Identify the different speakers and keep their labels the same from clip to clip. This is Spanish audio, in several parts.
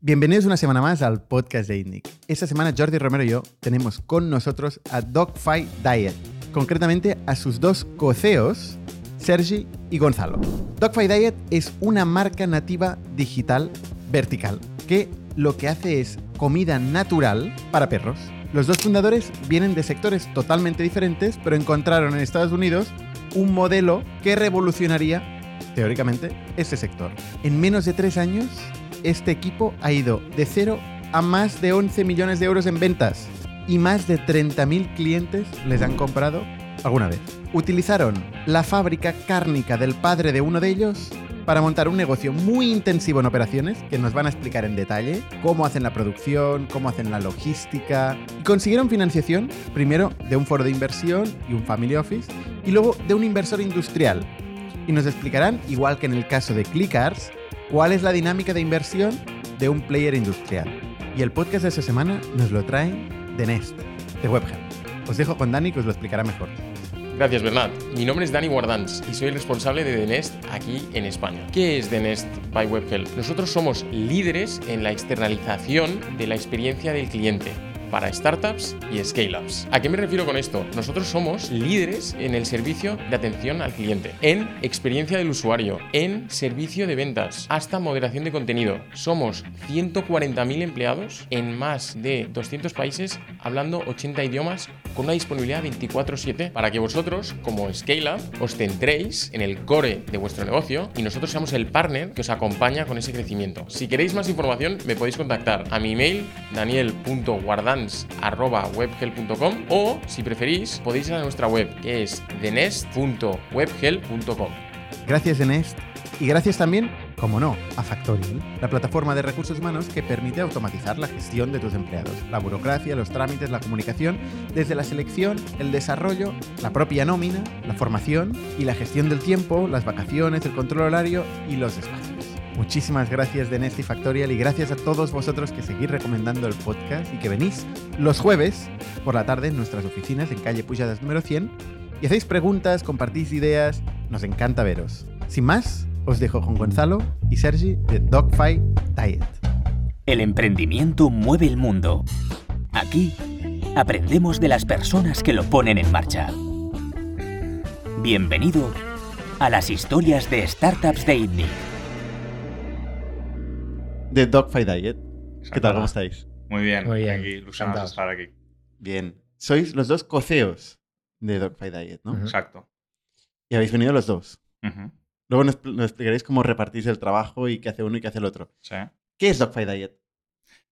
Speaker 1: Bienvenidos una semana más al podcast de INNIC. Esta semana Jordi Romero y yo tenemos con nosotros a Dogfight Diet, concretamente a sus dos coceos, Sergi y Gonzalo. Dogfight Diet es una marca nativa digital vertical que lo que hace es comida natural para perros. Los dos fundadores vienen de sectores totalmente diferentes, pero encontraron en Estados Unidos un modelo que revolucionaría, teóricamente, este sector. En menos de tres años, este equipo ha ido de cero a más de 11 millones de euros en ventas y más de 30.000 clientes les han comprado alguna vez. Utilizaron la fábrica cárnica del padre de uno de ellos para montar un negocio muy intensivo en operaciones que nos van a explicar en detalle cómo hacen la producción, cómo hacen la logística. Y consiguieron financiación primero de un foro de inversión y un family office y luego de un inversor industrial. Y nos explicarán, igual que en el caso de Clickars, cuál es la dinámica de inversión de un player industrial. Y el podcast de esta semana nos lo traen de Nest, de Webhelp. Os dejo con Dani que os lo explicará mejor.
Speaker 2: Gracias, Bernat. Mi nombre es Dani Guardans y soy el responsable de Denest aquí en España. ¿Qué es Denest by WebHelp? Nosotros somos líderes en la externalización de la experiencia del cliente para startups y scale-ups. ¿A qué me refiero con esto? Nosotros somos líderes en el servicio de atención al cliente, en experiencia del usuario, en servicio de ventas, hasta moderación de contenido. Somos 140.000 empleados en más de 200 países, hablando 80 idiomas, con una disponibilidad 24/7 para que vosotros, como scale-up, os centréis en el core de vuestro negocio y nosotros seamos el partner que os acompaña con ese crecimiento. Si queréis más información, me podéis contactar a mi email daniel.guardan webhelp.com o, si preferís, podéis ir a nuestra web, que es denest.webhelp.com.
Speaker 1: Gracias, Enest. Y gracias también, como no, a Factoring, la plataforma de recursos humanos que permite automatizar la gestión de tus empleados, la burocracia, los trámites, la comunicación, desde la selección, el desarrollo, la propia nómina, la formación y la gestión del tiempo, las vacaciones, el control horario y los espacios. Muchísimas gracias de Nesty Factorial y gracias a todos vosotros que seguís recomendando el podcast y que venís los jueves por la tarde en nuestras oficinas en calle Pujadas número 100 y hacéis preguntas, compartís ideas, nos encanta veros. Sin más, os dejo con Gonzalo y Sergi de Dogfight Diet.
Speaker 3: El emprendimiento mueve el mundo. Aquí aprendemos de las personas que lo ponen en marcha. Bienvenido a las historias de startups de ITNIC.
Speaker 1: De Dogfight Diet. ¿Qué
Speaker 4: Exacto.
Speaker 1: tal? ¿Cómo estáis?
Speaker 4: Muy bien,
Speaker 5: Muy bien,
Speaker 4: aquí ilusionados de
Speaker 5: encantados.
Speaker 4: estar aquí.
Speaker 1: Bien. Sois los dos coceos de Dogfight Diet, ¿no?
Speaker 5: Ujú.
Speaker 4: Exacto.
Speaker 1: Y habéis venido los dos.
Speaker 4: Ujú,
Speaker 1: Luego nos, nos explicaréis cómo repartís el trabajo y qué hace uno y qué hace el otro.
Speaker 4: sí.
Speaker 1: ¿Qué es Dogfight Diet?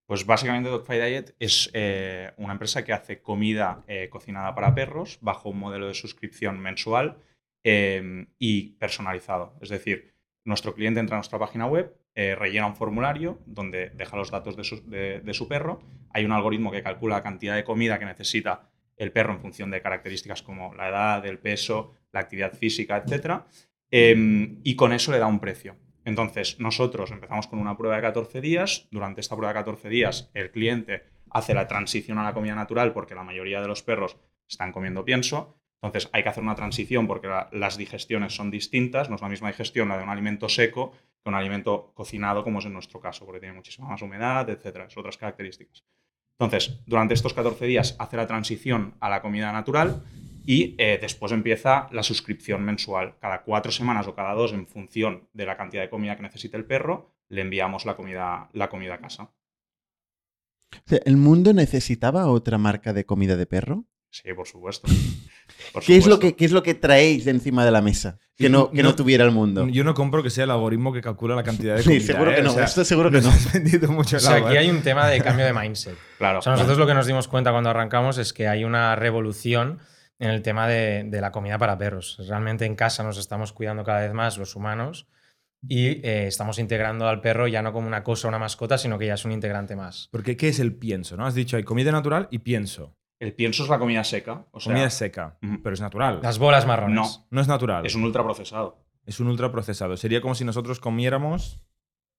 Speaker 4: Pues básicamente Dogfight Diet es eh, una empresa que hace comida eh, cocinada para perros bajo un modelo de suscripción mensual eh, y personalizado. Es decir, nuestro cliente entra a nuestra página web, eh, rellena un formulario donde deja los datos de su, de- de su perro, hay un algoritmo que calcula la cantidad de comida que necesita el perro en función de características como la edad, el peso, la actividad física, etcétera, eh, y con eso le da un precio. Entonces, nosotros empezamos con una prueba de 14 días. Durante esta prueba de 14 días, el cliente hace la transición a la comida natural porque la mayoría de los perros están comiendo pienso. Entonces, hay que hacer una transición porque la- las digestiones son distintas. No es la misma digestión la de un alimento seco que un alimento cocinado, como es en nuestro caso, porque tiene muchísima más humedad, etcétera, es otras características. Entonces, durante estos 14 días hace la transición a la comida natural y eh, después empieza la suscripción mensual. Cada cuatro semanas o cada dos, en función de la cantidad de comida que necesite el perro, le enviamos la comida, la comida a casa.
Speaker 1: O sea, ¿El mundo necesitaba otra marca de comida de perro?
Speaker 4: Sí, por supuesto. Por
Speaker 1: ¿Qué es, lo
Speaker 4: supuesto.
Speaker 1: que, ¿Qué es lo que traéis de encima de la mesa que no, que no,
Speaker 5: No-
Speaker 1: tuviera el mundo?
Speaker 5: Yo no compro que sea el algoritmo que calcula la cantidad de
Speaker 1: Sí,
Speaker 5: comida.
Speaker 1: seguro
Speaker 5: ¿eh?
Speaker 1: que
Speaker 5: O
Speaker 1: no.
Speaker 5: sea,
Speaker 1: Esto seguro que no.
Speaker 5: nos han vendido mucho
Speaker 6: O
Speaker 5: el
Speaker 6: sea,
Speaker 5: agua,
Speaker 6: aquí
Speaker 5: ¿eh?
Speaker 6: hay un tema de cambio de mindset.
Speaker 4: Claro.
Speaker 6: O sea, nosotros lo que nos dimos cuenta cuando arrancamos es que hay una revolución en el tema de, de la comida para perros. Realmente en casa nos estamos cuidando cada vez más los humanos y eh, estamos integrando al perro ya no como una cosa, una mascota, sino que ya es un integrante más.
Speaker 5: Porque ¿qué es el pienso? ¿no? Has dicho hay comida natural y pienso.
Speaker 4: El pienso es la comida seca. O sea,
Speaker 5: comida seca,
Speaker 4: ujú.
Speaker 5: pero es natural.
Speaker 6: Las bolas marrones.
Speaker 4: No.
Speaker 5: No es natural.
Speaker 4: es un ultraprocesado.
Speaker 5: Es un ultraprocesado. Sería como si nosotros comiéramos.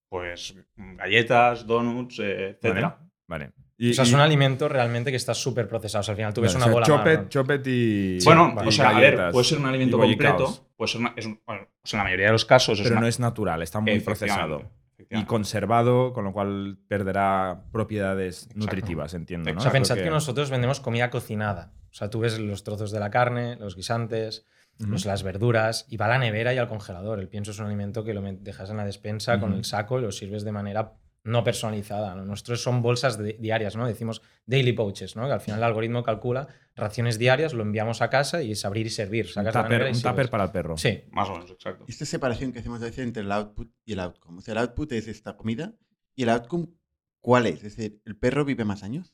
Speaker 4: Pues mm, galletas, donuts, eh, etcétera.
Speaker 5: Vale. vale.
Speaker 6: O sea, es un alimento realmente que está súper procesado. al final tú ves una bola marrón.
Speaker 5: Chopet, chopet y.
Speaker 4: bueno,
Speaker 5: y
Speaker 4: o sea, a ver,
Speaker 5: galletas.
Speaker 4: puede ser un alimento
Speaker 5: y bollicaos.
Speaker 4: completo. Puede ser una- es un- bueno, o sea, en la mayoría de los casos es
Speaker 5: Pero
Speaker 4: una-
Speaker 5: no es natural, está muy
Speaker 4: Efectivamente,
Speaker 5: procesado. y conservado, con lo cual perderá propiedades nutritivas, entiendo. ¿no?
Speaker 6: O sea,
Speaker 5: Es lo
Speaker 6: pensad que... nosotros vendemos comida cocinada. O sea, tú ves los trozos de la carne, los guisantes,
Speaker 5: Ujú.
Speaker 6: los- pues las verduras, y va a la nevera y al congelador. El pienso es un alimento que lo met- dejas en la despensa con
Speaker 5: Ujú.
Speaker 6: el saco y lo sirves de manera no personalizada. ¿no? Nuestros son bolsas de- diarias, ¿no? Decimos daily pouches, ¿no? Que al final el algoritmo calcula raciones diarias, lo enviamos a casa y es abrir y servir.
Speaker 5: un
Speaker 6: Sacas de la
Speaker 5: tupper,
Speaker 6: nevera y
Speaker 5: un
Speaker 6: sirves.
Speaker 5: tupper para el perro.
Speaker 6: Sí,
Speaker 4: Más o menos, exacto.
Speaker 7: Esta separación que hacemos a veces entre el output y el outcome. O sea, el output es esta comida y el outcome, ¿cuál es? Es decir, ¿el perro vive más años?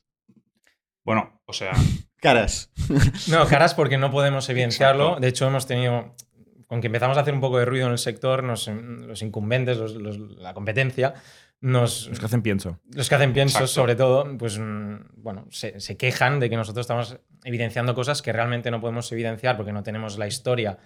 Speaker 4: Bueno, o sea,
Speaker 7: Caras.
Speaker 6: No, caras porque no podemos evidenciarlo.
Speaker 4: Exacto.
Speaker 6: De hecho, hemos tenido, con que empezamos a hacer un poco de ruido en el sector, nos- los incumbentes, los- los- la competencia, nos,
Speaker 5: Los que hacen pienso.
Speaker 6: los que hacen piensos,
Speaker 4: Exacto.
Speaker 6: sobre todo, pues mm, bueno, se, se quejan de que nosotros estamos evidenciando cosas que realmente no podemos evidenciar porque no tenemos la historia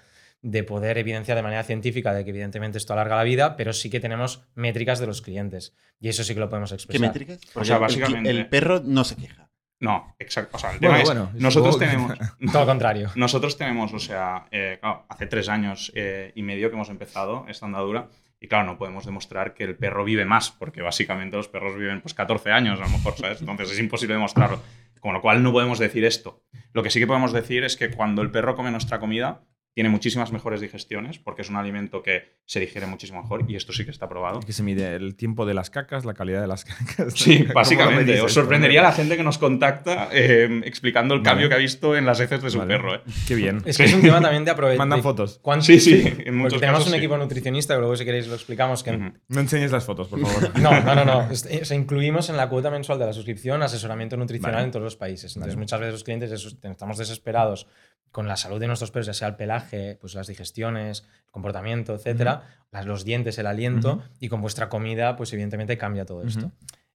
Speaker 6: de poder evidenciar de manera científica de que evidentemente esto alarga la vida, pero sí que tenemos métricas de los clientes y eso sí que lo podemos
Speaker 7: ¿Qué
Speaker 6: expresar.
Speaker 7: métricas? Porque
Speaker 4: sea,
Speaker 7: el- el-
Speaker 4: básicamente-
Speaker 7: El, perro no se queja.
Speaker 4: no, exacto. O sea, el
Speaker 5: Bueno,
Speaker 4: tema es,
Speaker 5: bueno,
Speaker 4: nosotros
Speaker 5: supongo
Speaker 4: tenemos,
Speaker 5: que-
Speaker 6: Todo lo contrario.
Speaker 4: Nosotros tenemos, o sea, eh, claro, hace tres años eh, y medio que hemos empezado esta andadura y claro, no podemos demostrar que el perro vive más, porque básicamente los perros viven pues 14 años a lo mejor, ¿sabes? Entonces es imposible demostrarlo. Con lo cual no podemos decir esto. Lo que sí que podemos decir es que cuando el perro come nuestra comida, tiene muchísimas mejores digestiones, porque es un alimento que se digiere muchísimo mejor y esto sí que está probado.
Speaker 5: Que se mide el tiempo de las cacas, la calidad de las cacas.
Speaker 4: Sí,
Speaker 5: ¿Cómo lo medís
Speaker 4: básicamente. Os
Speaker 5: esto?
Speaker 4: sorprendería la gente que nos contacta eh, explicando el
Speaker 5: Vale.
Speaker 4: cambio que ha visto en las heces de su
Speaker 5: Vale.
Speaker 4: perro. ¿eh?
Speaker 5: Qué bien.
Speaker 6: Es que es un tema también de aprovechar.
Speaker 5: Mandan fotos.
Speaker 4: Sí, sí, en muchos
Speaker 6: Porque tenemos
Speaker 4: casos
Speaker 6: un
Speaker 4: sí.
Speaker 6: equipo nutricionista que luego, si queréis, lo explicamos. Que
Speaker 4: Ujú.
Speaker 5: No enseñes las fotos, por favor.
Speaker 6: No, no, no. no. Es- o sea, incluimos en la cuota mensual de la suscripción asesoramiento nutricional
Speaker 5: Vale.
Speaker 6: en todos los países. Entonces,
Speaker 5: Vale.
Speaker 6: muchas veces los clientes esos- estamos desesperados con la salud de nuestros perros, ya sea el pelaje, pues las digestiones, el comportamiento, etcétera, las- los dientes, el aliento,
Speaker 5: Ujú.
Speaker 6: y con vuestra comida, pues evidentemente cambia todo esto.
Speaker 5: Ujú.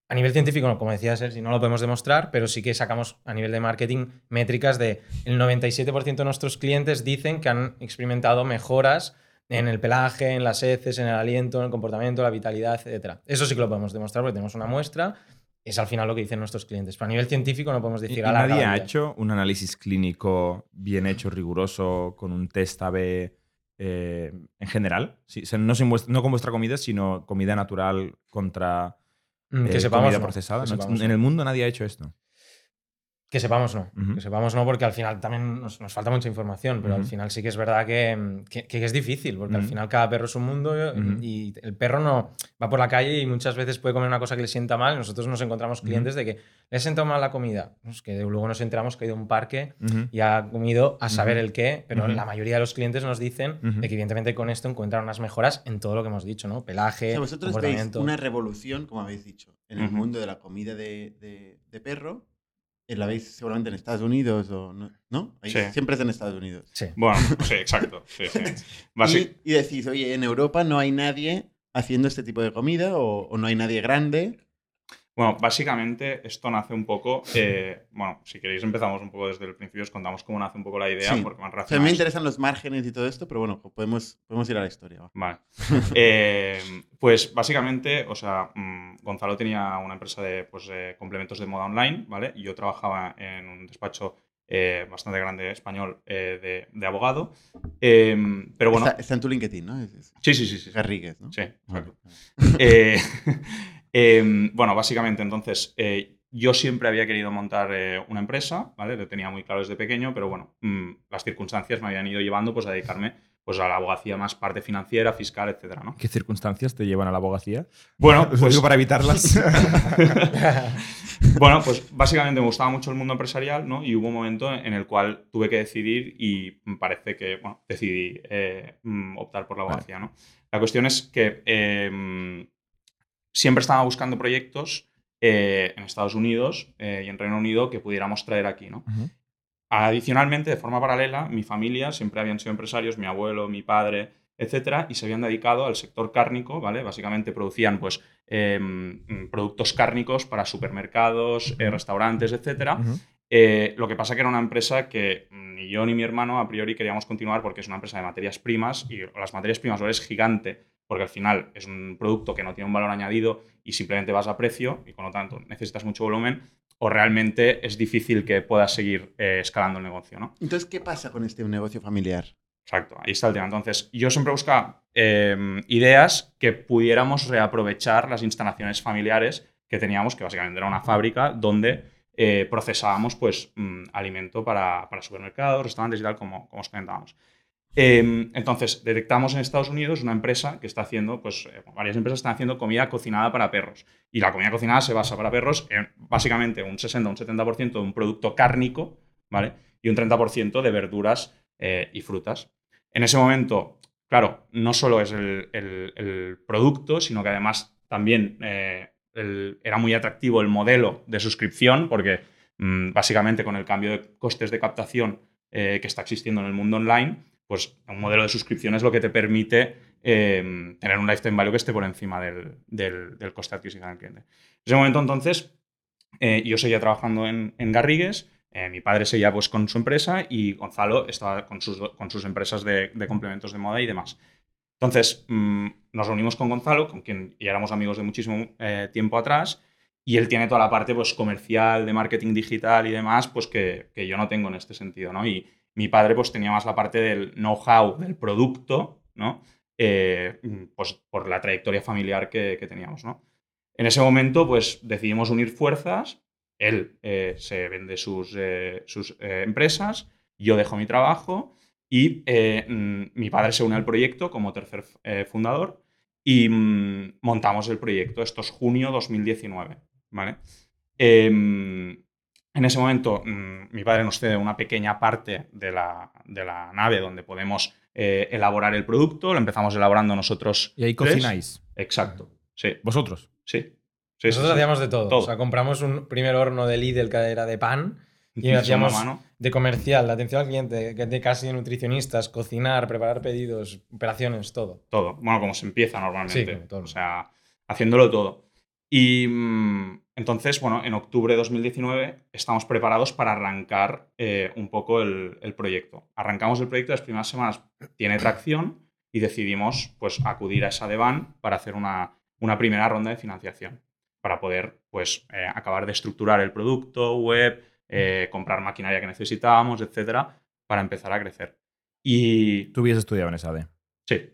Speaker 6: A nivel científico, no, como decía Sergi, no lo podemos demostrar, pero sí que sacamos a nivel de marketing métricas de el 97% de nuestros clientes dicen que han experimentado mejoras en el pelaje, en las heces, en el aliento, en el comportamiento, la vitalidad, etc. Eso sí que lo podemos demostrar porque tenemos una muestra. Es al final lo que dicen nuestros clientes. Pero a nivel científico no podemos
Speaker 5: ¿Y-
Speaker 6: decir
Speaker 5: y
Speaker 6: a la
Speaker 5: nadie ha hecho un análisis clínico bien hecho, riguroso, con un test AB eh, en general? Sí, o sea, no, sin vuest- no con vuestra comida, sino comida natural contra
Speaker 6: Mm, que
Speaker 5: eh,
Speaker 6: sepamos.
Speaker 5: comida
Speaker 6: no,
Speaker 5: procesada.
Speaker 6: que
Speaker 5: ¿no?
Speaker 6: sepamos,
Speaker 5: en
Speaker 6: no.
Speaker 5: el mundo nadie ha hecho esto.
Speaker 6: Que sepamos no,
Speaker 5: Ujú.
Speaker 6: que sepamos no, porque al final también nos, nos falta mucha información, pero al
Speaker 5: Ujú.
Speaker 6: final sí que es verdad que, mm, que- que es difícil, porque al
Speaker 5: Ujú.
Speaker 6: final cada perro es un mundo eh,
Speaker 5: Ujú.
Speaker 6: y el perro no va por la calle y muchas veces puede comer una cosa que le sienta mal. y Nosotros nos encontramos
Speaker 5: Ujú.
Speaker 6: clientes de que le ha sentado mal la comida, es que luego nos enteramos que ha ido a un parque
Speaker 5: Ujú.
Speaker 6: y ha comido a saber
Speaker 5: Ujú.
Speaker 6: el qué, pero
Speaker 5: Ujú.
Speaker 6: la mayoría de los clientes nos dicen
Speaker 5: Ujú.
Speaker 6: de que evidentemente con esto encuentran unas mejoras en todo lo que hemos dicho, ¿no?
Speaker 7: O
Speaker 6: Pelaje,
Speaker 7: sea, vosotros veis
Speaker 6: comportamiento.
Speaker 7: una revolución, como habéis dicho, en el
Speaker 4: Ujú.
Speaker 7: mundo de la comida de, de- de perro. Eh, La veis seguramente en Estados Unidos o no. ¿no? Ahí
Speaker 4: Sí.
Speaker 7: Siempre es en Estados Unidos.
Speaker 6: Sí.
Speaker 4: Bueno, sí, exacto. Sí, sí. Basi-
Speaker 7: Y, y decís, oye, en Europa no hay nadie haciendo este tipo de comida o, o no hay nadie grande.
Speaker 4: bueno, básicamente esto nace un poco. eh, bueno, si queréis empezamos un poco desde el principio, os contamos cómo nace un poco la idea,
Speaker 7: Sí.
Speaker 4: porque van
Speaker 7: O sea, me interesan los márgenes y todo esto, pero bueno, podemos, podemos ir a la historia. va.
Speaker 4: Vale. Eh, pues básicamente, o sea, mm, Gonzalo tenía una empresa de pues, eh, complementos de moda online, ¿vale? Y yo trabajaba en un despacho eh, bastante grande español eh, de, de abogado. Em, pero bueno.
Speaker 7: está, está en tu LinkedIn, ¿no? Es, es
Speaker 4: Sí, sí, sí, sí. sí.
Speaker 7: Garrigues, ¿no?
Speaker 4: Sí, exacto.
Speaker 7: Vale.
Speaker 4: Eh, em, bueno, básicamente, entonces, eh, yo siempre había querido montar eh, una empresa, ¿vale? Lo tenía muy claro desde pequeño, pero bueno, mm, las circunstancias me habían ido llevando pues, a dedicarme pues, a la abogacía más parte financiera, fiscal, etcétera, ¿no?
Speaker 5: ¿Qué circunstancias te llevan a la abogacía?
Speaker 4: Bueno,
Speaker 5: Lo
Speaker 4: pues,
Speaker 5: digo para evitarlas.
Speaker 4: bueno, pues básicamente me gustaba mucho el mundo empresarial, ¿no? Y hubo un momento en el cual tuve que decidir y me parece que, bueno, decidí eh, mm, optar por la
Speaker 5: Vale.
Speaker 4: abogacía, ¿no? La cuestión es que em, siempre estaba buscando proyectos eh, en Estados Unidos eh, y en Reino Unido que pudiéramos traer aquí, ¿no?
Speaker 5: Ujú.
Speaker 4: Adicionalmente, de forma paralela, mi familia siempre habían sido empresarios, mi abuelo, mi padre, etcétera, y se habían dedicado al sector cárnico, ¿vale? Básicamente producían pues em, mm, productos cárnicos para supermercados, eh, restaurantes, etcétera.
Speaker 5: Ujú.
Speaker 4: Eh, lo que pasa que era una empresa que ni yo ni mi hermano a priori queríamos continuar porque es una empresa de materias primas y las materias primas ahora es gigante porque al final es un producto que no tiene un valor añadido y simplemente vas a precio y por lo tanto necesitas mucho volumen o realmente es difícil que puedas seguir eh, escalando el negocio, ¿no?
Speaker 7: Entonces, ¿qué pasa con este negocio familiar?
Speaker 4: Exacto, ahí está el tema. Entonces, yo siempre buscaba eh, ideas que pudiéramos reaprovechar las instalaciones familiares que teníamos, que básicamente era una fábrica donde eh, procesábamos pues, mm, alimento para, para supermercados, restaurantes y tal, como, como os comentábamos. Eh, entonces, detectamos en Estados Unidos una empresa que está haciendo, pues eh, varias empresas están haciendo comida cocinada para perros. Y la comida cocinada se basa para perros en básicamente un 60 un 70% de un producto cárnico, ¿vale? Y un 30% de verduras eh, y frutas. En ese momento, claro, no solo es el, el- el producto, sino que además también eh, el- era muy atractivo el modelo de suscripción, porque mm, básicamente con el cambio de costes de captación eh, que está existiendo en el mundo online, pues un modelo de suscripción es lo que te permite eh, tener un lifetime value que esté por encima del, del- del coste de adquisición del cliente. En ese momento, entonces, eh, yo seguía trabajando en, en Garrigues, eh, mi padre seguía pues, con su empresa y Gonzalo estaba con sus, do- con sus empresas de, de complementos de moda y demás. Entonces, mm, nos reunimos con Gonzalo, con quien ya éramos amigos de muchísimo eh, tiempo atrás, y él tiene toda la parte pues, comercial, de marketing digital y demás, pues que, que yo no tengo en este sentido, ¿no? Y mi padre pues tenía más la parte del know-how del producto, ¿no? Eh, mm, pues por la trayectoria familiar que, que teníamos, ¿no? En ese momento pues decidimos unir fuerzas, él eh, se vende sus, eh, sus eh, empresas, yo dejo mi trabajo y eh, mm, mi padre se une al proyecto como tercer eh, fundador y mm, montamos el proyecto. Esto es junio 2019, ¿vale? Em, en ese momento, mm, mi padre nos cede una pequeña parte de la, de la nave donde podemos eh, elaborar el producto. Lo empezamos elaborando nosotros.
Speaker 5: Y ahí
Speaker 4: tres.
Speaker 5: cocináis.
Speaker 4: Exacto. Sí,
Speaker 5: Vosotros.
Speaker 4: sí. sí, sí,
Speaker 6: Nosotros
Speaker 4: sí.
Speaker 6: hacíamos de todo.
Speaker 4: Todo.
Speaker 6: O sea, compramos un primer horno de Lidl que era de pan, y
Speaker 4: De segunda
Speaker 6: hacíamos-
Speaker 4: mano.
Speaker 6: de comercial, de atención al cliente, que de casi nutricionistas, cocinar, preparar pedidos, operaciones, todo.
Speaker 4: todo. Bueno, como se empieza normalmente.
Speaker 6: Sí, como todo.
Speaker 4: O sea, haciéndolo todo. Y mm, entonces, bueno, en octubre de 2019 estamos preparados para arrancar eh, un poco el, el proyecto. Arrancamos el proyecto, las primeras semanas tiene tracción y decidimos pues, acudir a esa Devan para hacer una, una primera ronda de financiación, para poder pues, eh, acabar de estructurar el producto, web, eh, comprar maquinaria que necesitábamos, etcétera, para empezar a crecer. Y
Speaker 5: Tú hubieses estudiado en esa de.
Speaker 4: sí,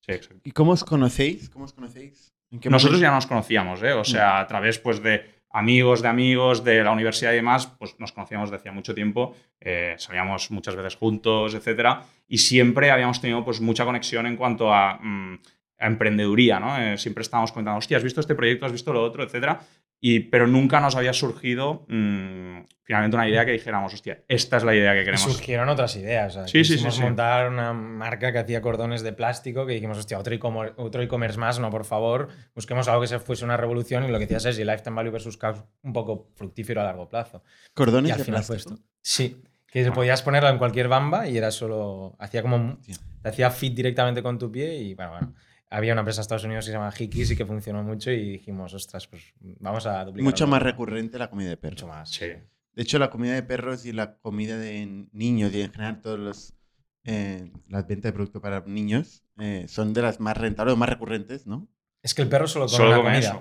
Speaker 4: sí, exacto.
Speaker 7: ¿Y cómo os conocéis? ¿Cómo os conocéis? ¿En qué
Speaker 4: Nosotros ya
Speaker 7: momento?
Speaker 4: nos conocíamos, ¿eh? O sea, a través pues de amigos, de amigos, de la universidad y demás, pues nos conocíamos desde hacía mucho tiempo, eh, salíamos muchas veces juntos, etcétera, y siempre habíamos tenido pues mucha conexión en cuanto a, mm, a emprendeduría, ¿no? Eh, siempre estábamos comentando, hostia, has visto este proyecto, has visto lo otro, etcétera, y, pero nunca nos había surgido mm, finalmente una idea que dijéramos, hostia, esta es la idea que
Speaker 6: Y
Speaker 4: queremos.
Speaker 6: surgieron otras ideas. O sea,
Speaker 4: Sí, sí, sí,
Speaker 6: quisimos
Speaker 4: sí.
Speaker 6: montar una marca que hacía cordones de plástico que dijimos, hostia, otro e-comer- otro e-commerce más, no, por favor, busquemos algo que se fuese una revolución y lo que decías es el lifetime value versus cost un poco fructífero a largo plazo.
Speaker 7: Cordones
Speaker 6: Y al
Speaker 7: de
Speaker 6: final fue
Speaker 7: plástico.
Speaker 6: esto. Sí, que se podías ponerlo en cualquier bamba y era solo. Hacía como. un-
Speaker 7: Hostia.
Speaker 6: te hacía fit directamente con tu pie y bueno, bueno. Había una empresa en Estados Unidos que se llama Hikis y que funcionó mucho y dijimos, ostras, pues vamos a duplicar.
Speaker 7: Mucho más recurrente la comida de perros.
Speaker 6: Mucho más.
Speaker 4: Sí.
Speaker 7: De hecho, la comida de perros y la comida de niños y en general todas las, eh, las ventas de productos para niños eh, son de las más rentables, más recurrentes, ¿no?
Speaker 6: Es que el perro solo come
Speaker 4: Solo
Speaker 6: la
Speaker 4: con
Speaker 6: comida.
Speaker 4: eso.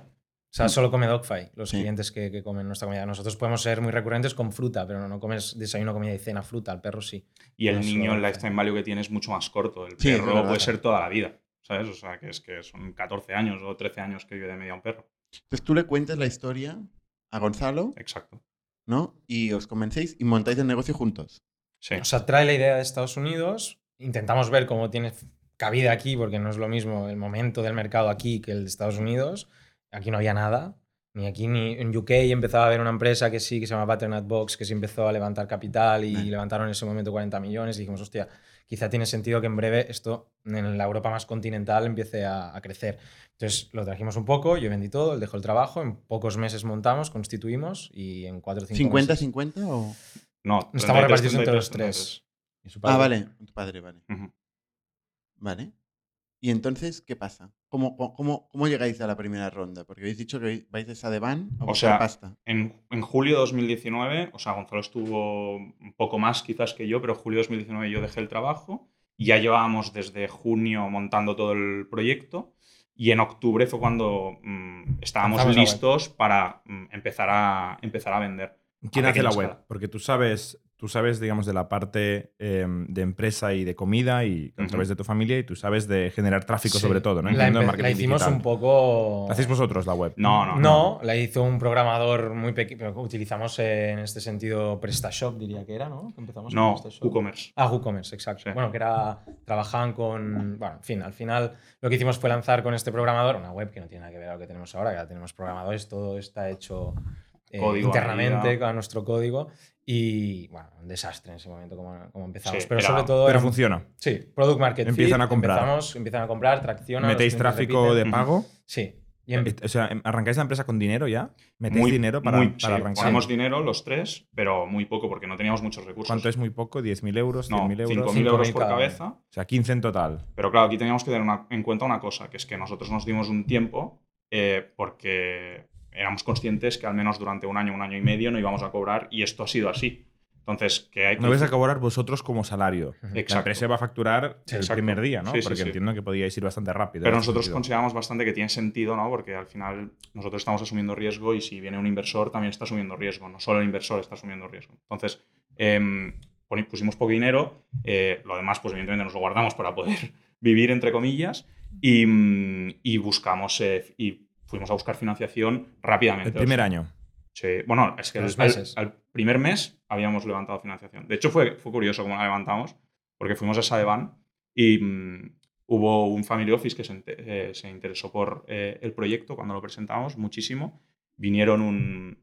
Speaker 6: O sea, solo come Dogfight, los
Speaker 7: Sí.
Speaker 6: clientes que, que comen nuestra comida. Nosotros podemos ser muy recurrentes con fruta, pero no, no comes desayuno, comida y cena, fruta. El perro sí.
Speaker 4: Y el
Speaker 6: Eso,
Speaker 4: niño, el
Speaker 6: sí.
Speaker 4: lifetime value que tiene es mucho más corto. El
Speaker 7: Sí, es
Speaker 4: perro
Speaker 7: verdad.
Speaker 4: puede ser toda la vida, ¿sabes? O sea, que es que son 14 años o 13 años que vive de media un perro.
Speaker 7: Entonces tú le cuentas la historia a Gonzalo,
Speaker 4: Exacto.
Speaker 7: ¿no? Y os convencéis y montáis el negocio juntos.
Speaker 4: Sí.
Speaker 6: O sea, trae la idea de Estados Unidos. Intentamos ver cómo tiene cabida aquí, porque no es lo mismo el momento del mercado aquí que el de Estados Unidos. Aquí no había nada. Ni aquí ni en UK empezaba a haber una empresa que sí, que se llama Butternut Box, que se empezó a levantar capital y
Speaker 7: Bien.
Speaker 6: levantaron en ese momento 40 millones. Y dijimos, hostia, quizá tiene sentido que en breve esto en la Europa más continental empiece a, a crecer. Entonces lo trajimos un poco, yo vendí todo, él dejó el trabajo, en pocos meses montamos, constituimos y en 4 o 5 meses.
Speaker 7: ¿50-50 o...?
Speaker 4: no,
Speaker 6: Nos estamos
Speaker 4: 33,
Speaker 6: repartidos entre los
Speaker 4: 33,
Speaker 6: tres.
Speaker 5: ¿Y su
Speaker 7: Ah, vale. Tu padre, vale.
Speaker 4: 33. Ujú.
Speaker 7: Vale. ¿Y entonces qué pasa? ¿Cómo, cómo, cómo llegáis a la primera ronda? Porque habéis dicho que vais de Sadevan a
Speaker 4: O
Speaker 7: buscar
Speaker 4: sea,
Speaker 7: pasta.
Speaker 4: En, en julio de 2019, o sea, Gonzalo estuvo un poco más quizás que yo, pero julio de 2019 yo dejé el trabajo. Ya llevábamos desde junio montando todo el proyecto y en octubre fue cuando mm, estábamos
Speaker 6: Lanzamos la web.
Speaker 4: listos para mm, empezar, a, empezar a vender.
Speaker 5: ¿Quién
Speaker 4: A
Speaker 5: hace la
Speaker 4: pequeña
Speaker 5: web?
Speaker 4: escala.
Speaker 5: Porque tú sabes, tú sabes, digamos, de la parte eh, de empresa y de comida y a
Speaker 4: Ujú.
Speaker 5: través de tu familia y tú sabes de generar tráfico
Speaker 6: Sí.
Speaker 5: sobre todo, ¿no?
Speaker 6: La,
Speaker 5: Entiendo el
Speaker 6: empe- la
Speaker 5: marketing
Speaker 6: hicimos
Speaker 5: digital.
Speaker 6: un poco.
Speaker 5: ¿La ¿Hacéis vosotros la web?
Speaker 4: No, no,
Speaker 6: No, la hizo un programador muy pequeño, pero utilizamos eh, en este sentido PrestaShop, diría que era, ¿no? Que empezamos con
Speaker 4: No,
Speaker 6: PrestaShop.
Speaker 4: WooCommerce.
Speaker 6: Ah, WooCommerce, exacto.
Speaker 4: Sí.
Speaker 6: Bueno, que era. Trabajaban con. Bueno, en fin, al final lo que hicimos fue lanzar con este programador una web que no tiene nada que ver a lo que tenemos ahora, que ya tenemos programadores, todo está hecho eh,
Speaker 4: Código
Speaker 6: internamente
Speaker 4: arriba.
Speaker 6: con nuestro código. Y bueno, un desastre en ese momento como, como empezamos.
Speaker 4: Sí,
Speaker 6: pero
Speaker 4: era-
Speaker 6: sobre todo.
Speaker 5: Pero
Speaker 6: era-
Speaker 5: funciona.
Speaker 6: Sí, Product Market.
Speaker 5: Empiezan
Speaker 6: fit,
Speaker 5: a comprar.
Speaker 6: empezamos, empiezan a comprar, traccionan. los
Speaker 5: ¿Metéis
Speaker 6: clientes
Speaker 5: tráfico de
Speaker 6: repiten.
Speaker 4: Ujú.
Speaker 5: pago?
Speaker 6: Sí. Y em-
Speaker 5: O sea, em- ¿arrancáis la empresa con dinero ya? ¿Metéis
Speaker 4: Muy-
Speaker 5: dinero para,
Speaker 4: muy-
Speaker 5: para
Speaker 4: sí,
Speaker 5: arrancar?
Speaker 4: Ponemos dinero los tres, pero muy poco porque no teníamos muchos recursos.
Speaker 5: ¿Cuánto es muy poco? ¿10.000 euros?
Speaker 4: No,
Speaker 5: ¿100.000 euros?
Speaker 4: 5.000 euros por
Speaker 6: cada uno.
Speaker 4: cabeza.
Speaker 5: O sea, 15 en total.
Speaker 4: Pero claro, aquí teníamos que tener una- en cuenta una cosa, que es que nosotros nos dimos un tiempo eh, porque éramos conscientes que al menos durante un año, un año y medio no íbamos a cobrar y esto ha sido así. Entonces, que hay que...
Speaker 5: No vais a cobrar vosotros como salario. La
Speaker 4: Exacto.
Speaker 5: empresa va a facturar
Speaker 6: Sí,
Speaker 5: el
Speaker 4: exacto.
Speaker 5: primer día, ¿no?
Speaker 4: Sí, sí,
Speaker 5: Porque
Speaker 4: sí.
Speaker 5: entiendo que podíais ir bastante rápido.
Speaker 4: Pero
Speaker 5: en ese
Speaker 4: nosotros
Speaker 5: sentido.
Speaker 4: consideramos bastante que tiene sentido, ¿no? Porque al final nosotros estamos asumiendo riesgo y si viene un inversor también está asumiendo riesgo, no solo el inversor está asumiendo riesgo. Entonces, em, poni- pusimos poco dinero, eh, lo demás pues evidentemente nos lo guardamos para poder vivir, entre comillas, y, mm, y buscamos eh, y fuimos a buscar financiación rápidamente.
Speaker 5: El
Speaker 4: O
Speaker 5: primer
Speaker 4: sea,
Speaker 5: año.
Speaker 4: Sí, bueno, es que
Speaker 6: Los
Speaker 4: al,
Speaker 6: meses.
Speaker 4: al primer mes habíamos levantado financiación. De hecho, fue, fue curioso cómo la levantamos, porque fuimos a Sadevan y mm, hubo un family office que se, inte- eh, se interesó por eh, el proyecto cuando lo presentamos muchísimo. Vinieron un.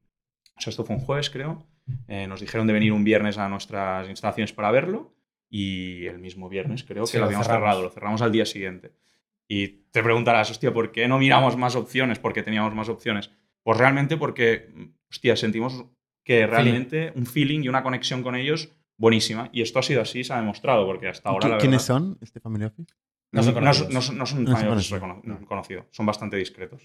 Speaker 4: O sea, esto fue un jueves, creo. Eh, nos dijeron de venir un viernes a nuestras instalaciones para verlo y el mismo viernes creo
Speaker 6: Sí,
Speaker 4: que lo
Speaker 6: lo
Speaker 4: habíamos
Speaker 6: cerramos.
Speaker 4: cerrado, lo cerramos al día siguiente. Y te preguntarás, hostia, ¿por qué no miramos más opciones? ¿Por qué teníamos más opciones? Pues realmente porque, mm, hostia, sentimos que realmente un feeling y una conexión con ellos buenísima. Y esto ha sido así, se ha demostrado, porque hasta ahora... la
Speaker 7: ¿Quiénes
Speaker 4: verdad,
Speaker 7: son este Family Office?
Speaker 6: No son
Speaker 4: no-
Speaker 6: conocidos.
Speaker 4: no son- no son
Speaker 7: No son
Speaker 4: familiares
Speaker 7: conocidos.
Speaker 4: recono- no, conocidos. Son bastante discretos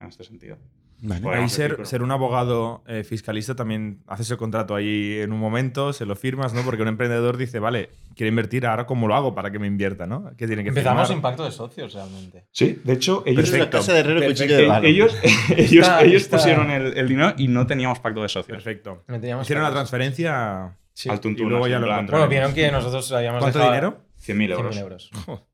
Speaker 4: en este sentido.
Speaker 7: Vale.
Speaker 4: Bueno,
Speaker 5: Ahí
Speaker 4: sí,
Speaker 5: ser,
Speaker 4: pero-
Speaker 5: ser un abogado eh, fiscalista también haces el contrato ahí en un momento, se lo firmas, ¿no? Porque un emprendedor dice, vale, quiero invertir, ahora cómo lo hago para que me invierta, ¿no? ¿Qué tiene que
Speaker 6: empezamos
Speaker 5: firmar?
Speaker 6: impacto de socios realmente.
Speaker 4: Sí, de hecho, ellos...
Speaker 5: ellos-
Speaker 1: Es una
Speaker 5: Perfecto.
Speaker 1: casa de herrero y
Speaker 6: Perfecto.
Speaker 1: cuchillo de palo.
Speaker 4: Ellos, ellos,
Speaker 6: Está-
Speaker 4: ellos
Speaker 6: está-
Speaker 4: pusieron el, el dinero y no teníamos pacto de socios.
Speaker 5: Perfecto.
Speaker 6: No teníamos
Speaker 5: Hicieron la
Speaker 6: pacto de socios.
Speaker 5: transferencia.
Speaker 6: Sí.
Speaker 4: Al tuntún,
Speaker 5: Y luego
Speaker 4: así,
Speaker 5: ya
Speaker 4: en
Speaker 5: lo
Speaker 4: plan,
Speaker 5: encontramos.
Speaker 6: Bueno, vieron que nosotros habíamos
Speaker 5: ¿Cuánto
Speaker 6: dejado
Speaker 5: dinero?
Speaker 4: 100.000 euros.
Speaker 6: 100.000 euros.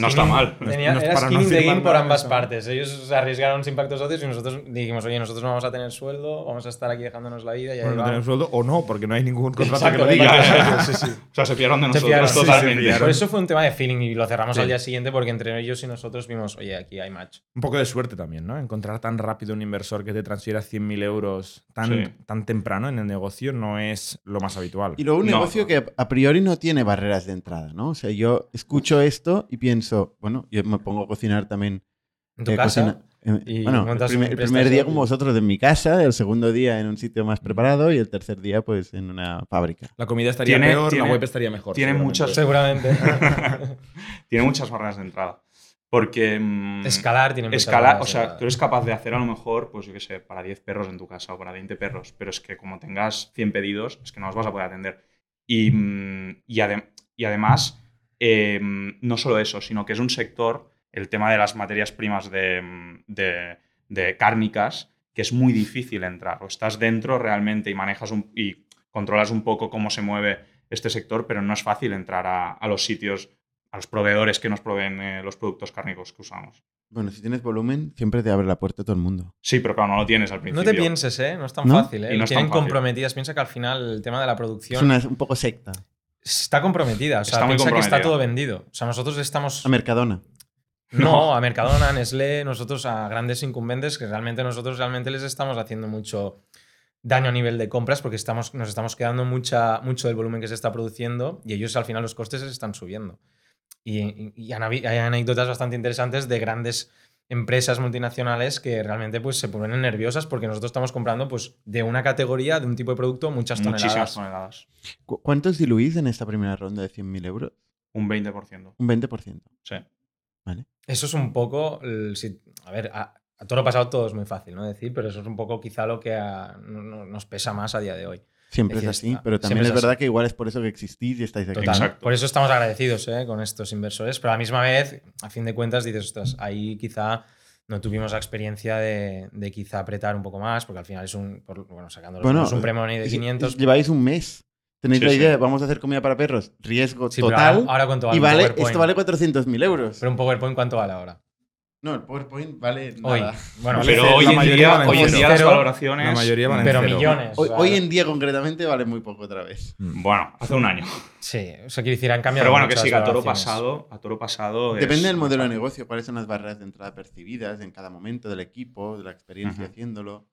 Speaker 4: No está
Speaker 6: Skinning-
Speaker 4: mal.
Speaker 6: tenía-
Speaker 5: No es
Speaker 6: era
Speaker 5: para no
Speaker 6: skin in the
Speaker 5: firmar
Speaker 6: game por
Speaker 5: nada,
Speaker 6: ambas
Speaker 5: está mal.
Speaker 6: partes. Ellos se arriesgaron sin pactos socios y nosotros dijimos, oye, nosotros no vamos a tener sueldo, vamos a estar aquí dejándonos la
Speaker 4: Eh,
Speaker 6: vida y ahí
Speaker 5: Bueno, no
Speaker 6: vamos".
Speaker 5: tenemos sueldo o no, porque no hay ningún contrato
Speaker 4: Ah,
Speaker 6: Exacto,
Speaker 5: que lo
Speaker 6: no hay
Speaker 5: diga.
Speaker 6: pacto de socios, sí, sí.
Speaker 4: O sea, se fiaron de
Speaker 6: Se
Speaker 4: nosotros
Speaker 6: fiaron, sí, se
Speaker 4: totalmente.
Speaker 5: fiaron.
Speaker 6: Por eso fue un tema de feeling y lo cerramos
Speaker 5: Sí.
Speaker 6: al día siguiente porque entre ellos y nosotros vimos, oye, aquí hay match.
Speaker 5: Un poco de suerte también, ¿no? Encontrar tan rápido un inversor que te transfiera 100.000 euros tan,
Speaker 4: Sí.
Speaker 5: tan temprano en el negocio no es lo más habitual.
Speaker 7: Y luego un
Speaker 4: No.
Speaker 7: negocio que a priori no tiene barreras de entrada, ¿no? O sea, yo escucho esto y pienso, bueno, yo me pongo a cocinar también.
Speaker 6: En tu
Speaker 7: eh,
Speaker 6: casa,
Speaker 7: cocina- eh,
Speaker 6: y
Speaker 7: bueno, el
Speaker 6: montas
Speaker 7: primer,
Speaker 6: un
Speaker 7: el primer día
Speaker 6: PrestaShop.
Speaker 7: con vosotros en mi casa, el segundo día en un sitio más preparado y el tercer día pues en una fábrica.
Speaker 5: La comida estaría
Speaker 4: Tiene-
Speaker 5: peor,
Speaker 4: tiene-
Speaker 5: la web estaría mejor.
Speaker 4: tiene
Speaker 5: seguramente.
Speaker 4: muchas-
Speaker 6: seguramente.
Speaker 4: Tiene muchas barreras de entrada. Porque. mm,
Speaker 6: Escalar tiene muchas
Speaker 4: escalar,
Speaker 6: barreras
Speaker 4: o
Speaker 6: de
Speaker 4: sea,
Speaker 6: entrada.
Speaker 4: tú eres capaz de hacer a lo mejor, pues yo qué sé, para 10 perros en tu casa o para 20 perros, pero es que como tengas 100 pedidos, es que no los vas a poder atender. Y, mm, y, adem- y además, eh, no solo eso, sino que es un sector, el tema de las materias primas de, mm, de- de cárnicas, que es muy difícil entrar. O estás dentro realmente y manejas un- y controlas un poco cómo se mueve este sector, pero no es fácil entrar a, a los sitios, a los proveedores que nos proveen eh, los productos cárnicos que usamos.
Speaker 7: Bueno, si tienes volumen, siempre te abre la puerta todo el mundo.
Speaker 4: Sí, pero claro, no lo tienes al principio.
Speaker 6: No te pienses, ¿eh? No es tan
Speaker 7: ¿No?
Speaker 6: fácil, ¿eh?
Speaker 4: Y no es tan
Speaker 6: Tienen
Speaker 4: fácil.
Speaker 6: comprometidas. Piensa que al final el tema de la
Speaker 7: Es
Speaker 6: producción
Speaker 7: una, un poco secta.
Speaker 6: está comprometida. O sea,
Speaker 4: Está muy
Speaker 6: piensa que
Speaker 4: comprometida.
Speaker 6: está todo vendido. O sea, nosotros estamos.
Speaker 7: A Mercadona.
Speaker 6: No, a Mercadona, a Nestlé, nosotros a grandes incumbentes que realmente nosotros realmente les estamos haciendo mucho daño a nivel de compras porque estamos, nos estamos quedando mucha, mucho del volumen que se está produciendo y ellos al final los costes se están subiendo. Y, y- y han habi- hay anécdotas bastante interesantes de grandes empresas multinacionales que realmente pues, se ponen nerviosas porque nosotros estamos comprando pues, de una categoría, de un tipo de producto, muchas
Speaker 4: Muchísimas
Speaker 6: toneladas.
Speaker 4: toneladas.
Speaker 7: ¿Cu- ¿Cuántos diluís en esta primera ronda de 100.000 euros?
Speaker 4: Un 20%.
Speaker 7: Un 20%.
Speaker 4: Sí.
Speaker 6: Eso es un poco. el- si- a ver, a, a todo lo pasado todo es muy fácil, ¿no? Decir, pero eso es un poco quizá lo que a- no- no- nos pesa más a día de hoy.
Speaker 7: Siempre
Speaker 6: Es
Speaker 7: es,
Speaker 6: que
Speaker 7: así,
Speaker 6: está-
Speaker 7: pero también
Speaker 6: siempre
Speaker 7: es
Speaker 6: es así.
Speaker 7: verdad que igual es por eso que existís y estáis aquí.
Speaker 6: Total.
Speaker 4: Exacto.
Speaker 6: Por eso estamos agradecidos ¿eh? con estos inversores, pero a la misma vez, a fin de cuentas, dices, ostras, ahí quizá no tuvimos la experiencia de, de quizá apretar un poco más, porque al final es un. por- bueno, sacando los
Speaker 7: Bueno,
Speaker 6: Eh, números, un premoni de
Speaker 7: Es-
Speaker 6: 500.
Speaker 7: es- Lleváis un mes
Speaker 1: Tenéis
Speaker 8: Sí,
Speaker 1: la
Speaker 8: sí.
Speaker 1: idea, vamos a hacer comida para perros, riesgo
Speaker 6: Sí, pero
Speaker 1: total.
Speaker 6: ahora, ahora cuánto vale
Speaker 1: y
Speaker 6: un
Speaker 1: vale,
Speaker 6: PowerPoint.
Speaker 1: esto vale 400.000 euros.
Speaker 6: Pero un PowerPoint, ¿cuánto vale ahora?
Speaker 1: no, el PowerPoint vale
Speaker 6: Hoy.
Speaker 1: nada.
Speaker 6: Bueno,
Speaker 5: Vale,
Speaker 4: Pero
Speaker 5: la
Speaker 4: hoy en
Speaker 5: mayoría
Speaker 4: día,
Speaker 5: valen
Speaker 4: hoy en
Speaker 5: cero.
Speaker 4: día las
Speaker 6: Pero-
Speaker 4: valoraciones.
Speaker 5: La mayoría van en
Speaker 6: pero
Speaker 5: cero.
Speaker 6: millones.
Speaker 1: Hoy,
Speaker 6: o sea,
Speaker 1: hoy en día concretamente vale muy poco otra vez.
Speaker 4: Bueno, hace un año.
Speaker 6: Sí, o sea, quiero decir, han cambiado
Speaker 4: Pero bueno, que
Speaker 6: mucho
Speaker 4: sí, que
Speaker 6: las
Speaker 4: a toro
Speaker 6: valoraciones.
Speaker 4: pasado. A toro pasado.
Speaker 6: Pues,
Speaker 4: es-
Speaker 1: Depende del modelo de negocio, cuáles son las barreras de entrada percibidas en cada momento del equipo, de la experiencia
Speaker 4: Ajá.
Speaker 1: haciéndolo,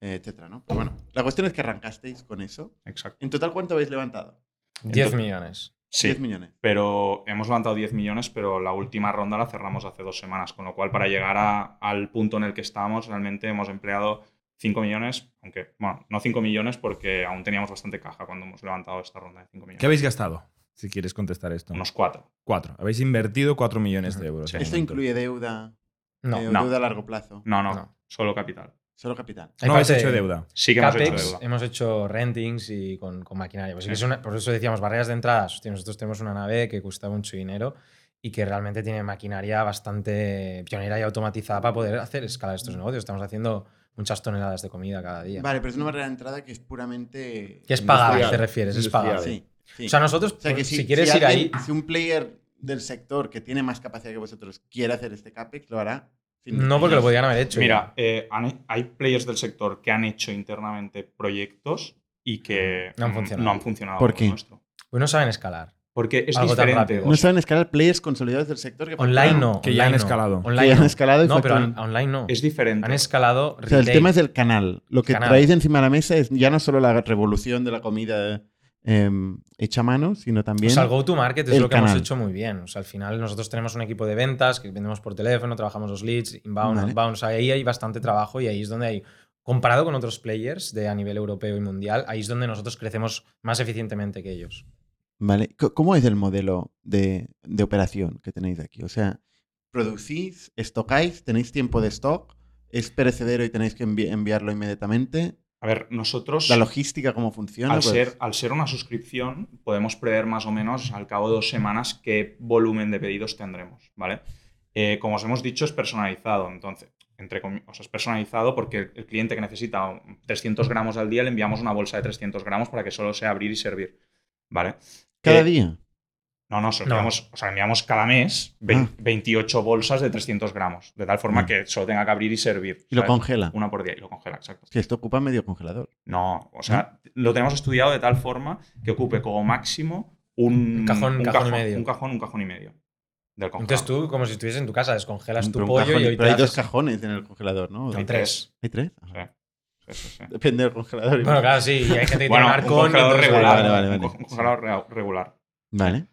Speaker 1: eh, etcétera, ¿no? Pero bueno, la cuestión es que arrancasteis con eso.
Speaker 4: Exacto.
Speaker 1: ¿En total cuánto habéis levantado?
Speaker 6: 10 millones.
Speaker 4: Sí.
Speaker 1: 10 millones.
Speaker 4: pero hemos levantado 10 millones, pero la última ronda la cerramos hace dos semanas, con lo cual para llegar a- al punto en el que estábamos realmente hemos empleado 5 millones, aunque, bueno, no 5 millones porque aún teníamos bastante caja cuando hemos levantado esta ronda de 5 millones.
Speaker 5: ¿Qué habéis gastado? Si quieres contestar esto.
Speaker 4: Unos 4.
Speaker 5: Cuatro. Habéis invertido cuatro millones de euros.
Speaker 4: Sí.
Speaker 5: de
Speaker 1: Esto
Speaker 5: momento.
Speaker 1: incluye deuda,
Speaker 6: No.
Speaker 1: eh,
Speaker 4: no.
Speaker 1: deuda a largo plazo,
Speaker 4: No, no,
Speaker 6: No.
Speaker 4: solo capital.
Speaker 1: solo capital.
Speaker 6: Hay
Speaker 5: No habéis
Speaker 6: parte
Speaker 5: hecho
Speaker 6: de-
Speaker 5: deuda.
Speaker 4: Sí que hemos hecho
Speaker 6: CAPEX,
Speaker 4: deuda.
Speaker 6: hemos hecho rentings y con, con maquinaria. Pues sí que
Speaker 4: Sí.
Speaker 6: es una- por eso decíamos barreras de entrada. Hostia, nosotros tenemos una nave que cuesta mucho dinero y que realmente tiene maquinaria bastante pionera y automatizada para poder hacer escala de estos negocios. Estamos haciendo muchas toneladas de comida cada día.
Speaker 1: Mm. Vale, pero es una barrera de entrada que es puramente...
Speaker 6: Que es pagable,
Speaker 8: Industrial.
Speaker 6: te refieres, es
Speaker 8: Industrial.
Speaker 6: pagable.
Speaker 1: Sí, sí.
Speaker 6: O sea, nosotros,
Speaker 1: O sea, que
Speaker 6: pues,
Speaker 1: si,
Speaker 6: si, quieres
Speaker 1: si
Speaker 6: ir ahí,
Speaker 1: alguien- si un player del sector que tiene más capacidad que vosotros quiere hacer este CAPEX, lo hará. sin
Speaker 6: no porque
Speaker 1: discusión.
Speaker 6: lo podían haber hecho.
Speaker 4: Mira, eh, han- hay players del sector que han hecho internamente proyectos y que
Speaker 6: No han
Speaker 4: mm,
Speaker 6: funcionado.
Speaker 4: no han funcionado
Speaker 1: ¿Por
Speaker 4: con
Speaker 1: qué?
Speaker 4: el nuestro.
Speaker 6: Pues no saben escalar.
Speaker 4: Porque es
Speaker 6: Algo tan
Speaker 4: diferente.
Speaker 6: rápido.
Speaker 4: o
Speaker 1: No
Speaker 4: sea,
Speaker 1: saben escalar players consolidados del sector que
Speaker 6: Online
Speaker 1: facturan.
Speaker 6: no.
Speaker 5: Que ya
Speaker 6: online
Speaker 5: han
Speaker 6: no.
Speaker 5: escalado.
Speaker 1: Que
Speaker 6: Online
Speaker 1: ya han
Speaker 6: no.
Speaker 1: escalado y
Speaker 6: No, pero
Speaker 1: facturan.
Speaker 6: on- online no.
Speaker 4: es diferente.
Speaker 6: Han escalado.
Speaker 1: O sea, el
Speaker 6: retail.
Speaker 1: tema es el canal. Lo que
Speaker 6: Canal.
Speaker 1: traéis encima de la mesa es ya no solo la revolución de la comida eh, hecha a mano, sino también.
Speaker 6: O sea, el Pues go-to-market es
Speaker 1: el
Speaker 6: lo que
Speaker 1: canal.
Speaker 6: hemos hecho muy bien. O sea, al final nosotros tenemos un equipo de ventas que vendemos por teléfono, trabajamos los leads, inbound,
Speaker 1: Vale.
Speaker 6: outbound. O sea, ahí hay bastante trabajo y ahí es donde hay, comparado con otros players de a nivel europeo y mundial, ahí es donde nosotros crecemos más eficientemente que ellos.
Speaker 1: Vale. C- ¿Cómo es el modelo de, de operación que tenéis aquí? O sea, producís, estocáis, tenéis tiempo de stock, es perecedero y tenéis que envi- enviarlo inmediatamente.
Speaker 4: A ver, nosotros.
Speaker 1: La logística, cómo funciona.
Speaker 4: Al
Speaker 1: pues,
Speaker 4: ser, al ser una suscripción, podemos prever más o menos al cabo de dos semanas qué volumen de pedidos tendremos, ¿vale? Eh, como os hemos dicho, es personalizado, entonces, entre comi- o sea, es personalizado porque el, el cliente que necesita un- 300 gramos al día le enviamos una bolsa de 300 gramos para que solo sea abrir y servir, ¿vale?
Speaker 1: Cada
Speaker 4: eh,
Speaker 1: día.
Speaker 4: No, no, se lo
Speaker 6: No.
Speaker 4: enviamos, o sea, enviamos cada mes vein- 28 bolsas de 300 gramos, de tal forma
Speaker 1: Ah. Mm.
Speaker 4: que solo tenga que abrir y servir.
Speaker 1: Y lo
Speaker 4: ¿sabes?
Speaker 1: congela.
Speaker 4: Una por día y lo congela, exacto.
Speaker 1: Que esto ocupa medio congelador.
Speaker 4: No, o sea,
Speaker 1: Mm.
Speaker 4: lo tenemos estudiado de tal forma que ocupe como máximo un,
Speaker 6: Un cajón, un cajón y medio.
Speaker 4: Un cajón, un cajón y medio. Del
Speaker 6: Entonces
Speaker 4: congelador.
Speaker 6: tú, como si estuvieses en tu casa, descongelas tu
Speaker 1: Pero un
Speaker 6: pollo
Speaker 1: cajón-
Speaker 6: y hoy te
Speaker 1: pero hay dos
Speaker 6: haces-
Speaker 1: cajones en el congelador, ¿no?
Speaker 4: Hay
Speaker 6: Son
Speaker 4: tres.
Speaker 6: tres.
Speaker 1: ¿Hay tres? Ah,
Speaker 4: Sí. Sí, sí, sí.
Speaker 1: Depende del congelador.
Speaker 6: Bueno, claro, sí. y hay gente que
Speaker 4: Bueno, un
Speaker 6: tiene un arcón. y
Speaker 4: congelador
Speaker 6: entonces-
Speaker 4: regular.
Speaker 1: Vale, vale,
Speaker 4: un
Speaker 1: vale.
Speaker 4: co- un congelador re- regular.
Speaker 1: Vale.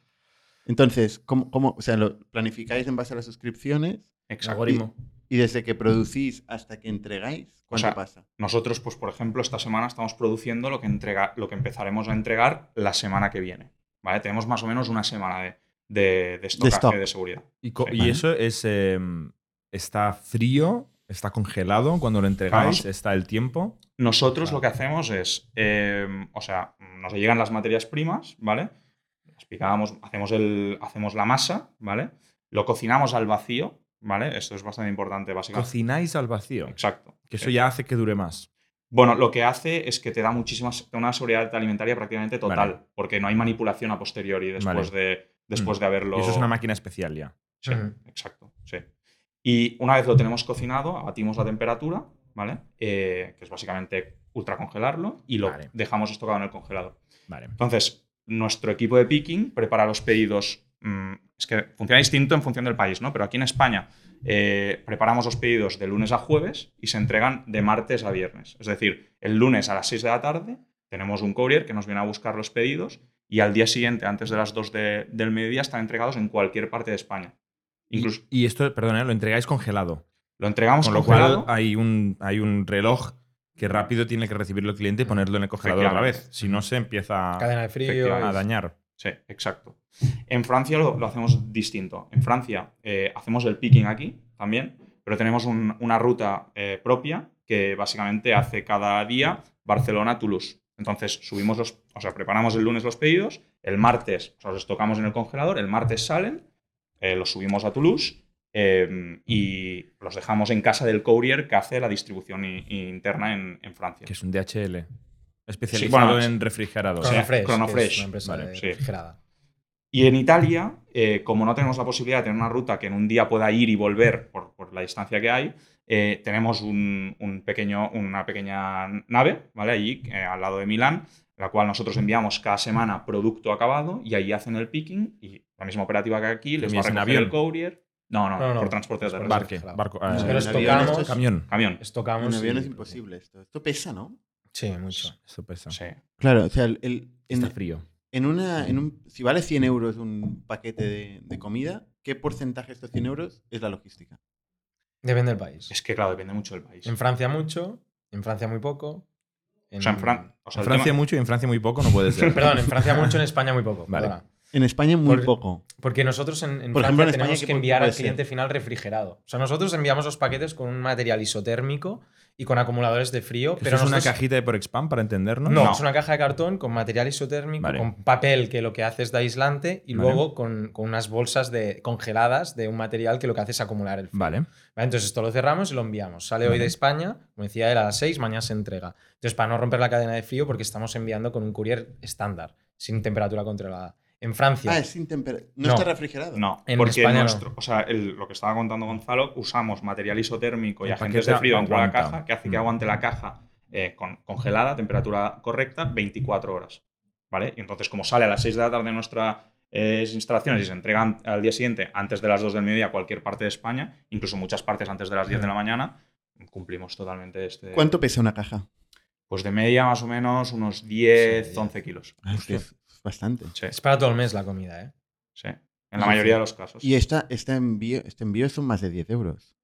Speaker 1: Entonces, ¿cómo, cómo- o sea, lo planificáis en base a las suscripciones
Speaker 4: Exacto.
Speaker 6: Algoritmo.
Speaker 1: y desde que producís hasta que entregáis, ¿cuánto
Speaker 4: sea,
Speaker 1: pasa?
Speaker 4: Nosotros, pues, por ejemplo, esta semana estamos produciendo lo que, entrega, lo que empezaremos a entregar la semana que viene. ¿Vale? Tenemos más o menos una semana de, de, de estocaje
Speaker 1: stock.
Speaker 4: de seguridad.
Speaker 5: Y, co-
Speaker 4: Sí.
Speaker 5: y
Speaker 1: Vale.
Speaker 5: eso es. eh, está frío, está congelado cuando
Speaker 4: Ah.
Speaker 5: lo entregáis,
Speaker 4: Vamos.
Speaker 5: está el tiempo.
Speaker 4: Nosotros lo que hacemos es, eh, o sea, nos llegan las materias primas, ¿vale? Las picamos, hacemos, el, hacemos la masa, ¿vale? Lo cocinamos al vacío, ¿vale? Esto es bastante importante, básicamente.
Speaker 5: Cocináis al vacío.
Speaker 4: Exacto. Eh,
Speaker 5: Que eso ya hace que dure más.
Speaker 4: Bueno, lo que hace es que te da muchísimas, te da una seguridad alimentaria prácticamente total,
Speaker 5: Vale.
Speaker 4: porque no hay manipulación a posteriori después, de, después
Speaker 5: Mm.
Speaker 4: de haberlo...
Speaker 5: Y eso es una máquina especial ya.
Speaker 4: Sí,
Speaker 6: Ujú.
Speaker 4: exacto, sí. Y una vez lo tenemos cocinado, abatimos la temperatura, ¿vale? Eh, que es básicamente ultracongelarlo y lo
Speaker 5: Vale.
Speaker 4: dejamos estocado en el congelador.
Speaker 5: Vale.
Speaker 4: Entonces, nuestro equipo de picking prepara los pedidos. mm, es que funciona distinto en función del país, ¿no? Pero aquí en España eh, preparamos los pedidos de lunes a jueves y se entregan de martes a viernes. Es decir, el lunes a las 6 de la tarde tenemos un courier que nos viene a buscar los pedidos y al día siguiente, antes de las 2 de- del mediodía, están entregados en cualquier parte de España. Incluso
Speaker 5: Y, y esto, perdón, ¿eh? lo entregáis congelado.
Speaker 4: lo entregamos
Speaker 5: Con lo
Speaker 4: congelado.
Speaker 5: cual hay un, hay un reloj que rápido tiene que recibirlo el
Speaker 4: Mm.
Speaker 5: cliente y ponerlo en el congelador otra vez. Si no, se empieza a
Speaker 6: Cadena de frío.
Speaker 5: a
Speaker 4: Ah, efectivamente.
Speaker 5: dañar.
Speaker 4: Sí, exacto. En Francia lo, lo hacemos distinto. En Francia eh, hacemos el picking aquí también, pero tenemos un- una ruta eh, propia que básicamente hace cada día Barcelona-Toulouse. Entonces subimos los, o sea, preparamos el lunes los pedidos, el martes o sea, los estocamos en el congelador, el martes salen, eh, los subimos a Toulouse eh, y los dejamos en casa del courier que hace la distribución i- interna en, en Francia.
Speaker 5: Que es un DHL. Especializado
Speaker 4: bueno,
Speaker 5: en refrigerador.
Speaker 4: sea,
Speaker 6: Chronofresh, que
Speaker 4: Chronofresh.
Speaker 6: es una empresa
Speaker 5: Vale,
Speaker 6: de
Speaker 4: sí.
Speaker 6: refrigerada.
Speaker 4: Y en Italia, eh, como no tenemos la posibilidad de tener una ruta que en un día pueda ir y volver por, por la distancia que hay, eh, tenemos un, un pequeño, una pequeña nave, ¿vale? Allí, eh, al lado de Milán, la cual nosotros enviamos cada semana producto acabado y ahí hacen el picking y la misma operativa que aquí, les va a
Speaker 5: ¿Envías en
Speaker 4: recoger
Speaker 5: avión?
Speaker 4: el courier. No, no,
Speaker 6: No, no.
Speaker 4: por transporte terrestre.
Speaker 5: Barque, barco. ah,
Speaker 6: Pero
Speaker 7: en avión
Speaker 6: tocamos-
Speaker 7: esto
Speaker 1: pues,
Speaker 7: es-
Speaker 5: Camión.
Speaker 4: Camión.
Speaker 6: Estocamos.
Speaker 7: En avión
Speaker 6: y-
Speaker 7: es imposible esto. Esto pesa, ¿no?
Speaker 6: Sí, mucho.
Speaker 5: Eso pesa.
Speaker 4: Sí.
Speaker 7: Claro, o sea, el- el-
Speaker 5: Está
Speaker 7: en,
Speaker 5: frío.
Speaker 7: en una, en un, si vale 100 euros un paquete de, de comida, ¿qué porcentaje de estos 100 euros es la logística?
Speaker 6: Depende del país.
Speaker 4: Es que, claro, depende mucho del país.
Speaker 6: En Francia mucho, en Francia muy poco.
Speaker 4: o sea, en, Fran- o sea,
Speaker 5: En
Speaker 4: el
Speaker 5: Francia
Speaker 4: tema-
Speaker 5: mucho y en Francia muy poco no puede ser.
Speaker 6: Perdón, en Francia mucho, en España muy poco.
Speaker 5: Vale.
Speaker 6: perdona.
Speaker 7: En España muy
Speaker 6: Por-
Speaker 7: poco.
Speaker 6: Porque nosotros en, en
Speaker 7: Por
Speaker 6: Francia
Speaker 7: ejemplo, en
Speaker 6: tenemos
Speaker 7: España,
Speaker 6: que
Speaker 7: ¿qué
Speaker 6: enviar
Speaker 7: puede
Speaker 6: al
Speaker 7: ser?
Speaker 6: cliente final refrigerado. O sea, nosotros enviamos los paquetes con un material isotérmico y con acumuladores de frío.
Speaker 5: Pero
Speaker 6: pero
Speaker 5: es una
Speaker 6: nosotros-
Speaker 5: cajita de Porexpam para entendernos?
Speaker 6: No, es una caja de cartón con material isotérmico,
Speaker 5: Vale.
Speaker 6: con papel que lo que hace es de aislante y
Speaker 5: Vale.
Speaker 6: luego con, con unas bolsas de, congeladas de un material que lo que hace es acumular el frío.
Speaker 5: Vale.
Speaker 6: Vale, Entonces esto lo cerramos y lo enviamos. Sale hoy
Speaker 5: Vale.
Speaker 6: de España, como decía, era a las 6, mañana se entrega. Entonces, para no romper la cadena de frío, porque estamos enviando con un courier estándar, sin temperatura controlada. En Francia,
Speaker 7: Ah, es sin temperatura. No,
Speaker 6: No.
Speaker 7: está refrigerado.
Speaker 4: No,
Speaker 6: En
Speaker 4: porque
Speaker 6: España no.
Speaker 4: nuestro, o sea, el- lo que estaba contando Gonzalo, usamos material isotérmico y
Speaker 5: El
Speaker 4: agentes
Speaker 5: paquete
Speaker 4: de frío dentro de la
Speaker 5: aguanta.
Speaker 4: caja que hace que
Speaker 5: Mm.
Speaker 4: aguante la caja eh, con- congelada, temperatura correcta, 24 horas. ¿Vale? Y entonces, como sale a las 6 de la tarde en nuestras eh, instalaciones y se entregan al día siguiente, antes de las 2 del mediodía, a cualquier parte de España, incluso muchas partes antes de las 10 de la mañana, cumplimos totalmente este.
Speaker 7: ¿Cuánto pesa una caja?
Speaker 4: Pues de media más o menos unos 10, 11 kilos.
Speaker 7: Ah, es que es bastante.
Speaker 4: Sí,
Speaker 6: es para todo el mes la comida, ¿eh?
Speaker 4: sí. En la mayoría de los casos.
Speaker 7: Y esta, este, envío, este envío son más de 10 euros.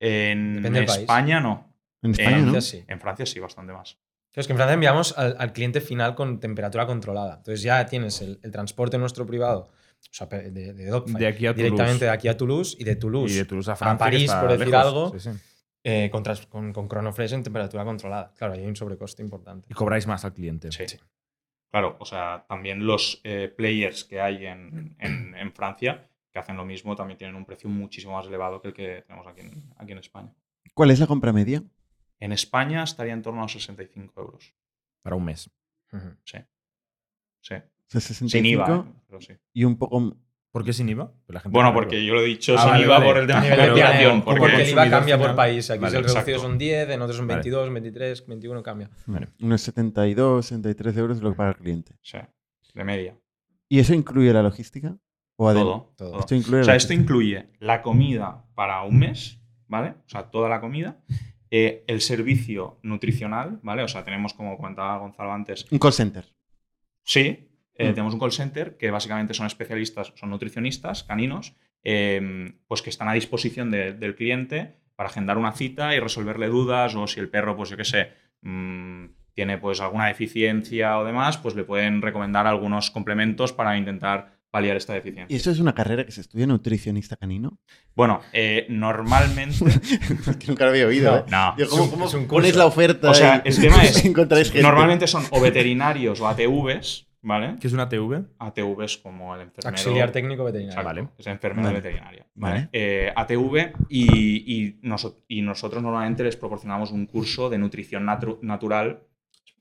Speaker 4: En
Speaker 6: Depende del país.
Speaker 4: España no.
Speaker 7: En España,
Speaker 4: Eh,
Speaker 7: ¿no?
Speaker 6: Francia sí.
Speaker 4: En Francia sí, bastante más.
Speaker 6: Claro, Es que en Francia enviamos al, al cliente final con temperatura controlada. Entonces ya tienes el, el transporte nuestro privado, o sea, pe- de, de Dopfire,
Speaker 5: De aquí a Toulouse.
Speaker 6: directamente de aquí a Toulouse y de Toulouse
Speaker 5: Y de Toulouse a Francia. que
Speaker 6: París,
Speaker 5: está
Speaker 6: por decir
Speaker 5: lejos.
Speaker 6: algo.
Speaker 5: Sí, sí.
Speaker 6: eh, con, trans- con, con Chronofresh en temperatura controlada. Claro, ahí hay un sobrecoste importante.
Speaker 5: Y cobráis más al cliente.
Speaker 4: Sí. Claro, o sea, también los eh, players que hay en, en- en Francia que hacen lo mismo también tienen un precio muchísimo más elevado que el que tenemos aquí en, aquí en España.
Speaker 7: ¿Cuál es la compra media?
Speaker 4: En España estaría en torno a los 65 euros.
Speaker 5: Para un mes.
Speaker 6: Ujú.
Speaker 4: Sí.
Speaker 7: O sea, 65
Speaker 4: Sin IVA, ¿eh? pero sí.
Speaker 7: y un poco
Speaker 5: ¿Por qué sin IVA? Pues la gente
Speaker 4: Bueno,
Speaker 5: no lo-
Speaker 4: porque yo lo he dicho
Speaker 5: Ah,
Speaker 4: sin
Speaker 5: vale,
Speaker 4: IVA
Speaker 5: vale.
Speaker 4: por el tema
Speaker 5: A
Speaker 4: de
Speaker 5: nivel
Speaker 4: la
Speaker 5: de plan,
Speaker 4: inflación.
Speaker 5: porque-
Speaker 6: porque, el
Speaker 5: consumidor
Speaker 6: IVA cambia
Speaker 5: final.
Speaker 6: por país. Aquí
Speaker 5: Vale,
Speaker 6: el reducido
Speaker 5: exacto.
Speaker 6: son 10, en otros son
Speaker 5: Vale.
Speaker 6: 22, 23, 21, cambia.
Speaker 7: unos 72, 73 euros lo que paga el cliente.
Speaker 4: Sí, de media.
Speaker 7: ¿Y eso incluye la logística? ¿O adem-
Speaker 4: Todo,
Speaker 6: todo.
Speaker 4: todo.
Speaker 7: Esto incluye
Speaker 4: O
Speaker 7: la
Speaker 4: sea, esto
Speaker 7: logística.
Speaker 4: incluye la comida para un mes, ¿vale? O sea, toda la comida. eh, el servicio nutricional, ¿vale? O sea, tenemos, como contaba Gonzalo antes,
Speaker 7: Un call center.
Speaker 4: Sí, eh,
Speaker 7: Mm.
Speaker 4: tenemos un call center que básicamente son especialistas, son nutricionistas caninos, eh, pues que están a disposición de- del cliente para agendar una cita y resolverle dudas o si el perro, pues yo qué sé, mm, tiene pues alguna deficiencia o demás, pues le pueden recomendar algunos complementos para intentar paliar esta
Speaker 7: ¿Y
Speaker 4: deficiencia.
Speaker 7: eso es una carrera que se estudia nutricionista canino?
Speaker 4: Bueno, eh, normalmente...
Speaker 7: Porque nunca lo había oído, ¿eh?
Speaker 4: No.
Speaker 7: Digo, ¿cómo,
Speaker 6: Es un-
Speaker 7: cómo
Speaker 6: es un
Speaker 7: pones
Speaker 6: curso.
Speaker 7: la oferta?
Speaker 4: O sea,
Speaker 7: y-
Speaker 4: el tema es-
Speaker 7: encontráis gente?
Speaker 4: Normalmente son o veterinarios o ATVs, ¿vale?
Speaker 5: ¿Qué es una TV?
Speaker 4: ATVs como el enfermero...
Speaker 6: Auxiliar técnico veterinario.
Speaker 4: Exacto,
Speaker 5: Vale.
Speaker 4: Es enfermera
Speaker 7: Vale.
Speaker 4: veterinaria.
Speaker 7: Vale.
Speaker 4: ¿vale? Eh, ATV y, y noso- y nosotros normalmente les proporcionamos un curso de nutrición natu- natural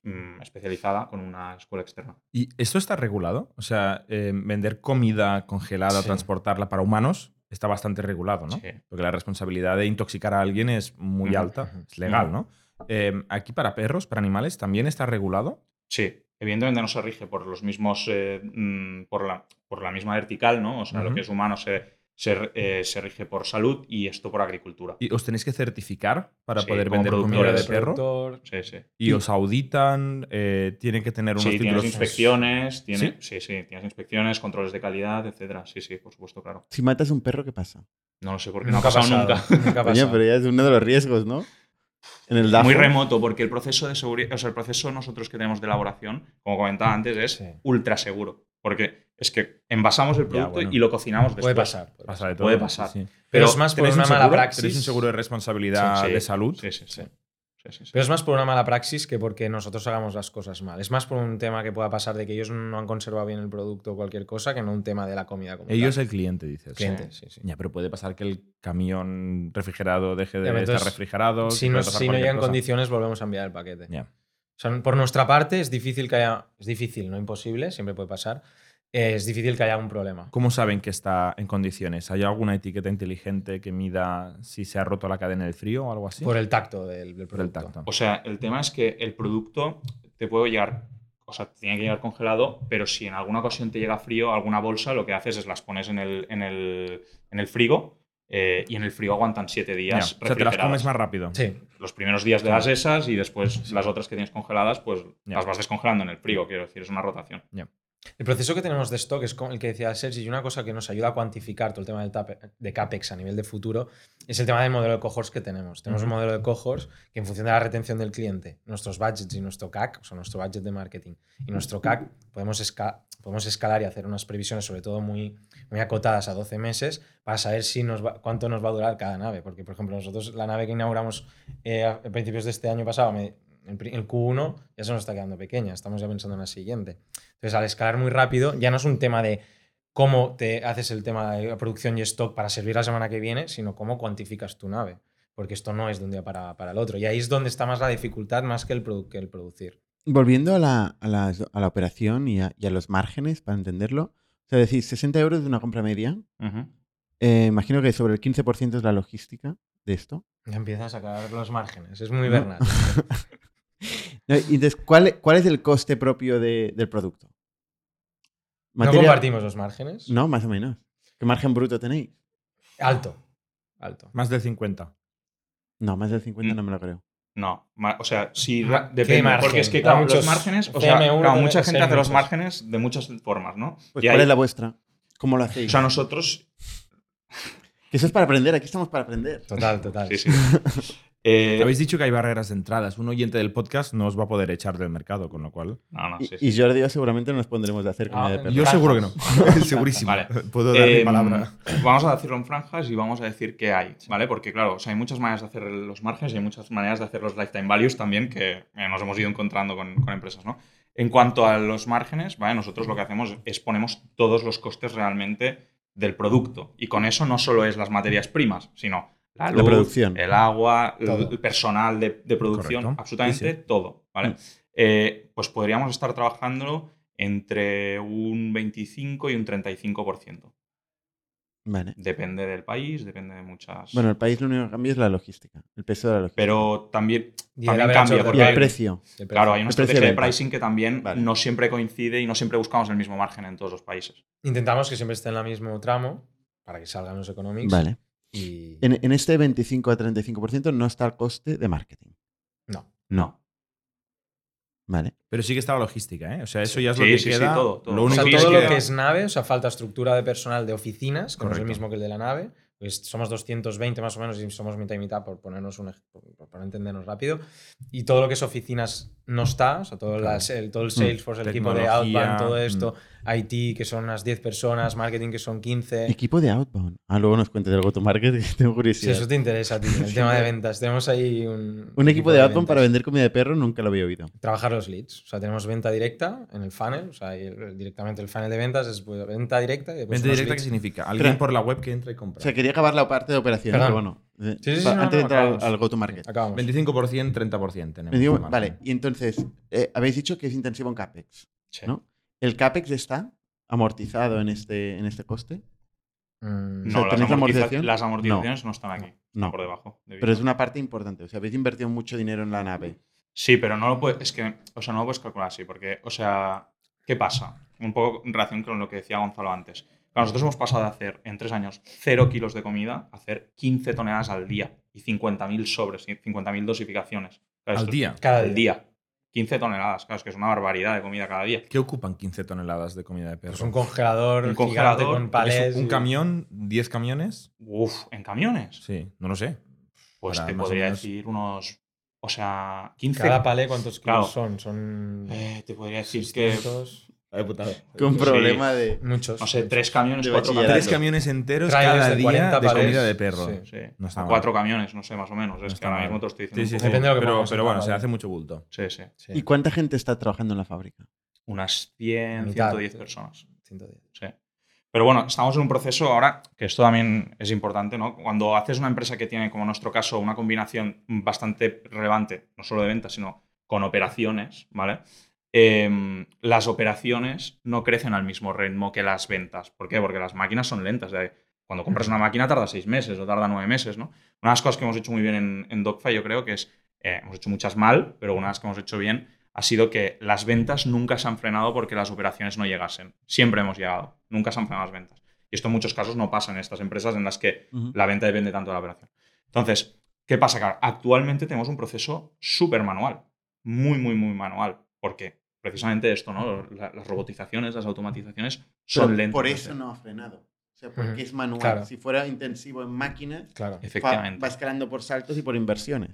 Speaker 4: mm, especializada con una escuela externa.
Speaker 5: ¿Y esto está regulado? O sea, eh, vender comida congelada,
Speaker 6: Sí.
Speaker 5: transportarla para humanos, está bastante regulado, ¿no?
Speaker 4: Sí.
Speaker 5: Porque la responsabilidad de intoxicar a alguien es muy
Speaker 4: Ujú,
Speaker 5: alta.
Speaker 6: ujú.
Speaker 5: Es legal, ¿no? Eh, aquí para perros, para animales, también está regulado.
Speaker 4: Sí, evidentemente no se rige por los mismos, eh, mm, por, la, por la misma vertical, ¿no? O sea, lo
Speaker 5: Ujú.
Speaker 4: que es humano se, se, eh, se rige por salud y esto por agricultura.
Speaker 5: Y os tenéis que certificar para
Speaker 4: Sí,
Speaker 5: poder
Speaker 4: como
Speaker 5: vender comida
Speaker 4: productores
Speaker 5: de
Speaker 4: de
Speaker 5: perro.
Speaker 6: productor.
Speaker 4: Sí, sí.
Speaker 5: Y os auditan, eh, tienen que tener unos
Speaker 4: Sí, tienes
Speaker 5: títulos. pues,
Speaker 4: inspecciones, tiene- ¿Sí? sí, tienes inspecciones, controles de calidad, etcétera. Sí, sí, por supuesto, claro.
Speaker 7: Si matas un perro, ¿qué pasa?
Speaker 4: No lo sé por qué no ha pasado nunca.
Speaker 6: nunca ha
Speaker 7: Coño,
Speaker 6: pasado.
Speaker 7: pero ya es uno de los riesgos, ¿no? En el DAFO.
Speaker 4: Muy remoto, porque el proceso de seguridad, o sea, el proceso nosotros que tenemos de elaboración, como comentaba antes, es
Speaker 6: Sí.
Speaker 4: ultra seguro. Porque es que envasamos el producto
Speaker 5: bueno.
Speaker 4: y lo cocinamos después.
Speaker 6: Puede pasar. puede pasar.
Speaker 5: pues, Pasa de todo.
Speaker 4: Puede pasar.
Speaker 5: sí, sí.
Speaker 6: Pero es
Speaker 4: Pero
Speaker 6: más por
Speaker 5: ¿Tenéis
Speaker 6: una
Speaker 5: un
Speaker 6: mala
Speaker 5: seguro?
Speaker 6: praxis.
Speaker 5: ¿Tenéis un seguro de responsabilidad
Speaker 4: Sí, sí.
Speaker 5: de salud?
Speaker 4: Sí, sí, sí. Sí, sí, sí.
Speaker 6: Pero es más por una mala praxis que porque nosotros hagamos las cosas mal. Es más por un tema que pueda pasar de que ellos no han conservado bien el producto o cualquier cosa que no un tema de la comida como
Speaker 5: Ellos,
Speaker 6: tal.
Speaker 5: el cliente, dices.
Speaker 6: cliente, sí, sí.
Speaker 5: Ya, pero puede pasar que el camión refrigerado deje de
Speaker 6: Ya, pero
Speaker 5: estar
Speaker 6: entonces,
Speaker 5: refrigerado. que
Speaker 6: Si
Speaker 5: puede
Speaker 6: no,
Speaker 5: pasar
Speaker 6: si no
Speaker 5: cualquier
Speaker 6: llegan
Speaker 5: cosa.
Speaker 6: condiciones, volvemos a enviar el paquete.
Speaker 5: Ya.
Speaker 6: O sea, por nuestra parte es difícil que haya, es difícil, no imposible, siempre puede pasar, eh, es difícil que haya un problema.
Speaker 5: ¿Cómo saben que está en condiciones? ¿Hay alguna etiqueta inteligente que mida si se ha roto la cadena del frío o algo así?
Speaker 6: Por el tacto del, del producto.
Speaker 5: Por el tacto.
Speaker 4: O sea, el tema es que el producto te puede llegar, o sea, te tiene que llegar congelado, pero si en alguna ocasión te llega frío, alguna bolsa, lo que haces es las pones en el, en el, en el frigo eh, y en el frigo aguantan siete
Speaker 5: Ya,
Speaker 4: días.
Speaker 5: O sea, te las
Speaker 4: refrigeradas.
Speaker 5: comes más rápido.
Speaker 6: Sí,
Speaker 4: Los primeros días de las esas y después las otras que tienes congeladas, pues
Speaker 5: Ya.
Speaker 4: las vas descongelando en el frigo, quiero decir, es una rotación.
Speaker 6: El proceso que tenemos de stock es como el que decía Sergi, y una cosa que nos ayuda a cuantificar todo el tema del tape- de CAPEX a nivel de futuro es el tema del modelo de cohorts que tenemos. Tenemos un modelo de cohorts que en función de la retención del cliente, nuestros budgets y nuestro CAC, o sea, nuestro budget de marketing y nuestro CAC, podemos, esca- podemos escalar y hacer unas previsiones, sobre todo muy, muy acotadas a 12 meses, para saber si nos va- cuánto nos va a durar cada nave. Porque, por ejemplo, nosotros la nave que inauguramos eh, a a principios de este año pasado, me- el pri- el Q1, ya se nos está quedando pequeña, estamos ya pensando en la siguiente. Entonces, al escalar muy rápido, ya no es un tema de cómo te haces el tema de producción y stock para servir la semana que viene, sino cómo cuantificas tu nave. Porque esto no es de un día para, para el otro. Y ahí es donde está más la dificultad, más que el, produ- que el producir.
Speaker 1: Volviendo a la, a las- a la operación y a, y a los márgenes, para entenderlo, o sea, decís 60 euros de una compra media, eh, imagino que sobre el 15% es la logística de esto.
Speaker 6: Ya empiezas a sacar los márgenes. Es muy
Speaker 1: No.
Speaker 6: Bernat.
Speaker 1: No, y entonces, ¿cuál, cuál es el coste propio de- del producto?
Speaker 6: No
Speaker 1: Materia-
Speaker 6: compartimos los márgenes.
Speaker 1: No, más o menos. ¿Qué margen bruto tenéis?
Speaker 6: Alto. Alto.
Speaker 5: Más del 50.
Speaker 1: No, más del 50
Speaker 4: Mm.
Speaker 1: no me lo creo.
Speaker 4: No, ma- o sea,
Speaker 5: Ah,
Speaker 4: si
Speaker 6: Ma-
Speaker 4: ra- depende,
Speaker 6: margen?
Speaker 4: porque es que
Speaker 6: Da
Speaker 4: claro,
Speaker 6: muchos
Speaker 4: los márgenes, o sea,
Speaker 6: CM1
Speaker 4: claro,
Speaker 6: debe
Speaker 4: mucha
Speaker 6: de
Speaker 4: gente
Speaker 6: ser
Speaker 4: hace los
Speaker 6: muchos.
Speaker 4: márgenes de muchas formas, ¿no?
Speaker 1: Pues,
Speaker 4: Y
Speaker 1: ¿Cuál
Speaker 4: hay-
Speaker 1: es la vuestra? ¿Cómo lo
Speaker 4: o
Speaker 1: hacéis?
Speaker 4: sea, nosotros
Speaker 1: Que eso es para aprender, aquí estamos para aprender.
Speaker 6: Total, total.
Speaker 4: Sí, sí. Eh,
Speaker 5: Habéis dicho que hay barreras de entradas. Un oyente del podcast no os va a poder echar del mercado, con lo cual.
Speaker 4: no, no,
Speaker 1: Y,
Speaker 4: Ah, sí, sí.
Speaker 1: y Jordi y yo seguramente no nos pondremos de hacer comida
Speaker 6: Ah,
Speaker 1: de perro.
Speaker 5: Yo
Speaker 6: Franjas.
Speaker 5: seguro que no. Segurísimo.
Speaker 4: Vale.
Speaker 5: Puedo dar mi
Speaker 4: Em,
Speaker 5: palabra.
Speaker 4: Vamos a decirlo en franjas y vamos a decir qué hay, ¿vale? Porque claro, o sea, hay muchas maneras de hacer los márgenes y hay muchas maneras de hacer los lifetime values también que eh, nos hemos ido encontrando con, con empresas, ¿no? En cuanto a los márgenes, ¿vale? Nosotros lo que hacemos es ponemos todos los costes realmente del producto y con eso no solo es las materias primas, sino la,
Speaker 1: La
Speaker 4: luz,
Speaker 1: producción.
Speaker 4: el agua,
Speaker 6: Todo.
Speaker 4: el personal de, de producción,
Speaker 5: Correcto.
Speaker 4: absolutamente
Speaker 5: Sí,
Speaker 4: todo, ¿vale?
Speaker 1: Mm.
Speaker 4: Eh, pues podríamos estar trabajando entre un 25 y un 35%.
Speaker 1: Vale.
Speaker 4: Depende del país, depende de muchas.
Speaker 1: Bueno, el país lo único que cambia es la logística, el peso de la logística.
Speaker 4: pero también,
Speaker 6: Y el
Speaker 4: también
Speaker 6: average
Speaker 4: cambia,
Speaker 6: order
Speaker 1: y
Speaker 4: porque
Speaker 1: el
Speaker 6: value.
Speaker 1: precio.
Speaker 6: El precio.
Speaker 4: claro, hay una
Speaker 1: El precio de
Speaker 4: estrategia de
Speaker 1: venta.
Speaker 4: pricing que también
Speaker 1: Vale.
Speaker 4: no siempre coincide y no siempre buscamos el mismo margen en todos los países.
Speaker 6: Intentamos que siempre esté en el mismo tramo para que salgan los economics.
Speaker 1: Vale.
Speaker 6: Y...
Speaker 1: En, en este 25 a 35% no está el coste de marketing.
Speaker 6: No.
Speaker 1: No. Vale.
Speaker 5: Pero sí que está la logística, ¿eh? O sea, eso ya es lo
Speaker 4: Sí,
Speaker 5: que
Speaker 4: sí, sí,
Speaker 5: queda.
Speaker 4: todo, todo.
Speaker 5: Lo
Speaker 6: O
Speaker 5: único
Speaker 6: sea,
Speaker 4: Sí,
Speaker 5: que
Speaker 6: todo
Speaker 5: queda-
Speaker 6: lo que es nave, o sea, falta estructura de personal de oficinas, que no es el
Speaker 5: Correcto.
Speaker 6: mismo que el de la nave. Pues somos 220 más o menos y somos mitad y mitad por ponernos un ej- por- por- para entendernos rápido. Y todo lo que es oficinas no está, o sea, todo,
Speaker 5: Claro.
Speaker 6: las- el,
Speaker 1: Mm.
Speaker 6: todo el Salesforce, el equipo de
Speaker 5: Tecnología, mm.
Speaker 6: Outbound, todo esto, IT, que son unas 10 personas, marketing, que son 15.
Speaker 1: Equipo de Outbound. Ah, luego nos cuentes del go-to-market, que tengo
Speaker 6: Si
Speaker 1: curiosidad.
Speaker 6: eso te interesa, tío, el tema de ventas. Tenemos ahí un,
Speaker 1: Un equipo de Outbound
Speaker 6: ventas.
Speaker 1: para vender comida de perro nunca lo había oído.
Speaker 6: trabajar los leads. O sea, tenemos venta directa en el funnel, o sea, y el- directamente el funnel de ventas es pues, venta directa y después
Speaker 5: Venta
Speaker 6: unos
Speaker 5: directa, ¿qué
Speaker 6: leads.
Speaker 5: significa? Alguien
Speaker 1: Espera.
Speaker 5: por la web que entra y compra.
Speaker 1: O sea, quería acabar la parte de operación,
Speaker 6: Perdón.
Speaker 1: pero bueno. eh,
Speaker 6: Sí, sí, sí,
Speaker 1: pa-
Speaker 6: no,
Speaker 1: antes de
Speaker 6: no,
Speaker 1: entrar al,
Speaker 6: acabamos.
Speaker 1: al go-to-market.
Speaker 6: Acabamos.
Speaker 5: 25%, 30% tenemos.
Speaker 1: Me digo,
Speaker 5: de margen.
Speaker 1: vale, y entonces, eh, habéis dicho que es intensivo en CAPEX,
Speaker 4: Sí.
Speaker 1: ¿no? ¿El CAPEX está amortizado en este, en este coste?
Speaker 6: Mm,
Speaker 1: sea,
Speaker 4: No, las,
Speaker 1: ¿tenéis la
Speaker 4: amortiza-
Speaker 1: amortización?
Speaker 4: las amortizaciones no. están aquí,
Speaker 1: No.
Speaker 4: por debajo. de
Speaker 1: Pero es
Speaker 4: Bitcoin.
Speaker 1: una parte importante. O sea, habéis invertido mucho dinero en la nave.
Speaker 4: Sí, pero no lo puedes, es que, o sea, no lo puedes calcular así, porque, o sea, ¿qué pasa? Un poco en relación con lo que decía Gonzalo antes. Claro, Nosotros hemos pasado de hacer en tres años 0 kilos de comida a hacer 15 toneladas al día y 50.000 sobres, y 50.000 dosificaciones. Claro,
Speaker 5: Al
Speaker 4: esto-
Speaker 5: día.
Speaker 6: Cada
Speaker 4: al
Speaker 6: día.
Speaker 4: día. 15 toneladas, claro, es que es una barbaridad de comida cada día.
Speaker 5: ¿Qué ocupan 15 toneladas de comida de perro?
Speaker 6: Pues un congelador,
Speaker 4: Un
Speaker 6: gigante
Speaker 4: congelador,
Speaker 6: con
Speaker 5: Porque es
Speaker 6: palés.
Speaker 5: un
Speaker 6: y-
Speaker 5: camión, 10 camiones.
Speaker 4: Uf, en camiones.
Speaker 5: Sí, no lo sé.
Speaker 4: Pues
Speaker 5: Para
Speaker 4: te
Speaker 5: más o
Speaker 4: podría
Speaker 5: menos-
Speaker 4: decir unos. O sea, 15.
Speaker 6: Cada palé, ¿cuántos kilos
Speaker 4: Claro.
Speaker 6: son? Son.
Speaker 4: Eh, te podría decir que.
Speaker 6: 600,
Speaker 1: Con
Speaker 4: Sí.
Speaker 1: problema de...
Speaker 6: Muchos.
Speaker 4: No sé,
Speaker 6: muchos.
Speaker 4: tres camiones,
Speaker 1: De
Speaker 4: cuatro
Speaker 1: bachillerato.
Speaker 5: Tres
Speaker 4: camiones.
Speaker 5: camiones enteros
Speaker 6: Trailers
Speaker 5: cada
Speaker 6: de
Speaker 5: día
Speaker 6: 40
Speaker 5: de
Speaker 6: palés.
Speaker 5: comida de perro.
Speaker 6: Sí.
Speaker 4: Sí.
Speaker 5: No está mal.
Speaker 4: cuatro camiones, no sé, más o menos. es que
Speaker 5: Ah, está
Speaker 4: ahora
Speaker 5: mal.
Speaker 4: mismo te lo estoy
Speaker 5: Sí,
Speaker 4: diciendo.
Speaker 5: sí,
Speaker 4: un
Speaker 5: sí.
Speaker 4: poco-
Speaker 6: Depende de lo que
Speaker 5: pero,
Speaker 6: pongamos en
Speaker 5: pero
Speaker 6: cada
Speaker 5: bueno, se
Speaker 6: palé.
Speaker 5: hace mucho bulto.
Speaker 4: Sí, sí.
Speaker 6: Sí,
Speaker 1: ¿Y cuánta gente está trabajando en la fábrica?
Speaker 4: Unas 100,
Speaker 6: Mitad.
Speaker 4: 110 personas.
Speaker 6: 110.
Speaker 4: Sí. Pero bueno, estamos en un proceso ahora, que esto también es importante, ¿no? Cuando haces una empresa que tiene, como en nuestro caso, una combinación bastante relevante, no solo de ventas, sino con operaciones, ¿vale? Eh, las operaciones no crecen al mismo ritmo que las ventas. ¿Por qué? Porque las máquinas son lentas. ¿eh? Cuando compras una máquina tarda seis meses o tarda nueve meses, ¿no? Una de las cosas que hemos hecho muy bien en, en Dogfire, yo creo que es, eh, hemos hecho muchas mal, pero una de las que hemos hecho bien ha sido que las ventas nunca se han frenado porque las operaciones no llegasen. Siempre hemos llegado, nunca se han frenado las ventas. Y esto en muchos casos no pasa en estas empresas en las que
Speaker 7: Ujú.
Speaker 4: la venta depende tanto de la operación. Entonces, ¿qué pasa? Claro, actualmente tenemos un proceso súper manual, muy, muy, muy manual, porque precisamente esto, ¿no? La- las robotizaciones, las automatizaciones son
Speaker 1: Pero
Speaker 4: lentas.
Speaker 1: Por eso no ha frenado. O sea, porque
Speaker 6: Ujú.
Speaker 1: es manual.
Speaker 6: Claro.
Speaker 1: Si fuera intensivo en máquina,
Speaker 6: Claro.
Speaker 1: fa-
Speaker 4: Efectivamente.
Speaker 1: va escalando por saltos y por inversiones.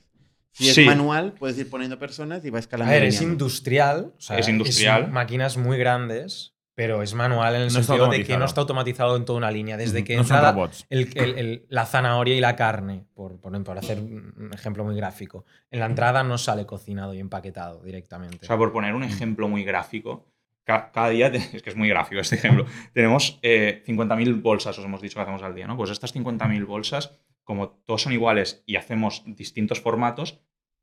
Speaker 1: Si es
Speaker 4: Sí.
Speaker 1: manual, puedes ir poniendo personas y va
Speaker 6: A
Speaker 1: escalando.
Speaker 6: ver,
Speaker 1: y
Speaker 6: es
Speaker 1: alineando.
Speaker 6: industrial. o sea,
Speaker 4: Es industrial.
Speaker 6: es máquinas muy grandes, pero es manual en el
Speaker 5: No está
Speaker 6: sentido de que
Speaker 5: automatizado.
Speaker 6: no está automatizado en toda una línea. Desde que
Speaker 5: no son
Speaker 6: entra la-
Speaker 5: robots.
Speaker 6: el- el- el- la zanahoria y la carne, por, por, por hacer un ejemplo muy gráfico, en la entrada no sale cocinado y empaquetado directamente.
Speaker 4: O sea, por poner un ejemplo muy gráfico, ca- cada día, te- es que es muy gráfico este ejemplo, tenemos eh, 50.000 bolsas, os hemos dicho que hacemos al día, ¿no? Pues estas 50.000 bolsas, como todos son iguales y hacemos distintos formatos,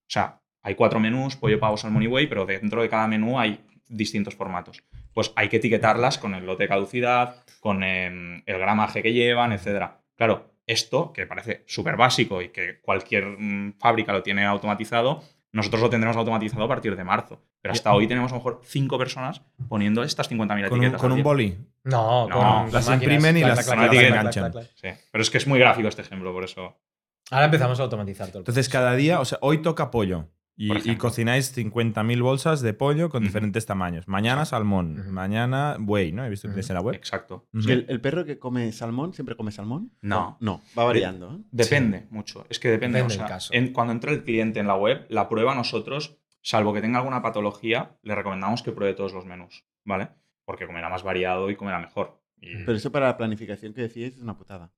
Speaker 4: o sea, hay cuatro menús, pollo, pavo, salmón y buey, pero dentro de cada menú hay distintos formatos. Pues hay que etiquetarlas con el lote de caducidad, con em, el gramaje que llevan, etcétera. Claro, esto, que parece súper básico y que cualquier mm, fábrica lo tiene automatizado, nosotros lo tendremos automatizado a partir de marzo. Pero hasta hoy tenemos a lo mejor cinco personas poniendo estas 50.000
Speaker 5: Con un,
Speaker 4: etiquetas. al
Speaker 5: con un
Speaker 4: día.
Speaker 5: boli.
Speaker 6: no,
Speaker 4: No,
Speaker 6: con- con
Speaker 5: las
Speaker 6: máquinas,
Speaker 5: imprimen y
Speaker 6: clac,
Speaker 5: las-
Speaker 6: clac,
Speaker 4: las
Speaker 6: clac, clac,
Speaker 4: enganchan.
Speaker 6: clac, clac.
Speaker 4: Sí, pero es que es muy gráfico este ejemplo, por eso.
Speaker 6: Ahora empezamos a automatizar todo. el
Speaker 5: Entonces, cada día, o sea, hoy toca pollo. Y,
Speaker 4: Por
Speaker 5: y
Speaker 4: ejemplo.
Speaker 5: cocináis 50.000 bolsas de pollo con
Speaker 4: Ujú.
Speaker 5: diferentes tamaños. Mañana salmón,
Speaker 6: Ujú.
Speaker 5: mañana buey, ¿no? ¿He visto que tenéis en la web?
Speaker 4: Exacto.
Speaker 5: Ujú.
Speaker 1: ¿El, el perro que come salmón siempre come salmón?
Speaker 4: No.
Speaker 1: No, va variando. ¿eh?
Speaker 4: Depende mucho. Es que depende.
Speaker 6: Depende
Speaker 4: o sea,
Speaker 6: del caso.
Speaker 4: en- cuando entra el cliente en la web, la prueba nosotros, salvo que tenga alguna patología, le recomendamos que pruebe todos los menús, ¿vale? Porque comerá más variado y comerá mejor. Y-
Speaker 6: Mm.
Speaker 1: Pero eso para la planificación que decías es una putada.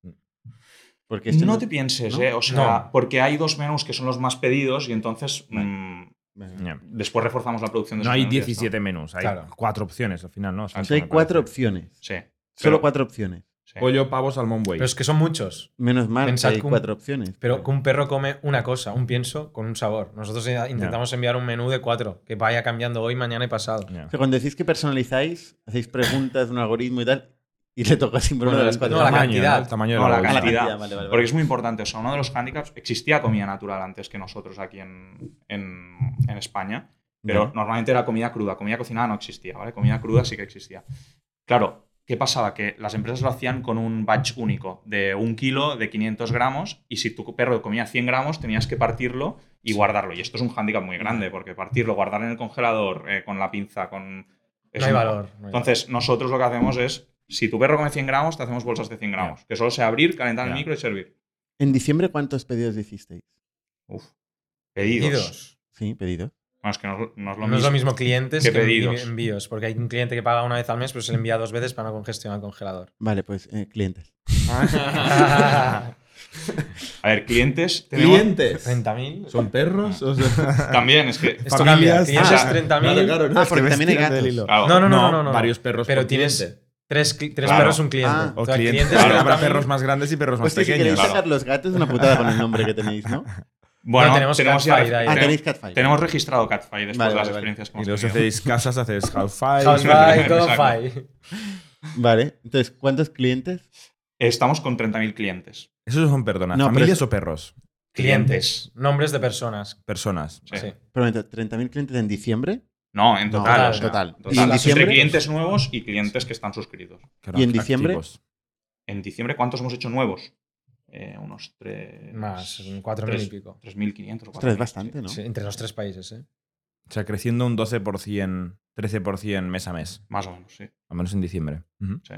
Speaker 1: Porque esto
Speaker 4: no te pienses,
Speaker 1: este ¿no?
Speaker 4: ¿eh? O sea,
Speaker 6: No.
Speaker 4: porque hay dos menús que son los más pedidos y entonces
Speaker 1: Vale.
Speaker 4: mm,
Speaker 1: Venga.
Speaker 5: Ya.
Speaker 4: después reforzamos la producción de
Speaker 5: No
Speaker 4: esos
Speaker 5: hay
Speaker 4: menús y ya está.
Speaker 5: 17 menús, hay
Speaker 6: Claro.
Speaker 5: cuatro opciones al final, ¿no? O sea,
Speaker 1: O
Speaker 5: eso
Speaker 1: sea, hay
Speaker 5: me
Speaker 1: cuatro
Speaker 5: parece.
Speaker 1: opciones.
Speaker 4: Sí.
Speaker 1: Solo
Speaker 4: Pero-
Speaker 1: cuatro opciones.
Speaker 4: sí.
Speaker 5: Pollo, pavo, salmón, buey.
Speaker 6: Pero es que son muchos.
Speaker 1: Menos mal, que
Speaker 6: Pensad
Speaker 1: hay
Speaker 6: que un-
Speaker 1: cuatro opciones.
Speaker 6: Pero que un perro come una cosa, un pienso con un sabor. Nosotros ya intentamos enviar un menú de cuatro que vaya cambiando hoy, mañana y pasado.
Speaker 5: Ya.
Speaker 1: O sea, cuando decís que personalizáis, hacéis preguntas de un algoritmo y tal, y le toca siempre
Speaker 4: Bueno,
Speaker 1: una de las
Speaker 4: el-
Speaker 1: cuatro.
Speaker 6: no, la
Speaker 1: Ah,
Speaker 5: Tamaño,
Speaker 6: cantidad.
Speaker 5: ¿no? El tamaño de
Speaker 4: No,
Speaker 5: la
Speaker 4: la
Speaker 5: bolsa.
Speaker 4: cantidad.
Speaker 1: vale, vale,
Speaker 4: Porque es muy importante, o sea, uno de los handicaps, existía comida natural antes que nosotros aquí en, en- en España, pero
Speaker 1: Ya.
Speaker 4: normalmente era comida cruda, comida cocinada no existía, ¿vale? Comida cruda sí que existía. Claro, ¿qué pasaba? Que las empresas lo hacían con un batch único, de un kilo, de 500 gramos, y si tu perro comía 100 gramos tenías que partirlo y guardarlo, y esto es un handicap muy grande, porque partirlo, guardar en el congelador, eh, con la pinza, con... es
Speaker 6: No hay
Speaker 4: un-
Speaker 6: valor. no hay
Speaker 4: entonces, nosotros lo que hacemos es, si tu perro come 100 gramos, te hacemos bolsas de 100 gramos, que solo sea abrir, calentar
Speaker 5: Ya.
Speaker 4: el micro y servir.
Speaker 1: En diciembre, ¿cuántos pedidos hicisteis?
Speaker 4: Uf.
Speaker 6: valor.
Speaker 4: Pedidos.
Speaker 6: Pedidos.
Speaker 1: Sí, pedidos.
Speaker 4: No, es que no, no es lo
Speaker 6: no
Speaker 4: mismo.
Speaker 6: es lo mismo clientes
Speaker 4: que
Speaker 6: que,
Speaker 4: pedidos.
Speaker 6: envíos, porque hay un cliente que paga una vez al mes, pero se le envía dos veces para no congestionar el congelador.
Speaker 1: Vale, pues eh, clientes.
Speaker 5: Ah,
Speaker 4: A ver, clientes tenemos
Speaker 6: ¿30.000?
Speaker 5: ¿Son perros? O sea,
Speaker 4: también, es que...
Speaker 6: Esto
Speaker 5: familias.
Speaker 6: cambia. Tienes
Speaker 4: Ah,
Speaker 6: esos 30.000.
Speaker 1: Ah, porque
Speaker 5: ves
Speaker 1: también hay
Speaker 5: tirando
Speaker 1: gatos.
Speaker 5: del hilo.
Speaker 4: claro,
Speaker 6: No, no, no, no, no, no.
Speaker 5: Varios perros
Speaker 6: Pero
Speaker 5: por
Speaker 6: tienes
Speaker 5: cliente.
Speaker 6: tres, cli- tres
Speaker 4: Claro.
Speaker 6: perros un cliente.
Speaker 1: Ah.
Speaker 5: O
Speaker 6: Entonces,
Speaker 5: clientes,
Speaker 6: clientes
Speaker 5: claro, habrá
Speaker 6: 30.000.
Speaker 5: perros más grandes y perros más
Speaker 1: Hostia, Pues si queréis
Speaker 5: pequeños.
Speaker 4: claro.
Speaker 1: sacar los gatos, es una putada con el nombre que tenéis, ¿no?
Speaker 4: Bueno,
Speaker 6: No,
Speaker 4: tenemos,
Speaker 6: tenemos
Speaker 4: ya-
Speaker 6: Catfight ahí.
Speaker 1: Ah,
Speaker 4: tenemos-
Speaker 1: tenéis catfight.
Speaker 4: tenemos registrado Catfight después
Speaker 1: Vale, vale,
Speaker 4: de las
Speaker 1: vale.
Speaker 4: experiencias que
Speaker 5: Y
Speaker 4: hemos
Speaker 5: los
Speaker 4: tenido.
Speaker 5: hacéis casas, hacéis house five.
Speaker 6: House by, todo
Speaker 4: Exacto.
Speaker 6: by.
Speaker 1: Vale, entonces, ¿cuántos clientes?
Speaker 4: Estamos con 30.000 clientes.
Speaker 5: Esos son, perdona,
Speaker 1: No, pero
Speaker 5: familias
Speaker 1: es-
Speaker 5: o perros.
Speaker 6: Clientes. Nombres de personas.
Speaker 5: Personas.
Speaker 4: Sí.
Speaker 6: Sí.
Speaker 1: Pero entonces, 30.000 clientes en diciembre
Speaker 4: No, en
Speaker 1: No,
Speaker 4: total.
Speaker 6: total,
Speaker 4: o sea,
Speaker 1: total.
Speaker 6: ¿Y en
Speaker 1: diciembre?
Speaker 4: Entre clientes nuevos y clientes que están suscritos.
Speaker 5: Claro,
Speaker 1: ¿Y en diciembre?
Speaker 5: activos.
Speaker 4: En diciembre, ¿cuántos hemos hecho nuevos? Eh, unos tres...
Speaker 6: Más, cuatro mil
Speaker 4: tres-
Speaker 6: y pico.
Speaker 4: 3.500 o
Speaker 1: Ostras, es
Speaker 4: 4.000,
Speaker 1: bastante, ¿no?
Speaker 6: Sí, entre los tres países, ¿eh?
Speaker 5: O sea, creciendo un 12%, 13% mes a mes.
Speaker 4: sí. Más o menos, sí.
Speaker 5: Al menos en diciembre. Ujú.
Speaker 4: sí.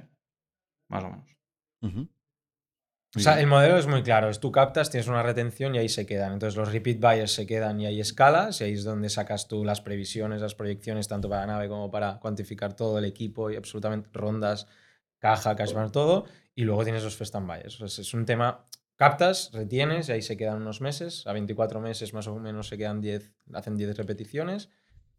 Speaker 4: Más o menos.
Speaker 1: Ujú.
Speaker 6: O sea, el modelo es muy claro. Es tú captas, tienes una retención y ahí se quedan. Entonces los repeat buyers se quedan y hay escalas y ahí es donde sacas tú las previsiones, las proyecciones, tanto para la nave como para cuantificar todo el equipo y absolutamente rondas, caja, cash bar, todo. Y luego tienes los first time buyers. O sea, es un tema, captas, retienes y ahí se quedan unos meses. A 24 meses más o menos se quedan 10, hacen 10 repeticiones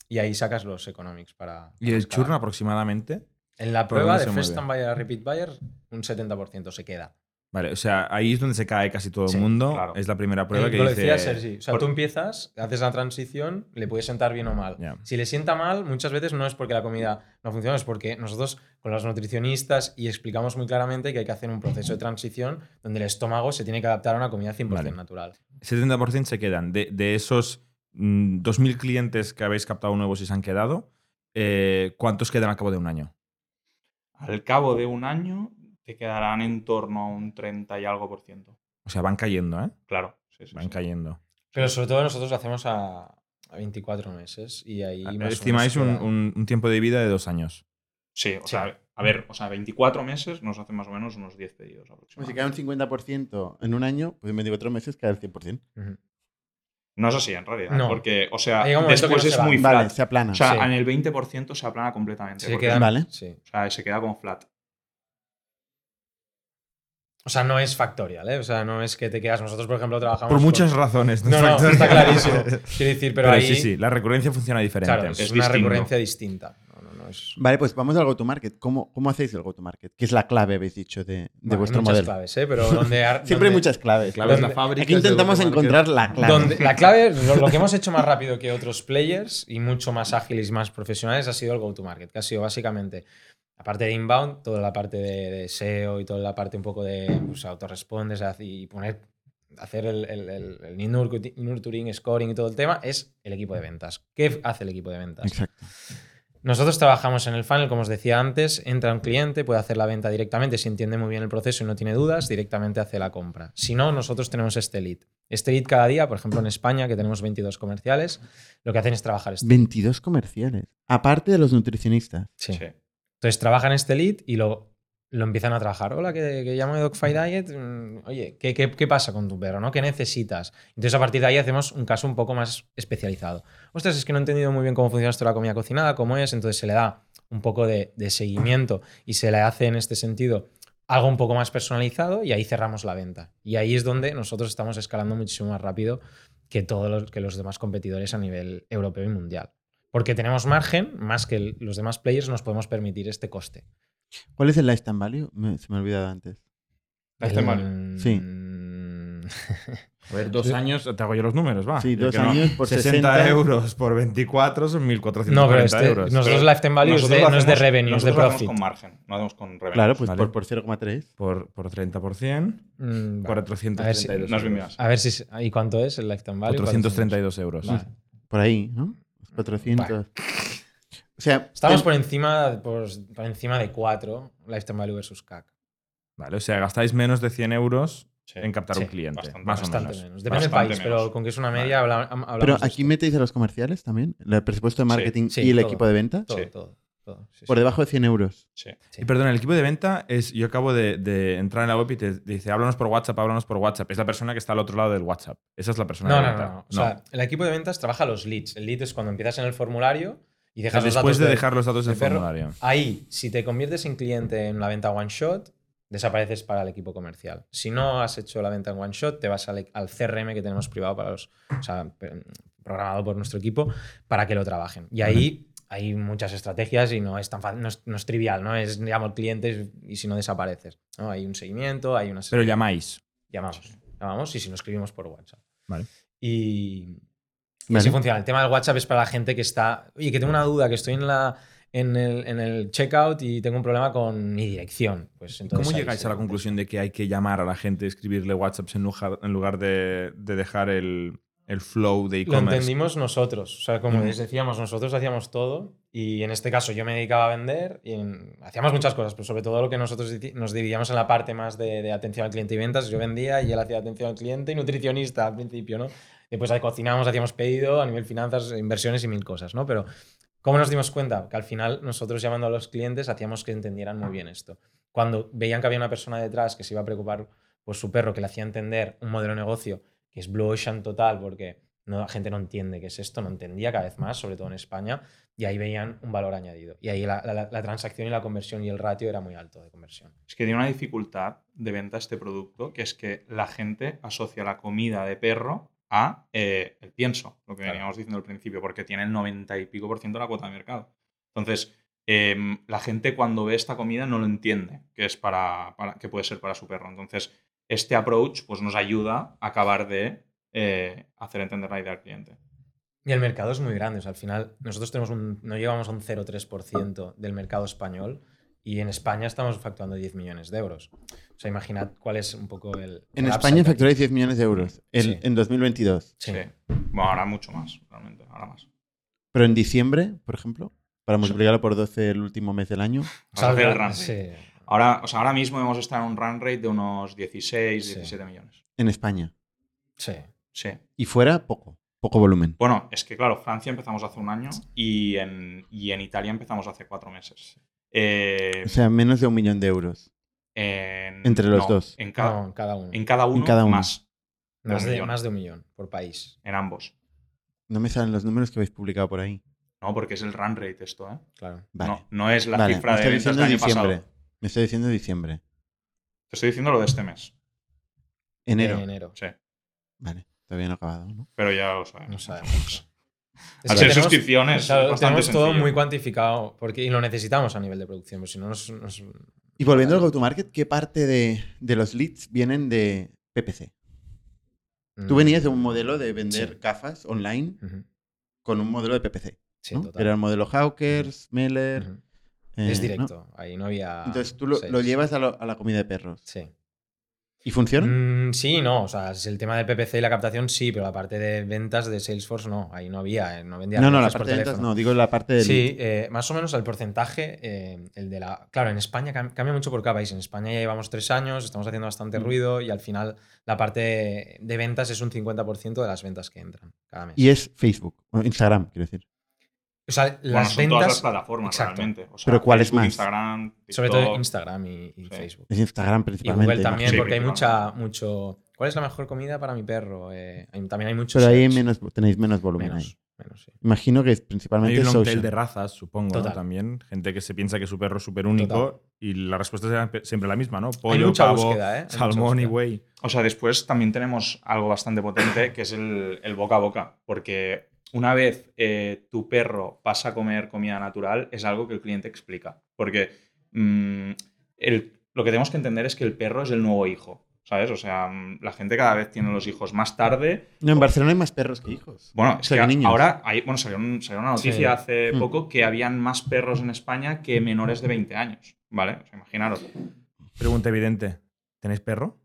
Speaker 6: y ahí sacas los economics para...
Speaker 5: ¿Y el
Speaker 6: escalar.
Speaker 5: churn aproximadamente?
Speaker 6: En la
Speaker 5: ¿Por dónde
Speaker 6: prueba
Speaker 5: se
Speaker 6: de
Speaker 5: mueve?
Speaker 6: first time buyer a repeat buyer, un 70% se queda.
Speaker 5: Vale, o sea, ahí es donde se cae casi todo
Speaker 4: Sí,
Speaker 5: el mundo.
Speaker 4: claro.
Speaker 5: Es la primera prueba que
Speaker 6: Eh, lo
Speaker 5: dice...
Speaker 6: decía Sergi. O sea,
Speaker 5: por-
Speaker 6: tú empiezas, haces la transición, le puede sentar bien o mal.
Speaker 5: Ya.
Speaker 6: Si le sienta mal, muchas veces no es porque la comida no funciona, es porque nosotros con los nutricionistas y explicamos muy claramente que hay que hacer un proceso de transición donde el estómago se tiene que adaptar a una comida 100%
Speaker 5: Vale.
Speaker 6: natural.
Speaker 5: 70% se quedan. De, de esos mm, 2.000 clientes que habéis captado nuevos y se han quedado, eh, ¿cuántos quedan al cabo de un año?
Speaker 4: Al cabo de un año te quedarán en torno a un 30 y algo por ciento.
Speaker 5: O sea, van cayendo, ¿eh?
Speaker 4: Claro. Sí, sí,
Speaker 5: Van
Speaker 4: sí.
Speaker 5: cayendo.
Speaker 6: Pero sobre todo nosotros lo hacemos a, a 24 meses y ahí más o menos
Speaker 5: Estimáis Ah, un,
Speaker 6: queda-
Speaker 5: un- un tiempo de vida de dos años.
Speaker 4: Sí, o
Speaker 6: Sí.
Speaker 4: sea, a ver, o sea, 24 meses nos hace más o menos unos 10 pedidos
Speaker 1: Pues si cae un
Speaker 4: aproximadamente.
Speaker 1: 50% en un año, pues en 24 meses cae el 100%.
Speaker 6: Ujú.
Speaker 4: No es así en realidad,
Speaker 6: No.
Speaker 4: porque, o sea,
Speaker 6: Llega un momento que
Speaker 4: después
Speaker 6: no
Speaker 4: es
Speaker 6: se va.
Speaker 4: muy flat.
Speaker 1: Vale, se aplana.
Speaker 4: o sea,
Speaker 6: Sí.
Speaker 4: en el 20% se aplana completamente.
Speaker 6: Se
Speaker 4: porque-
Speaker 6: quedan-
Speaker 1: Vale.
Speaker 6: sí.
Speaker 4: O sea, se queda como flat.
Speaker 6: O sea, no es factorial, ¿eh? O sea, no es que te quedas. Nosotros, por ejemplo, trabajamos.
Speaker 5: Por
Speaker 6: con-
Speaker 5: muchas razones.
Speaker 6: No, no,
Speaker 5: Factor-
Speaker 6: está clarísimo. Quiero decir, pero,
Speaker 5: Pero
Speaker 6: ahí.
Speaker 5: sí, sí, la recurrencia funciona diferente.
Speaker 6: Claro, es,
Speaker 4: Es
Speaker 6: una
Speaker 4: distinto.
Speaker 6: recurrencia distinta. No, no, no es.
Speaker 1: Vale, pues vamos al go-to-market. ¿Cómo, ¿Cómo hacéis el go-to-market? Que es la clave, habéis dicho, de, de
Speaker 6: Bueno, hay
Speaker 1: vuestro
Speaker 6: muchas
Speaker 1: modelo.
Speaker 6: claves, ¿eh? Pero donde ar-
Speaker 1: Siempre hay
Speaker 6: donde-
Speaker 1: muchas claves.
Speaker 6: Claves de la
Speaker 5: fábrica.
Speaker 1: Aquí intentamos encontrar la clave.
Speaker 6: donde- la clave, lo, lo que hemos hecho más rápido que otros players y mucho más ágiles y más profesionales ha sido el go-to-market, que ha sido básicamente la parte de inbound, toda la parte de, de SEO y toda la parte un poco de pues, autorrespondes haz- y poner, hacer el, el, el- el nurtu- nurturing, scoring y todo el tema, es el equipo de ventas. ¿Qué hace el equipo de ventas?
Speaker 1: Exacto.
Speaker 6: Nosotros trabajamos en el funnel, como os decía antes, entra un cliente, puede hacer la venta directamente, si entiende muy bien el proceso y no tiene dudas, directamente hace la compra. Si no, nosotros tenemos este lead. Este lead cada día, por ejemplo en España, que tenemos 22 comerciales, lo que hacen es trabajar este
Speaker 1: 22 comerciales. Aparte de los nutricionistas.
Speaker 6: Sí.
Speaker 4: Sí.
Speaker 6: Entonces trabajan este lead y lo, lo empiezan a trabajar. Hola, que, que llamo de Dogfight Diet. Mm, Oye, ¿qué, qué, qué pasa con tu perro? ¿no? ¿Qué necesitas? Entonces a partir de ahí hacemos un caso un poco más especializado. Ostras, es que no he entendido muy bien cómo funciona esto de la comida cocinada, cómo es. Entonces se le da un poco de, de seguimiento y se le hace en este sentido algo un poco más personalizado y ahí cerramos la venta. Y ahí es donde nosotros estamos escalando muchísimo más rápido que todos los, que los demás competidores a nivel europeo y mundial porque tenemos margen, más que el- los demás players nos podemos permitir este coste.
Speaker 1: ¿Cuál es el lifetime value? Me- se me ha olvidado antes.
Speaker 4: Este mal.
Speaker 6: Mm,
Speaker 1: Sí.
Speaker 5: A ver, dos años, te hago yo los números, va.
Speaker 1: sí,
Speaker 5: Ya
Speaker 1: dos
Speaker 5: que no.
Speaker 1: años por 60,
Speaker 5: 60 euros por 24 son 1.440
Speaker 6: No, pero este,
Speaker 5: euros.
Speaker 6: nosotros
Speaker 4: Pero
Speaker 6: lifetime value es
Speaker 4: Nosotros
Speaker 6: de-
Speaker 4: lo
Speaker 6: no es de
Speaker 4: hacemos-
Speaker 6: revenue, es de
Speaker 4: nosotros lo hacemos
Speaker 6: profit.
Speaker 4: con margen, no lo hacemos con revenue.
Speaker 1: Claro, pues
Speaker 5: Vale.
Speaker 1: por, por 0,3.
Speaker 5: Por, por 30%,
Speaker 6: Mm, vale.
Speaker 5: 432
Speaker 6: A ver si-
Speaker 4: No es bien
Speaker 5: euros.
Speaker 4: más.
Speaker 6: A ver si es- ¿Y cuánto es el lifetime value?
Speaker 5: 432 euros.
Speaker 6: Vale.
Speaker 1: Por ahí, ¿no? 400. O sea,
Speaker 6: Estamos
Speaker 1: ten-
Speaker 6: por encima, por, por encima de 4, lifetime value versus CAC.
Speaker 5: Vale, o sea, gastáis menos de 100 euros
Speaker 4: Sí.
Speaker 5: en captar
Speaker 6: Eh, Sí,
Speaker 5: un cliente.
Speaker 4: bastante,
Speaker 5: más
Speaker 6: Bastante
Speaker 5: o menos.
Speaker 6: menos. Depende del
Speaker 4: Bastante
Speaker 6: país,
Speaker 4: menos.
Speaker 6: pero con que es una media habla- ham- hablamos
Speaker 1: Pero
Speaker 6: de
Speaker 1: aquí
Speaker 6: esto.
Speaker 1: metéis a los comerciales también, el presupuesto de marketing
Speaker 6: sí,
Speaker 1: y el
Speaker 6: todo.
Speaker 1: equipo de venta,
Speaker 6: Todo,
Speaker 4: Sí.
Speaker 6: todo, todo, sí,
Speaker 1: por
Speaker 6: sí.
Speaker 1: debajo de 100 euros.
Speaker 4: Sí.
Speaker 6: Sí.
Speaker 5: Y perdón, el equipo de venta es. Yo acabo de, de entrar en la web y te dice, háblanos por WhatsApp, háblanos por WhatsApp. Es la persona que está al otro lado del WhatsApp. Esa es la persona
Speaker 6: No,
Speaker 5: de
Speaker 6: no,
Speaker 5: venta.
Speaker 6: no, no. O sea, el equipo de ventas trabaja los leads. El lead es cuando empiezas en el formulario
Speaker 5: O
Speaker 6: y
Speaker 5: sea,
Speaker 6: dejas los
Speaker 5: después
Speaker 6: datos
Speaker 5: de dejar los datos
Speaker 6: de
Speaker 5: del
Speaker 6: perro.
Speaker 5: formulario.
Speaker 6: Ahí, si te conviertes en cliente en la venta one shot, desapareces para el equipo comercial. Si no has hecho la venta en one shot, te vas al, al CRM que tenemos privado para los. O sea, pe- programado por nuestro equipo para que lo trabajen. Y ahí. Hay muchas estrategias y no es tan fácil, no es, no es trivial, ¿no? Es llamo al cliente y si no desapareces. ¿no? Hay un seguimiento, hay unas.
Speaker 5: Pero llamáis.
Speaker 6: llamamos. Llamamos y si no escribimos por WhatsApp.
Speaker 5: Vale.
Speaker 6: Y, y
Speaker 1: Vale.
Speaker 6: así funciona. El tema del WhatsApp es para la gente que está. Oye, que tengo una duda, que estoy en la. En el, en el checkout y tengo un problema con mi dirección. Pues entonces
Speaker 5: ¿Cómo
Speaker 6: ahí
Speaker 5: llegáis
Speaker 6: se-
Speaker 5: a la conclusión de que hay que llamar a la gente, escribirle WhatsApps en lugar, en lugar de, de dejar el, el flow de
Speaker 6: Lo
Speaker 5: e-commerce?
Speaker 6: entendimos nosotros. O sea, como
Speaker 5: Ujú.
Speaker 6: les decíamos, nosotros hacíamos todo. Y en este caso yo me dedicaba a vender y en- hacíamos muchas cosas, pero sobre todo lo que nosotros dici- nos dividíamos en la parte más de, de atención al cliente y ventas. Yo vendía y él hacía atención al cliente y nutricionista al principio, ¿no? Después ahí cocinábamos, hacíamos pedido a nivel finanzas, inversiones y mil cosas, ¿no? Pero ¿cómo nos dimos cuenta? Que al final nosotros llamando a los clientes hacíamos que entendieran muy bien esto. Cuando veían que había una persona detrás que se iba a preocupar por su perro, que le hacía entender un modelo de negocio que es Blue Ocean total, porque no, la gente no entiende qué es esto, no entendía cada vez más, sobre todo en España, y ahí veían un valor añadido. Y ahí la, la- la transacción y la conversión y el ratio era muy alto de conversión.
Speaker 4: Es que tiene una dificultad de venta este producto, que es que la gente asocia la comida de perro a eh, el pienso, lo que
Speaker 6: Claro.
Speaker 4: veníamos diciendo al principio, porque tiene el 90 y pico por ciento de la cuota de mercado. Entonces, em, la gente cuando ve esta comida no lo entiende, que, es para, para- que puede ser para su perro. Entonces, este approach pues, nos ayuda a acabar de eh, hacer entender la idea al cliente.
Speaker 6: Y el mercado es muy grande. O sea, al final, nosotros tenemos un, no llegamos a un 0,3% del mercado español y en España estamos facturando 10 millones de euros. O sea, imaginad cuál es un poco el.
Speaker 1: En
Speaker 6: el
Speaker 1: España
Speaker 6: upside aquí.
Speaker 1: facturáis 10 millones de euros en,
Speaker 6: Sí.
Speaker 1: en 2022.
Speaker 6: Sí.
Speaker 4: Sí. Bueno, ahora mucho más, realmente, ahora más.
Speaker 1: Pero en diciembre, por ejemplo, para multiplicarlo por 12 el último mes del año,
Speaker 4: Vamos a hacer el
Speaker 6: Salvo-
Speaker 4: run rate.
Speaker 6: sí.
Speaker 4: Ahora, o sea, ahora mismo hemos estado en un run rate de unos 16,
Speaker 6: Sí.
Speaker 4: 17 millones.
Speaker 1: en España.
Speaker 6: Sí.
Speaker 4: Sí.
Speaker 1: Y fuera, poco. Poco volumen.
Speaker 4: Bueno, es que claro, Francia empezamos hace un año y en, y en Italia empezamos hace cuatro meses. Eh,
Speaker 1: O sea, menos de un millón de euros.
Speaker 4: en-
Speaker 1: entre los dos.
Speaker 4: En cada,
Speaker 6: No, en cada uno.
Speaker 4: en cada uno,
Speaker 1: en cada uno.
Speaker 4: más. de
Speaker 6: más,
Speaker 4: un
Speaker 6: de,
Speaker 4: millón.
Speaker 6: más de un millón por país.
Speaker 4: En ambos.
Speaker 1: No me salen los números que habéis publicado por ahí.
Speaker 4: No, porque es el run rate esto, ¿eh?
Speaker 6: Claro.
Speaker 1: Vale.
Speaker 4: No, no es la
Speaker 1: Vale,
Speaker 4: cifra
Speaker 1: me
Speaker 4: de
Speaker 1: estoy
Speaker 4: ventas
Speaker 1: diciendo
Speaker 4: del año
Speaker 1: diciembre.
Speaker 4: pasado.
Speaker 1: Me está diciendo diciembre.
Speaker 4: Te estoy diciendo lo de este mes.
Speaker 1: Enero.
Speaker 6: En enero.
Speaker 4: Sí,
Speaker 1: Vale, todavía no ha acabado, ¿no?
Speaker 4: pero ya lo sabemos.
Speaker 6: No sabemos. Es
Speaker 4: Al ser
Speaker 6: que tenemos-
Speaker 4: suscripciones,
Speaker 6: claro,
Speaker 4: es bastante
Speaker 6: tenemos todo
Speaker 4: sencillo.
Speaker 6: muy cuantificado porque, y lo necesitamos a nivel de producción, porque si no nos- nos, mm,
Speaker 1: Y volviendo al go-to-market, ¿qué parte de, de los leads vienen de PPC? Tú
Speaker 6: Mm.
Speaker 1: venías de un modelo de vender
Speaker 6: Sí.
Speaker 1: gafas online
Speaker 6: Ujú.
Speaker 1: con un modelo de PPC.
Speaker 6: Sí,
Speaker 1: ¿no?
Speaker 6: total. Mm.
Speaker 1: Era el modelo Hawkers, Meller.
Speaker 6: Ujú.
Speaker 1: eh,
Speaker 6: es
Speaker 1: ¿no?
Speaker 6: directo, ahí no había.
Speaker 1: Entonces tú lo,
Speaker 6: seis.
Speaker 1: lo llevas a, lo- a la comida de perros.
Speaker 6: Sí.
Speaker 1: ¿Y funciona?
Speaker 6: Mm, sí, no, o sea, es el tema de PPC y la captación sí, pero la parte de ventas de Salesforce no, ahí no había, eh, no vendía.
Speaker 1: no, no, la
Speaker 6: mensajes por
Speaker 1: parte de ventas
Speaker 6: teléfono.
Speaker 1: no, digo la parte de
Speaker 6: Sí, eh, más o menos el porcentaje, eh, el de la... Claro, en España cam- cambia mucho por cada país. En España ya llevamos tres años, estamos haciendo
Speaker 1: Mm.
Speaker 6: bastante ruido y al final la parte de ventas es un 50% de las ventas que entran cada mes.
Speaker 1: Y es Facebook, o Instagram, quiero decir.
Speaker 6: o sea,
Speaker 4: Bueno,
Speaker 6: las
Speaker 4: son todas las
Speaker 6: ventas,
Speaker 4: plataformas
Speaker 6: Exacto.
Speaker 4: realmente. O sea,
Speaker 1: Pero ¿cuál es
Speaker 4: Facebook,
Speaker 1: más?
Speaker 4: Instagram, TikTok,
Speaker 6: sobre todo Instagram y, y
Speaker 4: Sí.
Speaker 6: Facebook.
Speaker 1: Es Instagram
Speaker 6: Y
Speaker 1: principalmente.
Speaker 6: Google también,
Speaker 4: Sí,
Speaker 1: imagino.
Speaker 6: porque hay mucha,
Speaker 4: principalmente.
Speaker 6: mucho... ¿Cuál es la mejor comida para mi perro? Eh, hay- también hay muchos...
Speaker 1: Pero ahí hay
Speaker 6: search.
Speaker 1: menos, tenéis menos volumen ahí.
Speaker 6: menos, menos, sí.
Speaker 1: Imagino que es
Speaker 5: Hay
Speaker 1: principalmente
Speaker 5: un long tail
Speaker 1: social.
Speaker 5: de razas, supongo, ¿no?
Speaker 6: Total.
Speaker 5: también. Gente que se piensa que su perro es súper único
Speaker 6: Total.
Speaker 5: y la respuesta será pe- siempre la misma, ¿no?
Speaker 6: Hay
Speaker 5: Pollo,
Speaker 6: mucha
Speaker 5: pavo,
Speaker 6: búsqueda, ¿eh? Hay mucha
Speaker 5: salmón y
Speaker 6: búsqueda.
Speaker 5: güey.
Speaker 4: O sea, después también tenemos algo bastante potente, que es el, el boca a boca, porque una vez eh, tu perro pasa a comer comida natural, es algo que el cliente explica, porque mm, el- lo que tenemos que entender es que el perro es el nuevo hijo, ¿sabes? O sea, mm, la gente cada vez tiene los hijos más tarde.
Speaker 1: No, en Barcelona hay más perros que hijos.
Speaker 4: Bueno, es que
Speaker 1: Son niños.
Speaker 4: ahora, hay, bueno, salió, un- salió una noticia
Speaker 6: Sí.
Speaker 4: hace
Speaker 1: Mm.
Speaker 4: poco que habían más perros en España que menores de 20 años, ¿vale? O sea, imaginaros.
Speaker 5: Pregunta evidente. ¿Tenéis perro?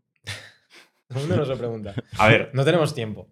Speaker 6: Todo el mundo nos lo pregunta.
Speaker 4: A ver,
Speaker 6: No tenemos tiempo.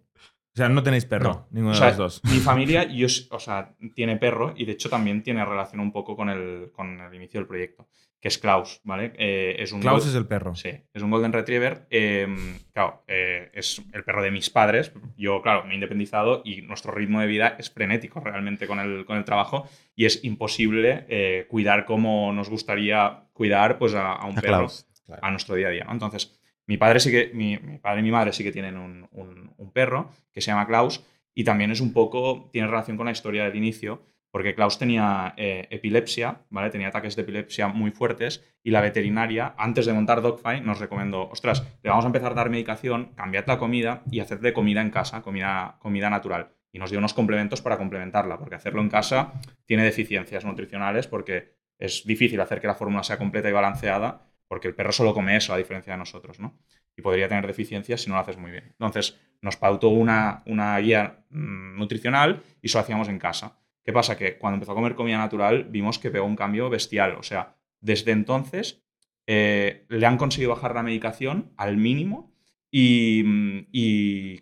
Speaker 5: O sea, no tenéis perro,
Speaker 6: No.
Speaker 5: ninguno
Speaker 4: O sea,
Speaker 5: de los dos.
Speaker 4: Mi familia, yo, s- o sea, tiene perro y de hecho también tiene relación un poco con el, con el inicio del proyecto, que es Klaus, ¿vale? Eh, es un
Speaker 5: Klaus
Speaker 4: gol-
Speaker 5: es el perro.
Speaker 4: Sí, es un Golden Retriever. eh, claro, eh, es el perro de mis padres. Yo, claro, me he independizado y nuestro ritmo de vida es frenético realmente con el, con el trabajo y es imposible eh, cuidar como nos gustaría cuidar pues, a, a un
Speaker 1: A
Speaker 4: perro
Speaker 1: Klaus.
Speaker 4: a nuestro día a día. ¿no? Entonces, mi padre, sí que, mi, mi padre y mi madre sí que tienen un, un- un perro que se llama Klaus y también es un poco, tiene relación con la historia del inicio, porque Klaus tenía eh, epilepsia, ¿vale? Tenía ataques de epilepsia muy fuertes y la veterinaria, antes de montar Dogfight, nos recomendó, ostras, le vamos a empezar a dar medicación, cambiad la comida y haced de comida en casa, comida, comida natural. Y nos dio unos complementos para complementarla, porque hacerlo en casa tiene deficiencias nutricionales porque es difícil hacer que la fórmula sea completa y balanceada porque el perro solo come eso, a diferencia de nosotros, ¿no? Y podría tener deficiencias si no lo haces muy bien. Entonces, nos pautó una, una guía mm, nutricional y eso lo hacíamos en casa. ¿Qué pasa? Que cuando empezó a comer comida natural, vimos que pegó un cambio bestial. O sea, desde entonces eh, le han conseguido bajar la medicación al mínimo y, mm, y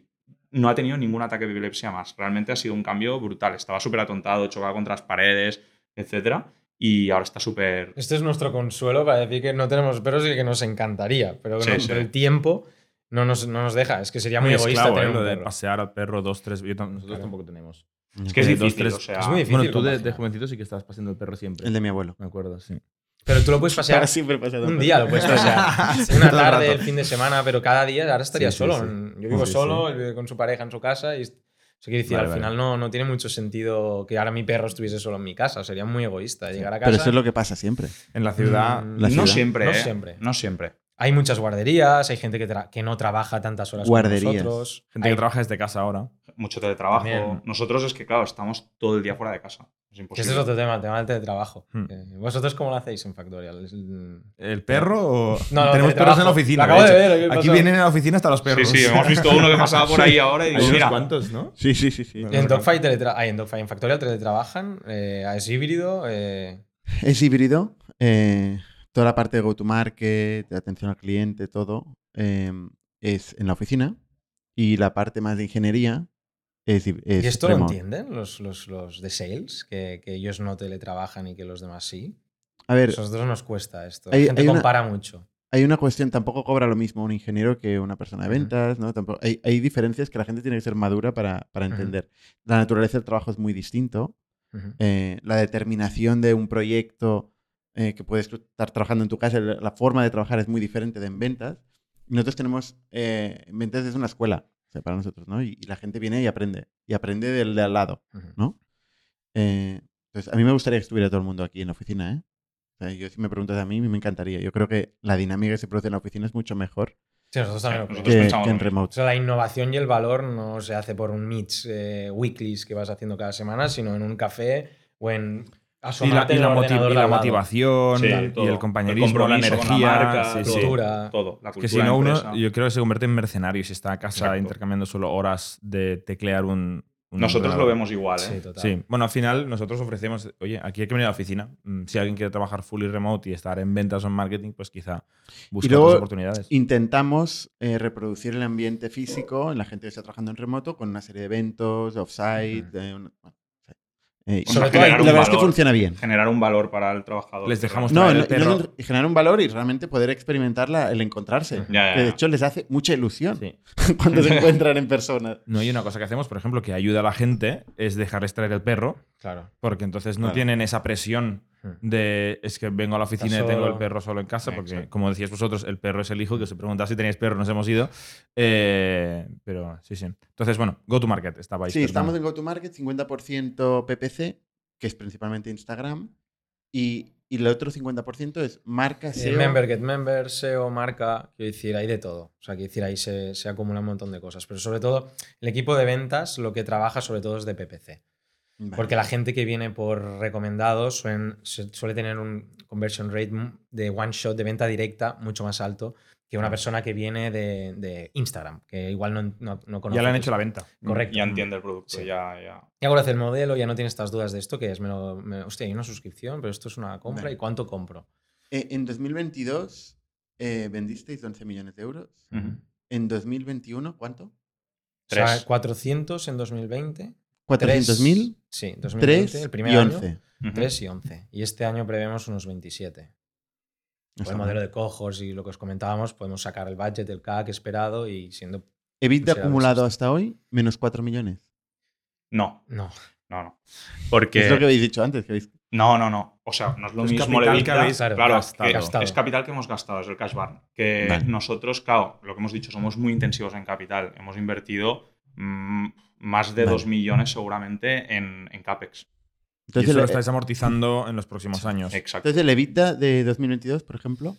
Speaker 4: no ha tenido ningún ataque de epilepsia más. Realmente ha sido un cambio brutal. Estaba súper atontado, chocaba contra las paredes, etcétera, Y ahora está súper...
Speaker 6: Este es nuestro consuelo para decir que no tenemos perros y que nos encantaría, pero,
Speaker 4: Sí,
Speaker 6: no-
Speaker 4: sí.
Speaker 6: pero el tiempo no nos, no nos deja. Es que sería muy,
Speaker 5: Muy
Speaker 6: egoísta
Speaker 5: esclavo,
Speaker 6: tener
Speaker 5: ¿eh?
Speaker 6: un
Speaker 5: Lo de
Speaker 6: perro.
Speaker 5: pasear al perro dos, tres. yo tam- nosotros
Speaker 6: Claro.
Speaker 5: tampoco tenemos.
Speaker 4: Es que es
Speaker 5: Eh, dos,
Speaker 4: difícil,
Speaker 5: tres.
Speaker 4: o sea...
Speaker 6: Es muy difícil
Speaker 5: bueno, tú de, de
Speaker 6: compaginar.
Speaker 5: jovencito sí que estabas paseando el perro siempre.
Speaker 1: El de mi abuelo.
Speaker 5: Me acuerdo, sí.
Speaker 6: Pero tú lo puedes pasear
Speaker 1: Ahora siempre pasa
Speaker 6: un día, lo puedes pasear una
Speaker 5: Todo el pues,
Speaker 6: tarde,
Speaker 5: rato.
Speaker 6: el fin de semana, pero cada día. Ahora estaría
Speaker 5: Sí, sí,
Speaker 6: solo.
Speaker 5: sí.
Speaker 6: Yo vivo
Speaker 5: Sí, sí.
Speaker 6: solo, él vive con su pareja en su casa y... Eso quiere decir,
Speaker 5: Vale,
Speaker 6: al
Speaker 5: vale.
Speaker 6: final no, no tiene mucho sentido que ahora mi perro estuviese solo en mi casa. Sería muy egoísta llegar a casa.
Speaker 1: Pero eso es lo que pasa siempre.
Speaker 5: En la ciudad.
Speaker 6: Mm,
Speaker 1: la
Speaker 4: no
Speaker 1: ciudad.
Speaker 4: siempre,
Speaker 6: No
Speaker 4: ¿eh?
Speaker 6: siempre.
Speaker 4: No siempre.
Speaker 6: Hay muchas guarderías, hay gente que, tra- que no trabaja tantas horas
Speaker 1: Guarderías.
Speaker 6: como nosotros.
Speaker 5: Gente
Speaker 6: Hay-
Speaker 5: que trabaja desde casa ahora.
Speaker 4: Mucho teletrabajo.
Speaker 6: También.
Speaker 4: Nosotros es que, claro, estamos todo el día fuera de casa. Es
Speaker 6: Que Ese
Speaker 4: imposible.
Speaker 6: es otro tema, el tema del teletrabajo.
Speaker 5: pues Hmm.
Speaker 6: Eh, ¿Vosotros cómo lo hacéis en Factorial? Es- No,
Speaker 5: ¿El perro o.?
Speaker 6: no,
Speaker 5: Tenemos perros en la
Speaker 6: teletrabajo.
Speaker 5: oficina.
Speaker 6: Lo acabo
Speaker 5: de
Speaker 6: de
Speaker 5: hecho.
Speaker 6: ver, aquí
Speaker 5: Aquí
Speaker 6: pasa.
Speaker 5: vienen en la oficina hasta los perros.
Speaker 4: Sí, sí, hemos visto uno que pasaba por ahí ahora y
Speaker 5: Hay
Speaker 4: digo,
Speaker 5: unos
Speaker 4: mira,
Speaker 5: cuantos, ¿no?
Speaker 1: Sí, sí, sí, sí.
Speaker 5: Vale.
Speaker 6: En Dogfight, teletra- ay, en Dogfight, en Factorial teletrabajan, eh, es híbrido. eh,
Speaker 1: Es híbrido. eh, toda la parte de go-to-market, de atención al cliente, todo, eh, es en la oficina. Y la parte más de ingeniería es, hib- es
Speaker 6: ¿Y esto lo
Speaker 1: remote.
Speaker 6: entienden los, los, los de sales? Que, que ellos no teletrabajan y que los demás sí.
Speaker 1: A ver,
Speaker 6: A nosotros nos cuesta esto.
Speaker 1: Hay-
Speaker 6: La gente
Speaker 1: hay una-
Speaker 6: compara mucho.
Speaker 1: hay una cuestión, tampoco cobra lo mismo un ingeniero que una persona de
Speaker 6: Ujú.
Speaker 1: ventas, ¿no? Tampoco, hay, hay diferencias que la gente tiene que ser madura para, para
Speaker 6: Ujú.
Speaker 1: entender. La naturaleza del trabajo es muy distinto.
Speaker 6: Ujú.
Speaker 1: eh, la determinación de un proyecto eh, que puedes tú estar trabajando en tu casa, la la forma de trabajar es muy diferente de en ventas. Y Nosotros tenemos, eh, ventas es una escuela, o sea, para nosotros, ¿no? Y, y la gente viene y aprende, y aprende del de al lado,
Speaker 6: Ujú.
Speaker 1: ¿no? Eh, entonces, a mí me gustaría que estuviera todo el mundo aquí en la oficina, ¿eh? O sea, yo, si me preguntas a mí, me encantaría. Yo creo que la dinámica que se produce en la oficina es mucho mejor
Speaker 6: Sí, nosotros también lo
Speaker 4: Nosotros
Speaker 1: que,
Speaker 6: creemos.
Speaker 4: pensamos
Speaker 1: que en
Speaker 4: lo mismo.
Speaker 6: O
Speaker 1: remote.
Speaker 6: sea, la innovación y el valor no se hace por un meets eh, weeklies que vas haciendo cada semana, sino en un café o en
Speaker 5: Y la,
Speaker 6: asomarte
Speaker 5: y
Speaker 6: en
Speaker 5: la
Speaker 6: el
Speaker 5: moti-
Speaker 6: ordenador
Speaker 5: y
Speaker 6: de
Speaker 5: la
Speaker 6: al lado.
Speaker 5: motivación
Speaker 4: Sí,
Speaker 5: y
Speaker 4: todo.
Speaker 5: el compañerismo, la
Speaker 4: compromiso
Speaker 5: energía.
Speaker 4: con la marca,
Speaker 5: sí,
Speaker 4: todo,
Speaker 5: sí.
Speaker 6: Cultura.
Speaker 4: todo, la
Speaker 5: Es que si
Speaker 4: cultura
Speaker 5: no,
Speaker 4: empresa.
Speaker 5: uno yo creo que se convierte en mercenario si está a casa
Speaker 4: Exacto.
Speaker 5: intercambiando solo horas de teclear un. un
Speaker 4: Nosotros lo
Speaker 5: ordenador.
Speaker 4: vemos igual, ¿eh?
Speaker 6: Sí, total.
Speaker 5: Sí, bueno, al final nosotros ofrecemos, oye, aquí hay que venir a la oficina. Mm, Si alguien quiere trabajar fully remote y estar en ventas o en marketing, pues quizá busca
Speaker 1: luego-
Speaker 5: otras oportunidades.
Speaker 1: Intentamos eh, reproducir el ambiente físico en la gente que está trabajando en remoto con una serie de eventos, offsite.
Speaker 6: Ujú.
Speaker 1: eh, un- bueno, sí. Eh,
Speaker 4: O sea,
Speaker 1: y-
Speaker 6: todo
Speaker 4: generar
Speaker 6: hay-
Speaker 1: la
Speaker 4: un
Speaker 1: verdad es que
Speaker 4: valor.
Speaker 1: funciona bien.
Speaker 4: Generar un valor para el trabajador.
Speaker 5: Les dejamos
Speaker 1: No,
Speaker 5: traer
Speaker 1: no,
Speaker 5: el perro.
Speaker 1: no, y generar un valor y realmente poder experimentar la- el encontrarse.
Speaker 4: Ya, ya,
Speaker 1: Que de
Speaker 4: ya.
Speaker 1: hecho les hace mucha ilusión
Speaker 5: Sí.
Speaker 1: cuando se encuentran en persona.
Speaker 5: No hay una cosa que hacemos, por ejemplo, que ayuda a la gente, es dejarles traer el perro,
Speaker 6: Claro.
Speaker 5: porque entonces no
Speaker 1: Claro.
Speaker 5: tienen esa presión
Speaker 6: Hmm.
Speaker 5: de es que vengo a la oficina y
Speaker 6: Estás
Speaker 5: tengo el
Speaker 6: solo.
Speaker 5: perro solo en casa, porque
Speaker 4: Exacto.
Speaker 5: como decías vosotros, el perro es el hijo, que os he preguntado si tenéis perro, nos hemos ido. Eh, pero sí, sí. Entonces, bueno, go to market, estabais.
Speaker 1: Sí,
Speaker 5: perdón.
Speaker 1: estamos en GoToMarket, 50% PPC, que es principalmente Instagram, y, y el otro 50% es marca E
Speaker 6: Eh,
Speaker 1: SEO.
Speaker 6: member, get member, SEO, marca, quiero decir, hay de todo. O sea, quiero decir, ahí se, se acumula un montón de cosas. Pero sobre todo, el equipo de ventas lo que trabaja sobre todo es de PPC.
Speaker 1: Vale.
Speaker 6: Porque la gente que viene por recomendados suelen- se- suele tener un conversion rate mu- de one shot de venta directa mucho más alto que una persona que viene de, de Instagram, que igual no, no, no conoce.
Speaker 5: Ya le han hecho la venta.
Speaker 6: Correcto.
Speaker 4: Ya entiende el producto,
Speaker 6: Sí.
Speaker 4: ya, ya.
Speaker 6: Ya conoce el modelo, ya no tiene estas dudas de esto, que es, me lo- me- hostia, hay una suscripción, pero esto es una compra,
Speaker 1: Vale.
Speaker 6: ¿y cuánto compro?
Speaker 1: Eh, en 2022 eh, vendisteis 11 millones de euros.
Speaker 4: Ujú.
Speaker 1: En 2021, ¿cuánto?
Speaker 6: O sea,
Speaker 4: Tres.
Speaker 6: 400 en 2020.
Speaker 1: 400.000,
Speaker 6: 3, Sí, 2020,
Speaker 1: 3
Speaker 6: el primer
Speaker 1: y
Speaker 6: año.
Speaker 1: 11.
Speaker 6: 3 y 11. Y este año prevemos unos 27.
Speaker 1: No
Speaker 6: Por
Speaker 1: está
Speaker 6: el modelo
Speaker 1: mal.
Speaker 6: de cojos y lo que os comentábamos, podemos sacar el budget, el CAC esperado y siendo.
Speaker 1: EBITDA
Speaker 6: o sea,
Speaker 1: acumulado
Speaker 6: eso
Speaker 1: hasta hoy, menos 4 millones.
Speaker 4: No,
Speaker 6: No.
Speaker 4: no, no. Porque.
Speaker 1: Es lo que habéis dicho antes. Que habéis...
Speaker 4: No, no, no. O sea, no es lo
Speaker 5: Es
Speaker 4: mismo
Speaker 5: capital
Speaker 4: el
Speaker 5: que
Speaker 4: EBITDA,
Speaker 5: habéis
Speaker 4: claro,
Speaker 5: gastado.
Speaker 4: que
Speaker 6: Gastado.
Speaker 4: Es capital que hemos gastado, es el cash burn. Que
Speaker 1: Vale.
Speaker 4: nosotros, claro, lo que hemos dicho, somos muy intensivos en capital. Hemos invertido mm, más de
Speaker 1: Vale.
Speaker 4: 2 millones seguramente en, en CAPEX.
Speaker 5: Y
Speaker 1: Entonces,
Speaker 5: eso
Speaker 1: el,
Speaker 5: lo estáis amortizando en los próximos años.
Speaker 4: Exacto.
Speaker 1: entonces, el EBITDA de 2022, por ejemplo,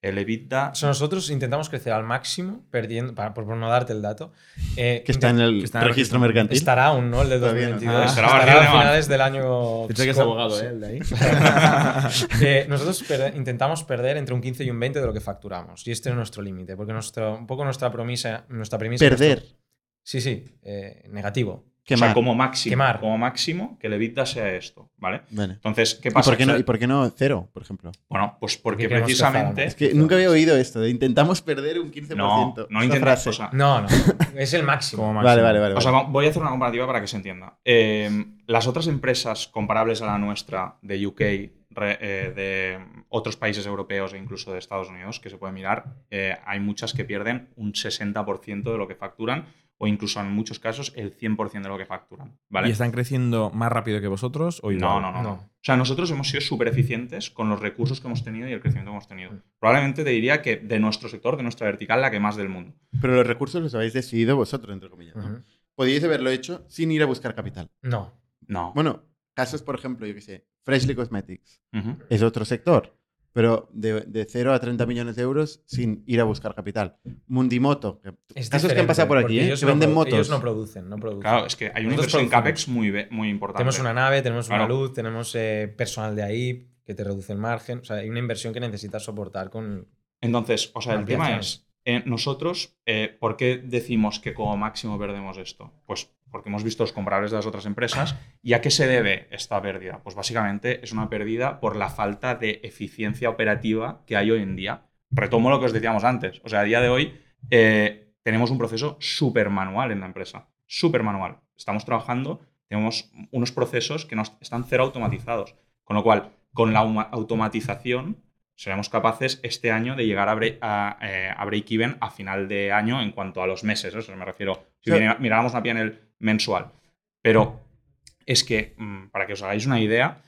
Speaker 4: El EBITDA
Speaker 6: O sea, nosotros intentamos crecer al máximo, perdiendo, para- por, por no darte el dato. eh,
Speaker 1: que está en el
Speaker 5: que está en el
Speaker 1: registro
Speaker 5: registro.
Speaker 1: mercantil.
Speaker 6: Estará aún, ¿no? El del
Speaker 1: Todavía no.
Speaker 6: 2022.
Speaker 5: Ah,
Speaker 4: estará
Speaker 6: estará
Speaker 4: Martín
Speaker 6: a
Speaker 4: Alemán.
Speaker 6: finales del año.
Speaker 5: Pensé que es
Speaker 6: fiscal.
Speaker 5: abogado,
Speaker 6: Sí.
Speaker 5: ¿eh? El de ahí.
Speaker 6: Eh, nosotros per- intentamos perder entre un 15 y un 20 de lo que facturamos. Y este es nuestro límite, porque nuestro, un poco nuestra premisa. Nuestra premisa
Speaker 1: Perder,
Speaker 6: Sí, sí, eh, negativo.
Speaker 4: o
Speaker 1: quemar.
Speaker 4: sea, como máximo,
Speaker 6: Quemar.
Speaker 4: como máximo que el EBITDA sea esto, ¿vale?
Speaker 1: Vale.
Speaker 4: Entonces, ¿qué
Speaker 1: ¿Y,
Speaker 4: pasa?
Speaker 1: por qué no,
Speaker 4: O
Speaker 1: ¿Y
Speaker 4: sea,
Speaker 1: por qué no cero, por ejemplo?
Speaker 4: Bueno, pues porque
Speaker 6: Porque queremos que
Speaker 4: precisamente...
Speaker 6: fuera
Speaker 1: Es que nunca había oído esto de intentamos perder un 15%.
Speaker 4: No,
Speaker 1: Esta
Speaker 4: no intentas.
Speaker 1: frase.
Speaker 4: O sea,
Speaker 6: No, no, es el máximo.
Speaker 5: Como máximo.
Speaker 1: Vale, vale, vale.
Speaker 4: o sea,
Speaker 1: vale.
Speaker 4: va- voy a hacer una comparativa para que se entienda. Eh, las otras empresas comparables a la nuestra de UK, re- eh, de otros países europeos e incluso de Estados Unidos, que se puede mirar, eh, hay muchas que pierden un 60% de lo que facturan o incluso en muchos casos el 100% de lo que facturan. ¿vale?
Speaker 5: ¿Y están creciendo más rápido que vosotros o
Speaker 4: No,
Speaker 5: igual?
Speaker 4: no, no,
Speaker 6: No.
Speaker 4: no. O sea, nosotros hemos sido súper eficientes con los recursos que hemos tenido y el crecimiento que hemos tenido.
Speaker 6: Mm.
Speaker 4: Probablemente te diría que de nuestro sector, de nuestra vertical, la que más del mundo.
Speaker 1: Pero los recursos los habéis decidido vosotros, entre comillas. ¿no?
Speaker 6: Ujú.
Speaker 1: Podíais haberlo hecho sin ir a buscar capital.
Speaker 6: No.
Speaker 4: No.
Speaker 1: Bueno, casos, por ejemplo, yo qué sé, Freshly Cosmetics
Speaker 4: Ujú.
Speaker 1: es otro sector. pero de, de 0 a 30 millones de euros sin ir a buscar capital. Mundimoto, que, casos
Speaker 6: Es
Speaker 1: que han
Speaker 6: diferente,
Speaker 1: pasado por aquí,
Speaker 6: porque
Speaker 1: ¿eh?
Speaker 6: ellos
Speaker 1: que
Speaker 6: no
Speaker 1: venden
Speaker 6: produ-
Speaker 1: motos.
Speaker 6: Ellos no producen, no producen.
Speaker 4: Claro, es que hay una
Speaker 6: Nosotros
Speaker 4: inversión en
Speaker 6: producimos.
Speaker 4: CAPEX muy, ve- muy importante.
Speaker 6: Tenemos una nave, tenemos una
Speaker 4: Claro.
Speaker 6: luz, tenemos eh, personal de ahí que te reduce el margen. O sea, hay una inversión que necesitas soportar con.
Speaker 4: Entonces, o sea, el tema
Speaker 6: Ampliaciones.
Speaker 4: es, eh, nosotros, eh, ¿por qué decimos que como máximo perdemos esto? Pues porque hemos visto los comparables de las otras empresas. ¿Y a qué se debe esta pérdida? Pues básicamente es una pérdida por la falta de eficiencia operativa que hay hoy en día. Retomo lo que os decíamos antes. O sea, a día de hoy eh, tenemos un proceso súper manual en la empresa. Súper manual. Estamos trabajando, tenemos unos procesos que no están cero automatizados. Con lo cual, con la huma- automatización seremos capaces este año de llegar a, bre- a, eh, a break-even a final de año en cuanto a los meses. ¿no? Eso me refiero. Si
Speaker 1: Claro.
Speaker 4: mira- miráramos una PNL mensual. Pero es que, mm, para que os hagáis una idea,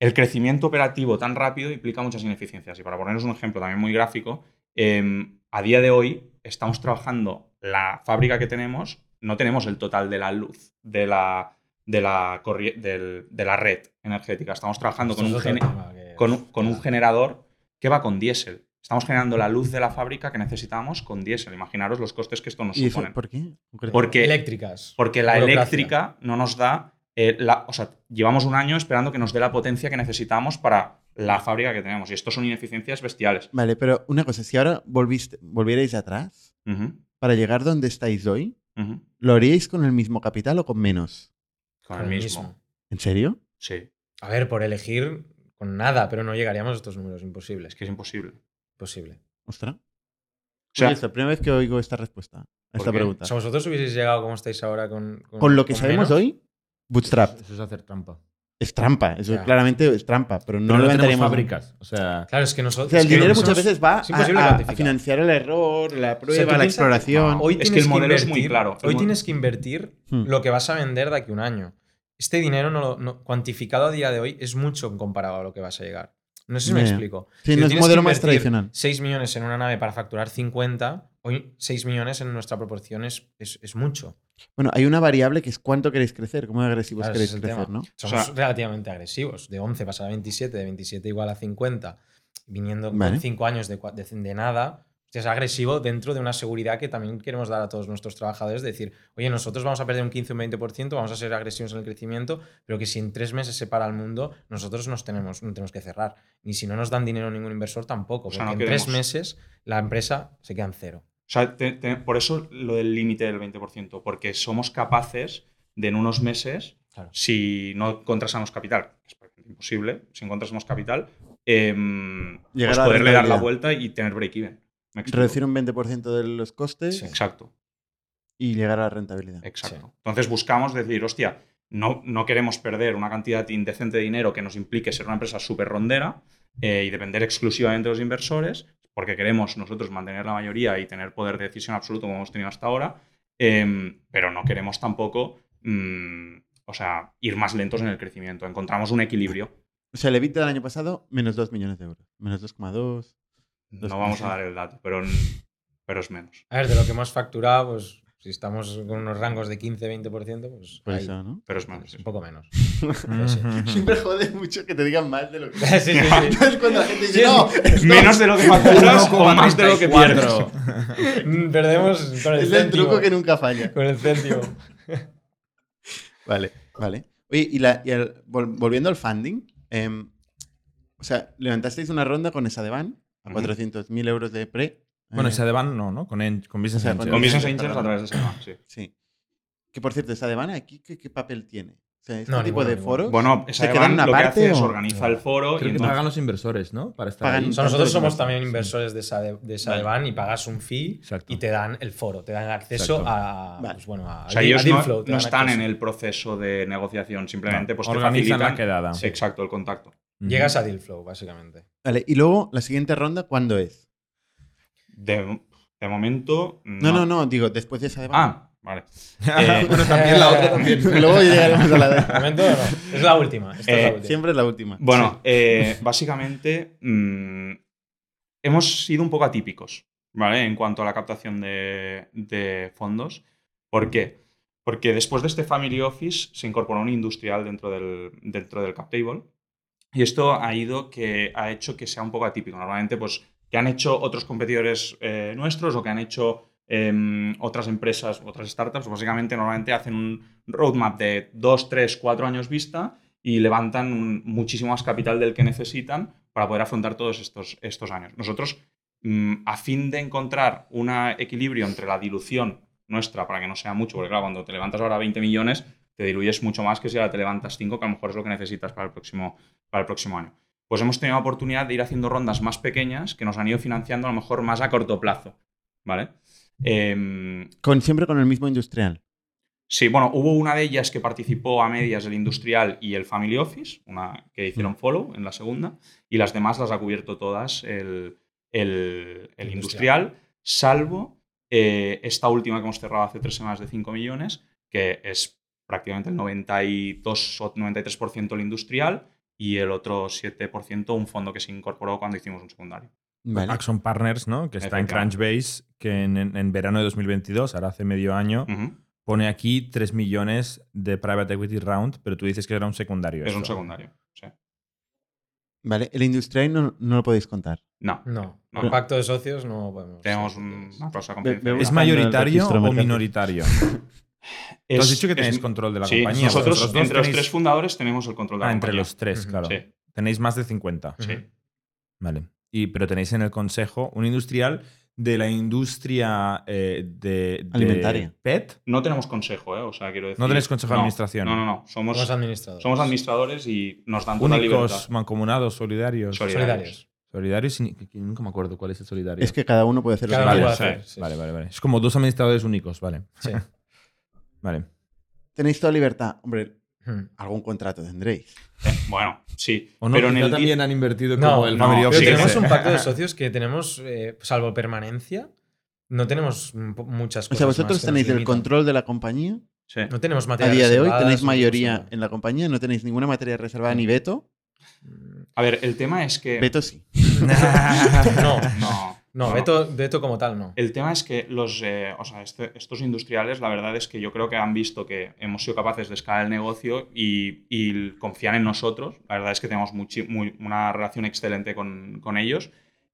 Speaker 4: el crecimiento operativo tan rápido implica muchas ineficiencias. Y para poneros un ejemplo también muy gráfico, em, a día de hoy estamos trabajando la fábrica que tenemos, no tenemos el total de la luz, de la, de la, corri- del- de la red energética. Estamos trabajando con un,
Speaker 6: Esto es otro
Speaker 4: gene-
Speaker 6: tema que-
Speaker 4: con, un- con un generador que va con diésel. Estamos generando la luz de la fábrica que necesitamos con diésel. Imaginaros los costes que esto nos
Speaker 1: ¿Y eso
Speaker 4: supone.
Speaker 1: por qué?
Speaker 4: Porque,
Speaker 6: Eléctricas.
Speaker 4: porque la
Speaker 6: Burocracia.
Speaker 4: eléctrica no nos da. eh, la- o sea, llevamos un año esperando que nos dé la potencia que necesitamos para la fábrica que tenemos. Y esto son ineficiencias bestiales.
Speaker 1: Vale, pero una cosa, si ahora volviste, volvierais atrás
Speaker 4: Ujú,
Speaker 1: para llegar donde estáis hoy,
Speaker 4: ujú.
Speaker 1: ¿lo haríais con el mismo capital o con menos?
Speaker 4: Con el mismo.
Speaker 1: ¿En serio?
Speaker 4: Sí,
Speaker 6: A ver, por elegir con nada, pero no llegaríamos a estos números. Imposible.
Speaker 4: es que es imposible.
Speaker 6: Imposible.
Speaker 1: Ostras.
Speaker 4: O sea,
Speaker 1: Oye, es la primera vez que oigo esta respuesta,
Speaker 4: ¿Por
Speaker 1: esta
Speaker 4: qué?
Speaker 1: pregunta.
Speaker 6: O sea, vosotros hubieseis llegado como estáis ahora con.
Speaker 1: Con lo que sabemos
Speaker 6: menos?
Speaker 1: hoy, bootstrap
Speaker 5: Eso es hacer trampa.
Speaker 1: es trampa, eso
Speaker 6: Ya.
Speaker 1: claramente es trampa, pero no
Speaker 5: Pero no tenemos
Speaker 1: levantaríamos
Speaker 5: fábricas. O sea,
Speaker 6: Claro, es que nosotros.
Speaker 1: O sea, el
Speaker 6: es que
Speaker 1: dinero
Speaker 6: nosotros-
Speaker 1: muchas veces va
Speaker 6: es
Speaker 1: a,
Speaker 6: imposible
Speaker 1: a- a
Speaker 6: cuantificar.
Speaker 1: financiar el error, la
Speaker 6: O
Speaker 1: prueba,
Speaker 6: sea, tú
Speaker 1: la
Speaker 6: piensas que-
Speaker 1: exploración.
Speaker 6: Hoy
Speaker 4: Es
Speaker 6: tienes
Speaker 4: que el modelo es muy
Speaker 6: invertir-
Speaker 4: claro. El
Speaker 6: Hoy
Speaker 4: mo-
Speaker 6: tienes que invertir
Speaker 1: Hmm.
Speaker 6: lo que vas a vender de aquí a un año. Este dinero no lo- no- cuantificado a día de hoy es mucho comparado a lo que vas a llegar. No sé si me
Speaker 1: Ya.
Speaker 6: explico.
Speaker 1: Sí, no
Speaker 6: Si tú
Speaker 1: es
Speaker 6: tienes
Speaker 1: modelo
Speaker 6: que
Speaker 1: más
Speaker 6: invertir
Speaker 1: tradicional.
Speaker 6: 6 millones en una nave para facturar 50, hoy 6 millones en nuestra proporción es, es, es mucho.
Speaker 1: Bueno, hay una variable que es cuánto queréis crecer, cómo agresivos
Speaker 6: Claro,
Speaker 1: queréis
Speaker 6: ese es el
Speaker 1: crecer,
Speaker 6: tema.
Speaker 1: ¿no?
Speaker 6: Somos
Speaker 4: O sea-
Speaker 6: relativamente agresivos. De 11 pasar a 27, de 27 igual a 50, viniendo
Speaker 1: Vale.
Speaker 6: con 5 años de, cua- de, de nada. hostia, Es agresivo dentro de una seguridad que también queremos dar a todos nuestros trabajadores. Decir, oye, nosotros vamos a perder un 15 o un 20%, vamos a ser agresivos en el crecimiento, pero que si en tres meses se para el mundo, nosotros nos tenemos, no tenemos que cerrar. Y si no nos dan dinero ningún inversor, tampoco.
Speaker 4: O
Speaker 6: Porque
Speaker 4: sea, no
Speaker 6: en tres
Speaker 4: queremos-
Speaker 6: meses la empresa se queda en cero.
Speaker 4: O sea, te- te- por eso lo del límite del 20%, porque somos capaces de en unos meses,
Speaker 6: Claro.
Speaker 4: si no encontrásemos capital, que es prácticamente imposible, si encontrásemos capital, em,
Speaker 1: Llegar
Speaker 4: pues
Speaker 1: a la
Speaker 4: poderle dar la
Speaker 1: rentabilidad.
Speaker 4: vuelta y tener break-even. ¿Me explico?
Speaker 1: Reducir un 20% de los costes
Speaker 6: Sí.
Speaker 4: Exacto,
Speaker 1: y llegar a la rentabilidad.
Speaker 4: exacto.
Speaker 6: Sí.
Speaker 4: Entonces buscamos decir, hostia, no, no queremos perder una cantidad indecente de dinero que nos implique ser una empresa súper rondera eh, y depender exclusivamente de los inversores, porque queremos nosotros mantener la mayoría y tener poder de decisión absoluto como hemos tenido hasta ahora, em, pero no queremos tampoco, mm, o sea, ir más lentos en el crecimiento. Encontramos un equilibrio.
Speaker 1: O sea, el E EBITDA del año pasado, menos 2 millones de euros. Menos 2,2.
Speaker 4: No vamos a dar el dato, pero, pero es menos.
Speaker 6: A ver, de lo que hemos facturado, pues si estamos con unos rangos de 15-20%, pues,
Speaker 1: Por
Speaker 6: ahí,
Speaker 1: eso, ¿no?
Speaker 4: Pero es menos. sí,
Speaker 6: un
Speaker 4: sí.
Speaker 6: poco menos. Pero sí.
Speaker 1: Siempre jode mucho que te digan más de lo que...
Speaker 6: Sí, sí, sí.
Speaker 1: Es cuando la gente dice,
Speaker 6: Sí,
Speaker 1: no,
Speaker 4: Menos de lo que facturas o más de lo que pierdes.
Speaker 5: 1,34.
Speaker 6: Mm, Perdemos con el
Speaker 1: es el
Speaker 6: céntimo.
Speaker 1: truco que nunca falla.
Speaker 6: Con el céntimo.
Speaker 1: Vale, vale. Oye, y, la, y el- vol- volviendo al funding, em, o sea, levantasteis una ronda con esa de van a
Speaker 4: Ujú.
Speaker 1: 400.000 euros de pre.
Speaker 5: bueno,
Speaker 1: eh,
Speaker 5: esa de van no, ¿no? Con, en- con Business
Speaker 1: O sea,
Speaker 5: Angels.
Speaker 4: Con Business
Speaker 1: Sí,
Speaker 4: Angels a
Speaker 1: perdón.
Speaker 4: través de Seba, sí.
Speaker 1: Sí. Que por cierto, esa de van aquí, ¿qué, qué papel tiene? O sea, este
Speaker 6: No,
Speaker 1: tipo
Speaker 6: ninguno,
Speaker 1: de
Speaker 6: ninguno.
Speaker 1: foros.
Speaker 4: Bueno, esa
Speaker 1: ¿Se
Speaker 4: de
Speaker 1: quedan
Speaker 4: Van
Speaker 1: una
Speaker 4: lo que
Speaker 1: parte
Speaker 4: hace es
Speaker 1: o-
Speaker 4: organiza el foro y
Speaker 5: Creo que
Speaker 4: entonces-
Speaker 5: pagan los inversores, ¿no? Para estar
Speaker 1: Pagan-
Speaker 5: ahí.
Speaker 6: O sea, nosotros
Speaker 1: Entonces,
Speaker 6: somos
Speaker 1: sí.
Speaker 6: también inversores de esa de, de esa de van y pagas un fee
Speaker 5: Exacto.
Speaker 6: y te dan el foro, te dan acceso
Speaker 5: Exacto.
Speaker 6: a,
Speaker 1: Vale.
Speaker 6: pues bueno, a,
Speaker 4: o sea,
Speaker 6: a
Speaker 4: ellos
Speaker 6: Deal
Speaker 4: no,
Speaker 6: Flow,
Speaker 4: no
Speaker 6: te dan
Speaker 4: están
Speaker 6: acceso.
Speaker 4: en el proceso de negociación, simplemente pues te
Speaker 5: Organizan la
Speaker 4: facilitan
Speaker 5: quedada.
Speaker 4: Sí, exacto el contacto.
Speaker 5: Ujú.
Speaker 6: Llegas a Dealflow, básicamente.
Speaker 1: Vale, y luego, la siguiente ronda, ¿cuándo es?
Speaker 4: De, de momento
Speaker 1: No, no, no, digo, después de esa de van.
Speaker 4: Mm, Ah, vale.
Speaker 5: Eh, bueno,
Speaker 6: Ah, también la otra también.
Speaker 1: Porque luego llegaremos a la
Speaker 6: De
Speaker 1: de...
Speaker 6: momento no. Es la última. Esta es
Speaker 4: Eh,
Speaker 6: la última.
Speaker 1: Siempre es la última.
Speaker 4: Bueno, eh, básicamente mm, hemos sido un poco atípicos, ¿vale? En cuanto a la captación de, de fondos. ¿Por qué? Porque después de este Family Office se incorporó un industrial dentro del, dentro del CapTable Y esto ha ido que ha hecho que sea un poco atípico. Normalmente, pues, que han hecho otros competidores eh, nuestros o que han hecho em, otras empresas, otras startups, básicamente normalmente hacen un roadmap de 2, 3, 4 años vista y levantan un- muchísimo más capital del que necesitan para poder afrontar todos estos, estos años. Nosotros, mm, a fin de encontrar un equilibrio entre la dilución nuestra, para que no sea mucho, porque claro, cuando te levantas ahora 20 millones, te diluyes mucho más que si ahora te levantas 5, que a lo mejor es lo que necesitas para el próximo, para el próximo año. Pues hemos tenido la oportunidad de ir haciendo rondas más pequeñas que nos han ido financiando a lo mejor más a corto plazo, ¿vale? Em,
Speaker 1: Con, siempre con el mismo industrial.
Speaker 4: Sí, bueno, hubo una de ellas que participó a medias del industrial y el family office, una que hicieron follow en la segunda, y las demás las ha cubierto todas el, el- el industrial, salvo eh, esta última que hemos cerrado hace tres semanas de 5 millones, que es prácticamente el 92 o 93% el industrial y el otro 7% un fondo que se incorporó cuando hicimos un secundario.
Speaker 1: Vale.
Speaker 5: Action Partners, ¿no? Que está en
Speaker 4: Efectivamente.
Speaker 5: Crunchbase, que en, en- en verano de 2022, ahora hace medio año,
Speaker 4: Ujú,
Speaker 5: pone aquí 3 millones de private equity round, pero tú dices que era un secundario.
Speaker 4: Es un
Speaker 5: esto.
Speaker 4: secundario. sí.
Speaker 1: Vale, el industrial no, no lo podéis contar.
Speaker 4: No,
Speaker 6: No,
Speaker 4: No.
Speaker 6: un pacto de socios no podemos.
Speaker 4: tenemos
Speaker 6: Mm. Sí,
Speaker 4: un-
Speaker 6: sí.
Speaker 4: una cosa
Speaker 1: Ve- veo Bajando
Speaker 5: ¿Es
Speaker 1: el
Speaker 5: mayoritario
Speaker 1: registro
Speaker 5: o
Speaker 1: mercantil.
Speaker 5: minoritario? Tú has dicho que tenéis control de la
Speaker 4: Sí,
Speaker 5: compañía.
Speaker 4: nosotros,
Speaker 5: vosotros dos
Speaker 4: entre los
Speaker 5: tenéis-
Speaker 4: tres fundadores, tenemos el control de la
Speaker 5: Ah, entre
Speaker 4: compañía.
Speaker 5: los tres,
Speaker 6: Ujú.
Speaker 5: claro.
Speaker 4: Sí.
Speaker 5: Tenéis más de 50.
Speaker 6: Ujú.
Speaker 4: Sí.
Speaker 5: Vale. Y, pero tenéis en el consejo un industrial de la industria eh, de, de
Speaker 1: Alimentaria.
Speaker 5: PET.
Speaker 4: No tenemos consejo, ¿eh? O sea, quiero decir...
Speaker 5: No tenéis consejo de administración.
Speaker 4: No, no, no. Somos,
Speaker 6: Somos administradores.
Speaker 4: somos administradores y nos dan toda
Speaker 5: Únicos,
Speaker 4: libertad.
Speaker 5: mancomunados, solidarios.
Speaker 4: Solidarios.
Speaker 6: solidarios.
Speaker 5: Solidarios, y ni- que- que nunca me acuerdo cuál es el solidario.
Speaker 1: Es que cada uno puede hacer lo
Speaker 6: Cada
Speaker 1: que
Speaker 6: uno
Speaker 1: quiera.
Speaker 5: vale, sí,
Speaker 6: puede hacer, sí,
Speaker 5: vale,
Speaker 6: sí.
Speaker 5: vale, vale. Es como dos administradores únicos, vale.
Speaker 6: Sí.
Speaker 5: Vale.
Speaker 1: Tenéis toda libertad. Hombre,
Speaker 6: Ujú.
Speaker 1: algún contrato tendréis.
Speaker 4: Eh, Bueno, sí.
Speaker 5: O no,
Speaker 4: pero en
Speaker 5: quizá
Speaker 4: el...
Speaker 5: también han invertido
Speaker 6: No,
Speaker 5: como el
Speaker 4: no,
Speaker 5: Family
Speaker 4: pero
Speaker 6: Pero
Speaker 5: Office.
Speaker 6: tenemos
Speaker 5: ese.
Speaker 6: un pacto de socios que tenemos, eh, salvo permanencia, no tenemos mm, po- muchas
Speaker 1: O
Speaker 6: cosas.
Speaker 1: sea,
Speaker 6: más
Speaker 1: vosotros
Speaker 6: que nos
Speaker 1: tenéis el
Speaker 6: limitan.
Speaker 1: control de la compañía.
Speaker 4: Sí.
Speaker 6: No tenemos
Speaker 1: A
Speaker 6: materia
Speaker 1: día de hoy
Speaker 6: reservada,
Speaker 1: tenéis
Speaker 6: no
Speaker 1: mayoría
Speaker 6: tenemos
Speaker 1: en la compañía, no tenéis ninguna materia reservada ni veto.
Speaker 6: nada.
Speaker 4: A ver, el tema es que...
Speaker 1: Veto sí.
Speaker 6: No,
Speaker 4: No,
Speaker 6: no, veto, veto como tal no.
Speaker 4: El tema es que los, eh, o sea, este- estos industriales, la verdad es que yo creo que han visto que hemos sido capaces de escalar el negocio y, y confían en nosotros. La verdad es que tenemos muchi- muy- una relación excelente con, con ellos.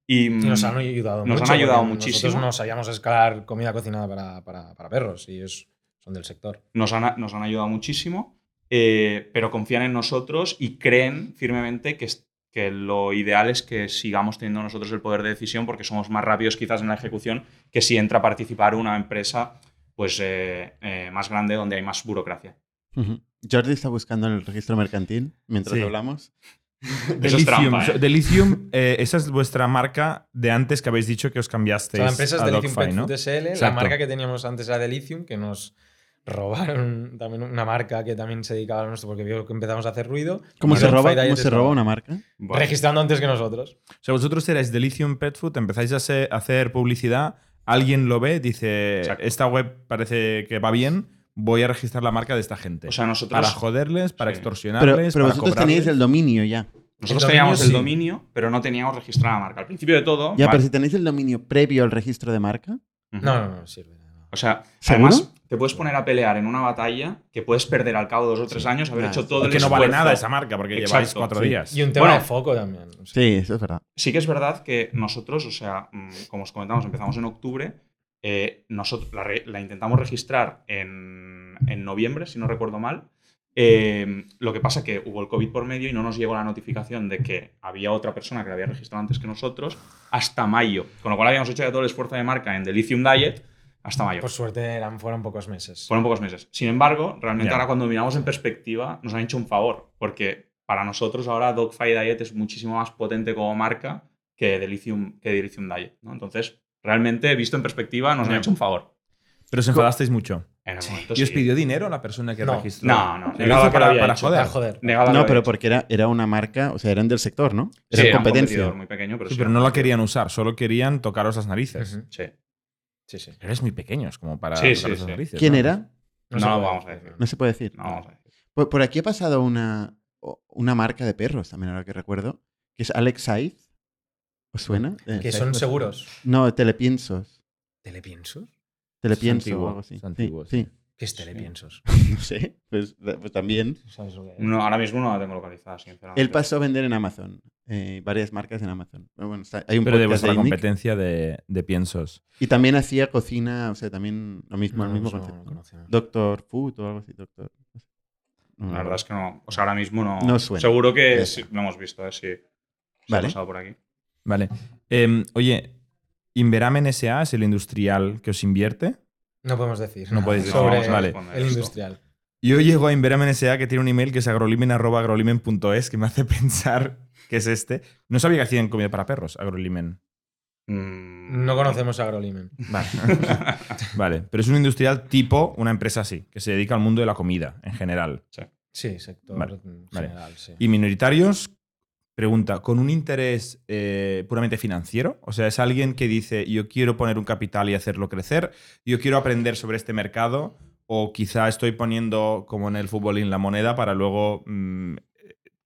Speaker 4: Y,
Speaker 6: Y nos han ayudado
Speaker 4: Em, Nos
Speaker 6: mucho.
Speaker 4: han ayudado
Speaker 6: porque
Speaker 4: muchísimo.
Speaker 6: Nosotros no sabíamos escalar comida cocinada para, para- para perros y ellos son del sector.
Speaker 4: nos han, nos han ayudado muchísimo, eh, pero confían en nosotros y creen firmemente que, es- que lo ideal es que sigamos teniendo nosotros el poder de decisión porque somos más rápidos quizás en la ejecución que si entra a participar una empresa pues eh, eh, más grande donde hay más burocracia.
Speaker 1: Ujú. Jordi está buscando en el registro mercantil mientras
Speaker 5: Sí.
Speaker 1: hablamos.
Speaker 4: Eso es
Speaker 5: Delicium.
Speaker 4: trampa, ¿eh?
Speaker 5: Delicium, eh, esa es vuestra marca de antes que habéis dicho que os
Speaker 6: O
Speaker 5: cambiasteis.
Speaker 6: sea, la empresa es
Speaker 5: a
Speaker 6: Delicium
Speaker 5: Dogfight,
Speaker 6: Pet
Speaker 5: ¿no?
Speaker 6: Food SL, la
Speaker 5: Exacto.
Speaker 6: marca que teníamos antes era Delicium, que nos robaron también una marca que también se dedicaba a lo nuestro porque vio que empezamos a hacer ruido.
Speaker 1: ¿Cómo
Speaker 6: Y
Speaker 1: se
Speaker 6: Dog
Speaker 1: roba,
Speaker 6: Fight Diet
Speaker 1: cómo
Speaker 6: es
Speaker 1: se
Speaker 6: la
Speaker 1: roba
Speaker 6: marca.
Speaker 1: una marca?
Speaker 4: Bueno,
Speaker 6: Registrando antes que nosotros.
Speaker 5: O sea, vosotros erais Delicium Pet Food, empezáis a, se- a hacer publicidad, alguien lo ve, dice,
Speaker 4: Exacto.
Speaker 5: esta web parece que va bien, voy a registrar la marca de esta gente.
Speaker 4: o sea, nosotros,
Speaker 5: para joderles, para
Speaker 1: Pero,
Speaker 4: Sí.
Speaker 5: extorsionarles,
Speaker 1: pero
Speaker 5: para
Speaker 1: vosotros tenéis el
Speaker 5: cobrarles.
Speaker 1: dominio ya.
Speaker 4: nosotros
Speaker 6: el dominio
Speaker 4: teníamos el
Speaker 6: sí.
Speaker 4: dominio, pero no teníamos registrada la marca. Al principio de todo...
Speaker 1: Ya,
Speaker 4: vale.
Speaker 1: pero si tenéis el dominio previo al registro de marca,
Speaker 4: Ujú.
Speaker 6: No, no, no, sirve. no.
Speaker 4: O sea,
Speaker 1: ¿Seguro?
Speaker 4: además te puedes poner a pelear en una batalla que puedes perder al cabo de dos o tres años, haber
Speaker 1: Ah,
Speaker 4: hecho todo
Speaker 5: Es
Speaker 4: el
Speaker 5: que no vale
Speaker 4: esfuerzo.
Speaker 5: nada esa marca porque lleváis
Speaker 4: Exacto,
Speaker 5: cuatro
Speaker 4: sí.
Speaker 5: días.
Speaker 6: Y un tema
Speaker 4: Bueno.
Speaker 6: de foco también. o sea,
Speaker 1: sí, eso es verdad.
Speaker 4: Sí que es verdad que nosotros, o sea, mm, como os comentamos, empezamos en octubre, nosotros la, re- la intentamos registrar en, en noviembre, si no recuerdo mal. Eh, lo que pasa que hubo el COVID por medio y no nos llegó la notificación de que había otra persona que la había registrado antes que nosotros hasta mayo. Con lo cual habíamos hecho ya todo el esfuerzo de marca en Delicium Diet hasta mayo.
Speaker 6: Por suerte eran, fueron pocos meses.
Speaker 4: Fueron pocos meses. Sin embargo, realmente
Speaker 5: Ya.
Speaker 4: ahora cuando miramos en perspectiva, nos han hecho un favor, porque para nosotros ahora Dogfight Diet es muchísimo más potente como marca que Delicium, que Delicium Diet. ¿no? Entonces, realmente, visto en perspectiva, nos han
Speaker 5: Ya.
Speaker 4: hecho un favor.
Speaker 5: Pero os enfadasteis mucho.
Speaker 4: En el momento,
Speaker 5: ¿Y os
Speaker 4: Pues sí.
Speaker 5: pidió dinero la persona que
Speaker 6: No.
Speaker 5: registró?
Speaker 4: No, no.
Speaker 5: Lo hizo
Speaker 4: Negaba que lo
Speaker 5: para,
Speaker 4: había
Speaker 5: para
Speaker 4: hecho.
Speaker 5: joder.
Speaker 6: Ah, joder.
Speaker 4: Negaba que lo
Speaker 1: No,
Speaker 4: había
Speaker 1: pero
Speaker 4: hecho.
Speaker 1: porque era, era una marca, o sea, eran del sector, ¿no?
Speaker 4: Sí,
Speaker 1: Eran
Speaker 4: era un competidor
Speaker 1: competencia.
Speaker 4: muy pequeño, pero
Speaker 5: Sí,
Speaker 4: sí,
Speaker 5: pero
Speaker 4: era
Speaker 5: no
Speaker 4: un
Speaker 5: la
Speaker 4: competidor.
Speaker 5: querían usar, solo querían tocaros las narices.
Speaker 6: Ujú.
Speaker 4: Sí.
Speaker 6: Sí, sí.
Speaker 5: Eres muy pequeños como para
Speaker 4: Sí, sí,
Speaker 5: tocaros las
Speaker 4: sí.
Speaker 5: narices.
Speaker 1: ¿Quién
Speaker 5: ¿no?
Speaker 1: era?
Speaker 4: No
Speaker 6: se
Speaker 4: lo
Speaker 6: puede
Speaker 4: vamos a decir.
Speaker 1: No se puede decir.
Speaker 4: No, vamos a decir.
Speaker 1: Por, por aquí ha pasado una, o- una marca de perros, también ahora que recuerdo, que es Alex Saiz. ¿Os suena? Eh,
Speaker 6: Que son seguros.
Speaker 1: No, Telepiensos.
Speaker 6: ¿Telepiensos?
Speaker 1: Telepienso
Speaker 5: antiguo,
Speaker 1: o algo así.
Speaker 5: es antiguo,
Speaker 1: sí,
Speaker 5: sí.
Speaker 1: sí.
Speaker 6: ¿Qué es Telepiensos?
Speaker 1: No sé, pues, pues también.
Speaker 6: ¿Tú sabes lo que es?
Speaker 4: No, ahora mismo no la tengo localizada,
Speaker 5: Ah,
Speaker 4: sinceramente.
Speaker 1: Él pasó a vender en Amazon, eh, varias marcas en Amazon. Pero bueno, está- hay un
Speaker 5: Pero de
Speaker 1: podcast
Speaker 5: vuestra
Speaker 1: de Nick,
Speaker 5: competencia de, de piensos.
Speaker 1: Y también hacía cocina, o sea, también lo mismo, el
Speaker 6: No,
Speaker 1: mismo
Speaker 6: eso no lo
Speaker 1: concepto. ¿no?
Speaker 6: conocía.
Speaker 1: Doctor Food o algo así, doctor. no sé. No,
Speaker 4: La verdad es que no. O sea, ahora mismo no.
Speaker 1: No suena.
Speaker 4: Seguro
Speaker 1: Ya
Speaker 4: que
Speaker 1: está.
Speaker 4: sí, lo hemos visto, eh, sí. Se
Speaker 1: Vale.
Speaker 4: ha pasado por aquí.
Speaker 5: Vale. Em, oye, Inveramen SA es el industrial que os invierte.
Speaker 6: No podemos decir.
Speaker 5: No
Speaker 6: nada
Speaker 5: podéis decir,
Speaker 6: sobre
Speaker 5: vamos, vale.
Speaker 4: responder
Speaker 6: El
Speaker 4: esto.
Speaker 6: industrial.
Speaker 5: Y hoy llego a Inveramen SA que tiene un email que es agrolimen.agrolimen.es que me hace pensar que es este. No sabía que hacían comida para perros, agrolimen.
Speaker 4: Mm,
Speaker 6: No conocemos a Agrolimen.
Speaker 5: Vale. vale. Pero es un industrial tipo una empresa así, que se dedica al mundo de la comida en general.
Speaker 6: Sí, sector
Speaker 5: Vale,
Speaker 6: general,
Speaker 5: vale.
Speaker 6: sí.
Speaker 5: Y minoritarios, pregunta, ¿con un interés eh, puramente financiero? O sea, es alguien que dice, yo quiero poner un capital y hacerlo crecer, yo quiero aprender sobre este mercado, o quizá estoy poniendo, como en el futbolín, la moneda para luego mm,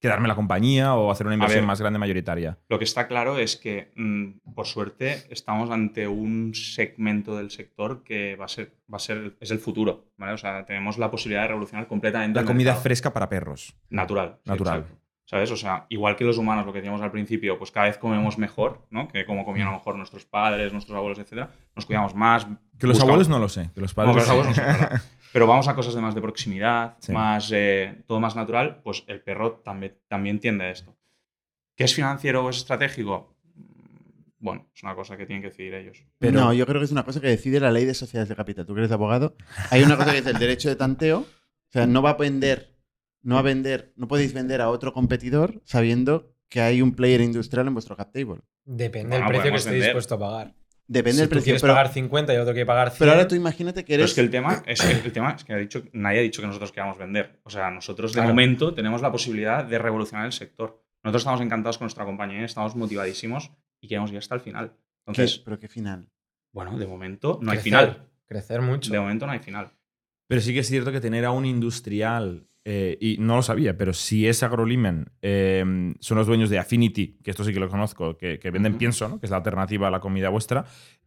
Speaker 5: quedarme en la compañía o hacer una inversión
Speaker 4: ver.
Speaker 5: más grande mayoritaria.
Speaker 4: Lo que está claro es que, mm, por suerte, estamos ante un segmento del sector que va a ser, va a ser es el futuro. ¿vale? O sea, tenemos la posibilidad de revolucionar completamente.
Speaker 5: La
Speaker 4: el
Speaker 5: comida
Speaker 4: mercado.
Speaker 5: fresca para perros.
Speaker 4: Natural. sí,
Speaker 5: Natural.
Speaker 4: exacto. ¿Sabes? O sea, igual que los humanos, lo que decíamos al principio, pues cada vez comemos mejor, ¿no? Que como comían a lo mejor nuestros padres, nuestros abuelos, etcétera, nos cuidamos más.
Speaker 5: Que los
Speaker 4: buscamos-
Speaker 5: abuelos no lo sé, que los padres...
Speaker 4: No, que los abuelos
Speaker 5: sí.
Speaker 4: no son, ¿verdad? Pero vamos a cosas de más de proximidad,
Speaker 5: Sí.
Speaker 4: más eh, todo más natural, pues el perro también, también tiende a esto. ¿Qué es financiero o es estratégico? Mm, Bueno, es una cosa que tienen que decidir ellos.
Speaker 5: Pero-
Speaker 1: No, yo creo que es una cosa que decide la ley de sociedades de capital. Tú que eres abogado, hay una cosa que dice el derecho de tanteo. O sea, no va a vender, no va a vender, no podéis vender a otro competidor sabiendo que hay un player industrial en vuestro cap table.
Speaker 6: Depende
Speaker 4: Bueno,
Speaker 6: del precio que
Speaker 4: podemos
Speaker 6: esté
Speaker 4: vender.
Speaker 6: dispuesto a pagar.
Speaker 1: Depende
Speaker 6: si
Speaker 1: del
Speaker 6: tú
Speaker 1: precio.
Speaker 6: quieres
Speaker 1: Pero,
Speaker 6: pagar 50 y otro quiere pagar 100.
Speaker 1: pero ahora tú imagínate que
Speaker 4: Pero
Speaker 1: eres.
Speaker 4: es que el tema es que, el tema es que ha dicho, nadie ha dicho que nosotros queramos vender. O sea, nosotros de
Speaker 6: Claro.
Speaker 4: momento tenemos la posibilidad de revolucionar el sector. Nosotros estamos encantados con nuestra compañía, estamos motivadísimos y queremos ir hasta el final.
Speaker 1: ¿Qué?
Speaker 4: Entonces,
Speaker 1: Pero qué final.
Speaker 4: bueno, de momento no hay
Speaker 6: Crecer,
Speaker 4: final.
Speaker 6: Crecer mucho.
Speaker 4: De momento no hay final.
Speaker 5: Pero sí que es cierto que tener a un industrial, eh, y no lo sabía, pero si es Agrolimen, eh, son los dueños de Affinity, que esto sí que lo conozco, que, que venden
Speaker 4: Ujú.
Speaker 5: pienso, ¿no? que es la alternativa a la comida vuestra.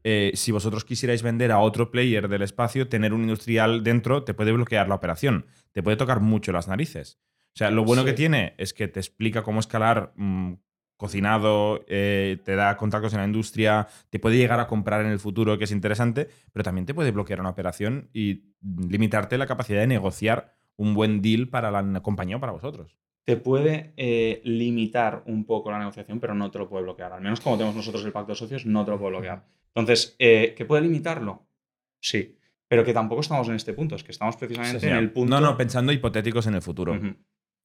Speaker 5: eh, si vosotros quisierais vender a otro player del espacio, tener un industrial dentro te puede bloquear la operación, te puede tocar mucho las narices. O sea, lo bueno
Speaker 6: Sí.
Speaker 5: que tiene es que te explica cómo escalar mm, cocinado, eh, te da contactos en la industria, te puede llegar a comprar en el futuro, que es interesante, pero también te puede bloquear una operación y limitarte la capacidad de negociar un buen deal para la compañía o para vosotros.
Speaker 4: te puede eh, limitar un poco la negociación, pero no te lo puede bloquear. Al menos como tenemos nosotros el pacto de socios, no te lo puede bloquear. Entonces, eh, ¿que puede limitarlo? Sí. Pero que tampoco estamos en este punto, es que estamos precisamente
Speaker 6: Sí,
Speaker 4: en
Speaker 6: señor.
Speaker 4: el punto.
Speaker 5: No, no, pensando hipotéticos en el futuro.
Speaker 4: Ujú.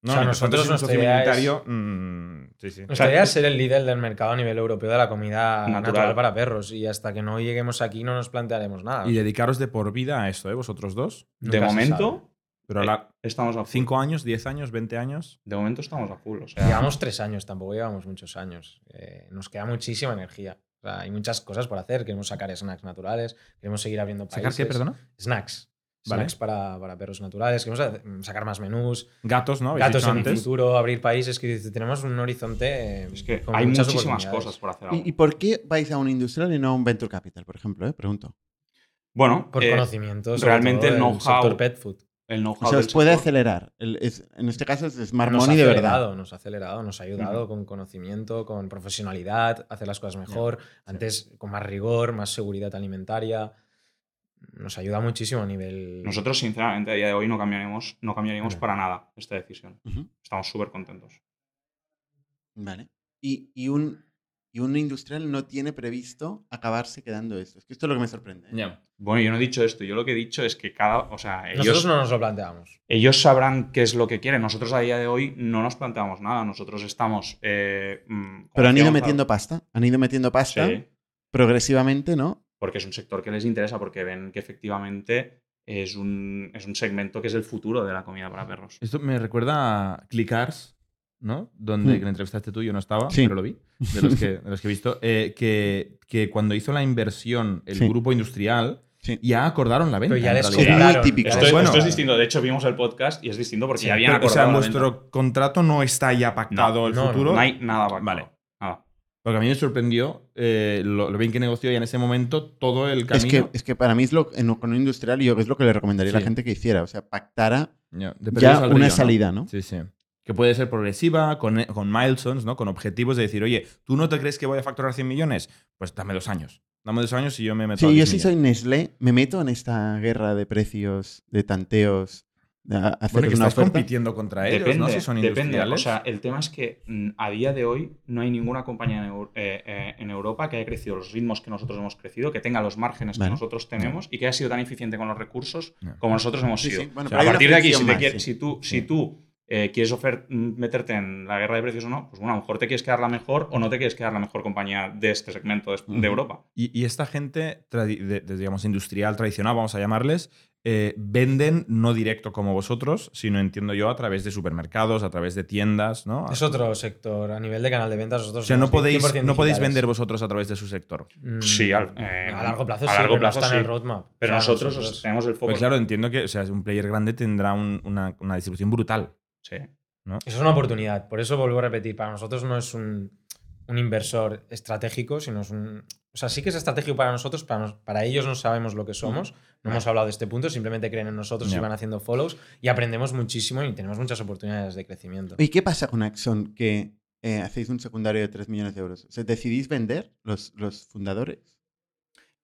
Speaker 5: No,
Speaker 6: O sea,
Speaker 5: no,
Speaker 6: nosotros
Speaker 5: es un
Speaker 6: nuestra
Speaker 5: socio
Speaker 6: idea
Speaker 5: minoritario, mm, sí, sí.
Speaker 6: Nuestra idea es ser el líder del mercado a nivel europeo de la comida
Speaker 4: Natural.
Speaker 6: natural, para perros. Y hasta que no lleguemos aquí no nos plantearemos nada.
Speaker 5: Y dedicaros de por vida a esto, ¿eh? Vosotros dos.
Speaker 6: Nunca
Speaker 4: De
Speaker 6: se
Speaker 4: momento,
Speaker 5: Pero ahora,
Speaker 4: estamos a full.
Speaker 5: ¿cinco años, diez años, veinte años?
Speaker 4: De momento estamos a full. O sea,
Speaker 6: sabe. Llevamos tres años, tampoco llevamos muchos años. Eh, nos queda muchísima energía. O sea, hay muchas cosas por hacer. Queremos sacar snacks naturales, queremos seguir abriendo
Speaker 5: ¿Sacar
Speaker 6: países.
Speaker 5: qué, perdona?
Speaker 6: Snacks.
Speaker 5: Vale.
Speaker 6: Snacks para, para perros naturales. Queremos hacer- mm, sacar más menús,
Speaker 5: Gatos, ¿no? Habéis
Speaker 6: gatos
Speaker 5: dicho
Speaker 6: en el
Speaker 5: antes.
Speaker 6: futuro, abrir países. Que dice, tenemos un horizonte. eh,
Speaker 4: es que
Speaker 6: con
Speaker 4: hay
Speaker 6: muchas
Speaker 4: muchísimas
Speaker 6: oportunidades.
Speaker 4: cosas por hacer aún.
Speaker 1: ¿Y, y por qué vais a un industrial y no a un venture capital, por ejemplo? eh? Pregunto.
Speaker 4: Bueno,
Speaker 6: Por
Speaker 4: eh,
Speaker 6: conocimiento. sobre
Speaker 4: realmente
Speaker 6: todo
Speaker 4: el
Speaker 6: del
Speaker 4: know-how
Speaker 6: sector pet food.
Speaker 4: el know-how.
Speaker 1: O sea,
Speaker 4: del
Speaker 1: os puede
Speaker 4: sector.
Speaker 1: acelerar. El- es- en este caso es Smart
Speaker 6: nos ha
Speaker 1: Money de verdad.
Speaker 6: acelerado, Nos ha acelerado, nos ha ayudado con conocimiento, con profesionalidad, hacer las cosas mejor, antes con más rigor, más seguridad alimentaria. Nos ayuda muchísimo a nivel.
Speaker 4: Nosotros, sinceramente, a día de hoy no cambiaremos, no cambiaríamos
Speaker 6: Ujú.
Speaker 4: para nada esta decisión.
Speaker 1: Ujú.
Speaker 4: Estamos súper contentos.
Speaker 1: Vale. Y, y un, y un industrial no tiene previsto acabarse quedando esto. Es que esto es lo que me sorprende. ¿eh?
Speaker 4: Bueno, yo no he dicho esto. Yo lo que he dicho es que cada. O sea, ellos.
Speaker 6: Nosotros no nos lo planteamos.
Speaker 4: ellos sabrán qué es lo que quieren. Nosotros a día de hoy no nos planteamos nada. Nosotros estamos. eh, mm, como
Speaker 1: Pero han ido
Speaker 4: decíamos,
Speaker 1: metiendo pasta. Han ido metiendo pasta
Speaker 4: Sí,
Speaker 1: progresivamente, ¿no?
Speaker 4: porque es un sector que les interesa, porque ven que efectivamente es un, es un segmento que es el futuro de la comida para perros.
Speaker 5: Esto me recuerda a Clickars, ¿no? Donde
Speaker 1: Mm.
Speaker 5: que le entrevistaste tú, yo no estaba,
Speaker 1: Sí.
Speaker 5: pero lo vi, de los que, de los que he visto, eh, que, que cuando hizo la inversión el
Speaker 1: Sí.
Speaker 5: grupo industrial,
Speaker 1: Sí.
Speaker 5: ya acordaron la venta.
Speaker 6: Pero ya
Speaker 5: en
Speaker 6: les
Speaker 5: realidad.
Speaker 1: compraron.
Speaker 6: compraron.
Speaker 1: Muy típico.
Speaker 6: ya
Speaker 4: Esto,
Speaker 6: les
Speaker 4: es-
Speaker 5: bueno.
Speaker 4: esto es
Speaker 6: compraron.
Speaker 4: distinto. De hecho, vimos el podcast y es distinto porque
Speaker 6: Sí,
Speaker 4: ya habían
Speaker 5: Pero, o sea,
Speaker 4: acordado la venta.
Speaker 5: vuestro contrato no está ya pactado
Speaker 4: No,
Speaker 5: el
Speaker 6: no,
Speaker 5: futuro.
Speaker 4: No hay nada pactado.
Speaker 5: Vale.
Speaker 4: Nada.
Speaker 5: Porque a mí me sorprendió eh, lo, lo bien que negoció ya en ese momento todo el
Speaker 1: Es
Speaker 5: camino.
Speaker 1: que, es que para mí es lo, en economía industrial yo es lo que le recomendaría a
Speaker 5: Sí.
Speaker 1: la gente que hiciera. O sea, pactara
Speaker 5: Ya, de perdidos
Speaker 1: ya
Speaker 5: al
Speaker 1: una
Speaker 5: río, ¿no?
Speaker 1: salida, ¿no?
Speaker 5: Sí, sí. Que puede ser progresiva, con, eh, con milestones, ¿no? Con objetivos de decir, oye, ¿tú no te crees que voy a facturar 100 millones? Pues dame dos años. Dame dos años y yo me meto a
Speaker 1: Sí, yo
Speaker 5: 10
Speaker 1: sí
Speaker 5: millones.
Speaker 1: soy Nestlé, me meto en esta guerra de precios, de tanteos, de a- hacer
Speaker 5: Bueno, que
Speaker 1: una
Speaker 5: estás
Speaker 1: oferta.
Speaker 5: compitiendo contra ellos, ¿no? Si son
Speaker 4: depende.
Speaker 5: industriales.
Speaker 4: O sea, el tema es que mm, a día de hoy no hay ninguna compañía en, Eu- eh, eh, en Europa que haya crecido los ritmos que nosotros hemos crecido, que tenga los márgenes
Speaker 1: Vale.
Speaker 4: que nosotros tenemos y que haya sido tan eficiente con los recursos
Speaker 5: No.
Speaker 4: como nosotros hemos
Speaker 1: Sí, sí.
Speaker 4: sido.
Speaker 1: Bueno,
Speaker 5: O
Speaker 1: pero
Speaker 5: sea, a
Speaker 1: hay
Speaker 4: a
Speaker 1: una
Speaker 4: partir de aquí, si,
Speaker 1: fricción
Speaker 4: te
Speaker 1: más,
Speaker 4: quieres-
Speaker 1: sí.
Speaker 4: si tú,
Speaker 1: Sí.
Speaker 4: si tú eh, quieres ofer- m- meterte en la guerra de precios o no, pues bueno, a lo mejor te quieres quedar la mejor o no te quieres quedar la mejor compañía de este segmento de, de
Speaker 1: Ujú.
Speaker 4: Europa.
Speaker 5: Y, y esta gente, tradi- de- de, digamos, industrial, tradicional, vamos a llamarles, eh, venden no directo como vosotros, sino entiendo yo a través de supermercados, a través de tiendas, ¿no?
Speaker 6: Es otro sector. A nivel de canal de ventas, nosotros
Speaker 5: o sea, no
Speaker 6: somos
Speaker 5: podéis,
Speaker 6: 100%
Speaker 5: no podéis
Speaker 6: digitales.
Speaker 5: vender vosotros a través de su sector.
Speaker 6: Mm,
Speaker 4: Sí, al- eh,
Speaker 6: a largo plazo
Speaker 4: a
Speaker 6: sí,
Speaker 4: largo
Speaker 6: pero no
Speaker 4: plazo
Speaker 6: está en el
Speaker 4: sí.
Speaker 6: roadmap.
Speaker 4: Pero
Speaker 6: O sea,
Speaker 4: nosotros, o sea, tenemos el foco.
Speaker 5: Pues claro, entiendo que o sea, un player grande tendrá un- una, una distribución brutal.
Speaker 4: Sí.
Speaker 6: Eso es una oportunidad. Por eso vuelvo a repetir, para nosotros no es un, un inversor estratégico, sino es un... O sea, sí que es estratégico para nosotros, para, nos- para ellos no sabemos lo que somos, no hemos hablado de este punto, simplemente creen en nosotros
Speaker 5: Ya.
Speaker 6: y van haciendo follows y aprendemos muchísimo y tenemos muchas oportunidades de crecimiento.
Speaker 1: ¿Y qué pasa con Axon que eh, hacéis un secundario de 3 millones de euros? O sea, ¿Decidís vender los, los fundadores?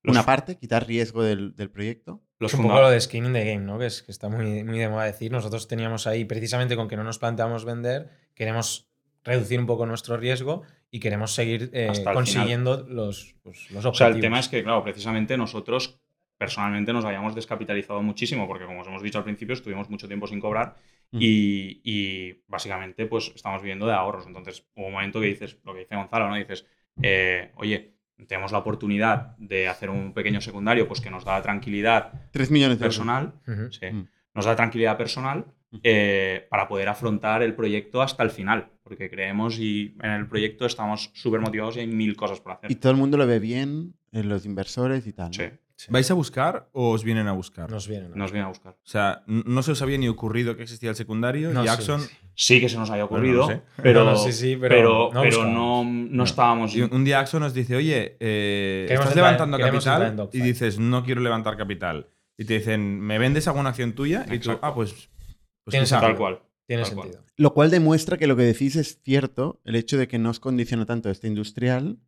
Speaker 4: Los-
Speaker 1: Una parte, quitar riesgo del, del proyecto.
Speaker 4: Los
Speaker 6: Es un poco lo
Speaker 4: fundadores.
Speaker 6: de skin in the game, ¿no? Que, es, que está muy, muy de moda decir. Nosotros teníamos ahí, precisamente con que no nos planteamos vender, queremos reducir un poco nuestro riesgo y queremos seguir eh,
Speaker 4: Hasta el
Speaker 6: consiguiendo los, pues, los objetivos.
Speaker 4: O sea, el tema es que, claro, precisamente nosotros personalmente nos habíamos descapitalizado muchísimo porque, como os hemos dicho al principio, estuvimos mucho tiempo sin cobrar y, y básicamente pues estamos viviendo de ahorros. Entonces, hubo un momento que dices, lo que dice Gonzalo, ¿no? Dices, eh, oye, tenemos la oportunidad de hacer un pequeño secundario pues que nos da tranquilidad
Speaker 1: 3 millones de
Speaker 4: personal,
Speaker 6: Ujú.
Speaker 4: sí,
Speaker 1: Mm.
Speaker 4: nos da tranquilidad personal
Speaker 1: Ujú.
Speaker 4: eh, para poder afrontar el proyecto hasta el final, porque creemos y en el proyecto estamos súper motivados y hay mil cosas por
Speaker 5: eh.
Speaker 4: hacer.
Speaker 1: euros. Y todo el mundo lo ve bien, eh, los inversores y tal. ¿no?
Speaker 4: Sí,
Speaker 5: ¿Vais a buscar o os vienen a buscar?
Speaker 6: Nos viene, ¿no?
Speaker 4: nos viene a buscar.
Speaker 5: O sea, n- no se os había ni ocurrido que existía el secundario
Speaker 6: No,
Speaker 5: y
Speaker 6: sí,
Speaker 5: Axon.
Speaker 6: sí.
Speaker 4: sí que se nos había
Speaker 5: Bueno, no
Speaker 4: ocurrido,
Speaker 5: sé.
Speaker 4: pero,
Speaker 6: No, no, sí, sí, pero
Speaker 4: pero, pero
Speaker 6: no
Speaker 4: no,
Speaker 6: buscábamos.
Speaker 4: no, estábamos.
Speaker 5: y un- un día Axon nos dice, oye, eh,
Speaker 6: Queremos
Speaker 5: estás
Speaker 6: entrar en-
Speaker 5: levantando
Speaker 6: queremos entrar en
Speaker 5: capital
Speaker 6: Dogfight.
Speaker 5: y dices, no quiero levantar capital. Y te dicen, ¿me vendes alguna acción tuya? Y tú,
Speaker 4: Exacto.
Speaker 5: ah, pues. pues
Speaker 6: Tienes
Speaker 5: quizá".
Speaker 4: tal cual.
Speaker 6: Tiene
Speaker 4: Tal cual.
Speaker 6: sentido.
Speaker 1: Lo cual demuestra que lo que decís es cierto, el hecho de que no os condiciona tanto este industrial,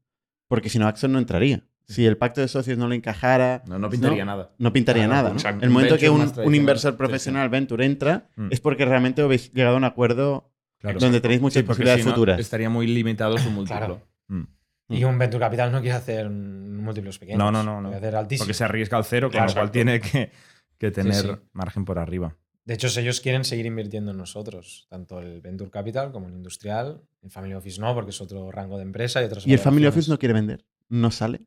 Speaker 1: porque si no Axon no entraría. Si el pacto de socios no le encajara,
Speaker 5: No, no pintaría
Speaker 1: no,
Speaker 5: nada.
Speaker 1: no pintaría
Speaker 5: Ah,
Speaker 1: nada. ¿no?
Speaker 4: exacto.
Speaker 1: El momento
Speaker 5: Venture
Speaker 1: que
Speaker 5: más
Speaker 1: un, un
Speaker 5: tradicional. Sí,
Speaker 1: inventor
Speaker 5: sí.
Speaker 1: profesional venture entra
Speaker 5: Mm.
Speaker 1: es porque realmente habéis llegado a un acuerdo
Speaker 5: Claro.
Speaker 1: donde tenéis muchas
Speaker 5: Sí, porque
Speaker 1: posibilidades
Speaker 5: si no,
Speaker 1: futuras.
Speaker 5: estaría muy limitado su múltiplo.
Speaker 6: Claro.
Speaker 5: Mm.
Speaker 6: Y un Venture Capital no quiere hacer un- múltiplos pequeños.
Speaker 5: No, no, no, no.
Speaker 6: Quiere hacer altísimos.
Speaker 5: Porque se arriesga al cero, con
Speaker 4: Claro,
Speaker 5: lo cual
Speaker 4: exacto.
Speaker 5: tiene que, que tener
Speaker 6: sí.
Speaker 5: margen por arriba.
Speaker 6: De hecho, ellos quieren seguir invirtiendo en nosotros, tanto el Venture Capital como el Industrial. El Family Office no, porque es otro rango de empresa y otras
Speaker 1: Y el Family Office
Speaker 6: valoraciones.
Speaker 1: no quiere vender, no sale.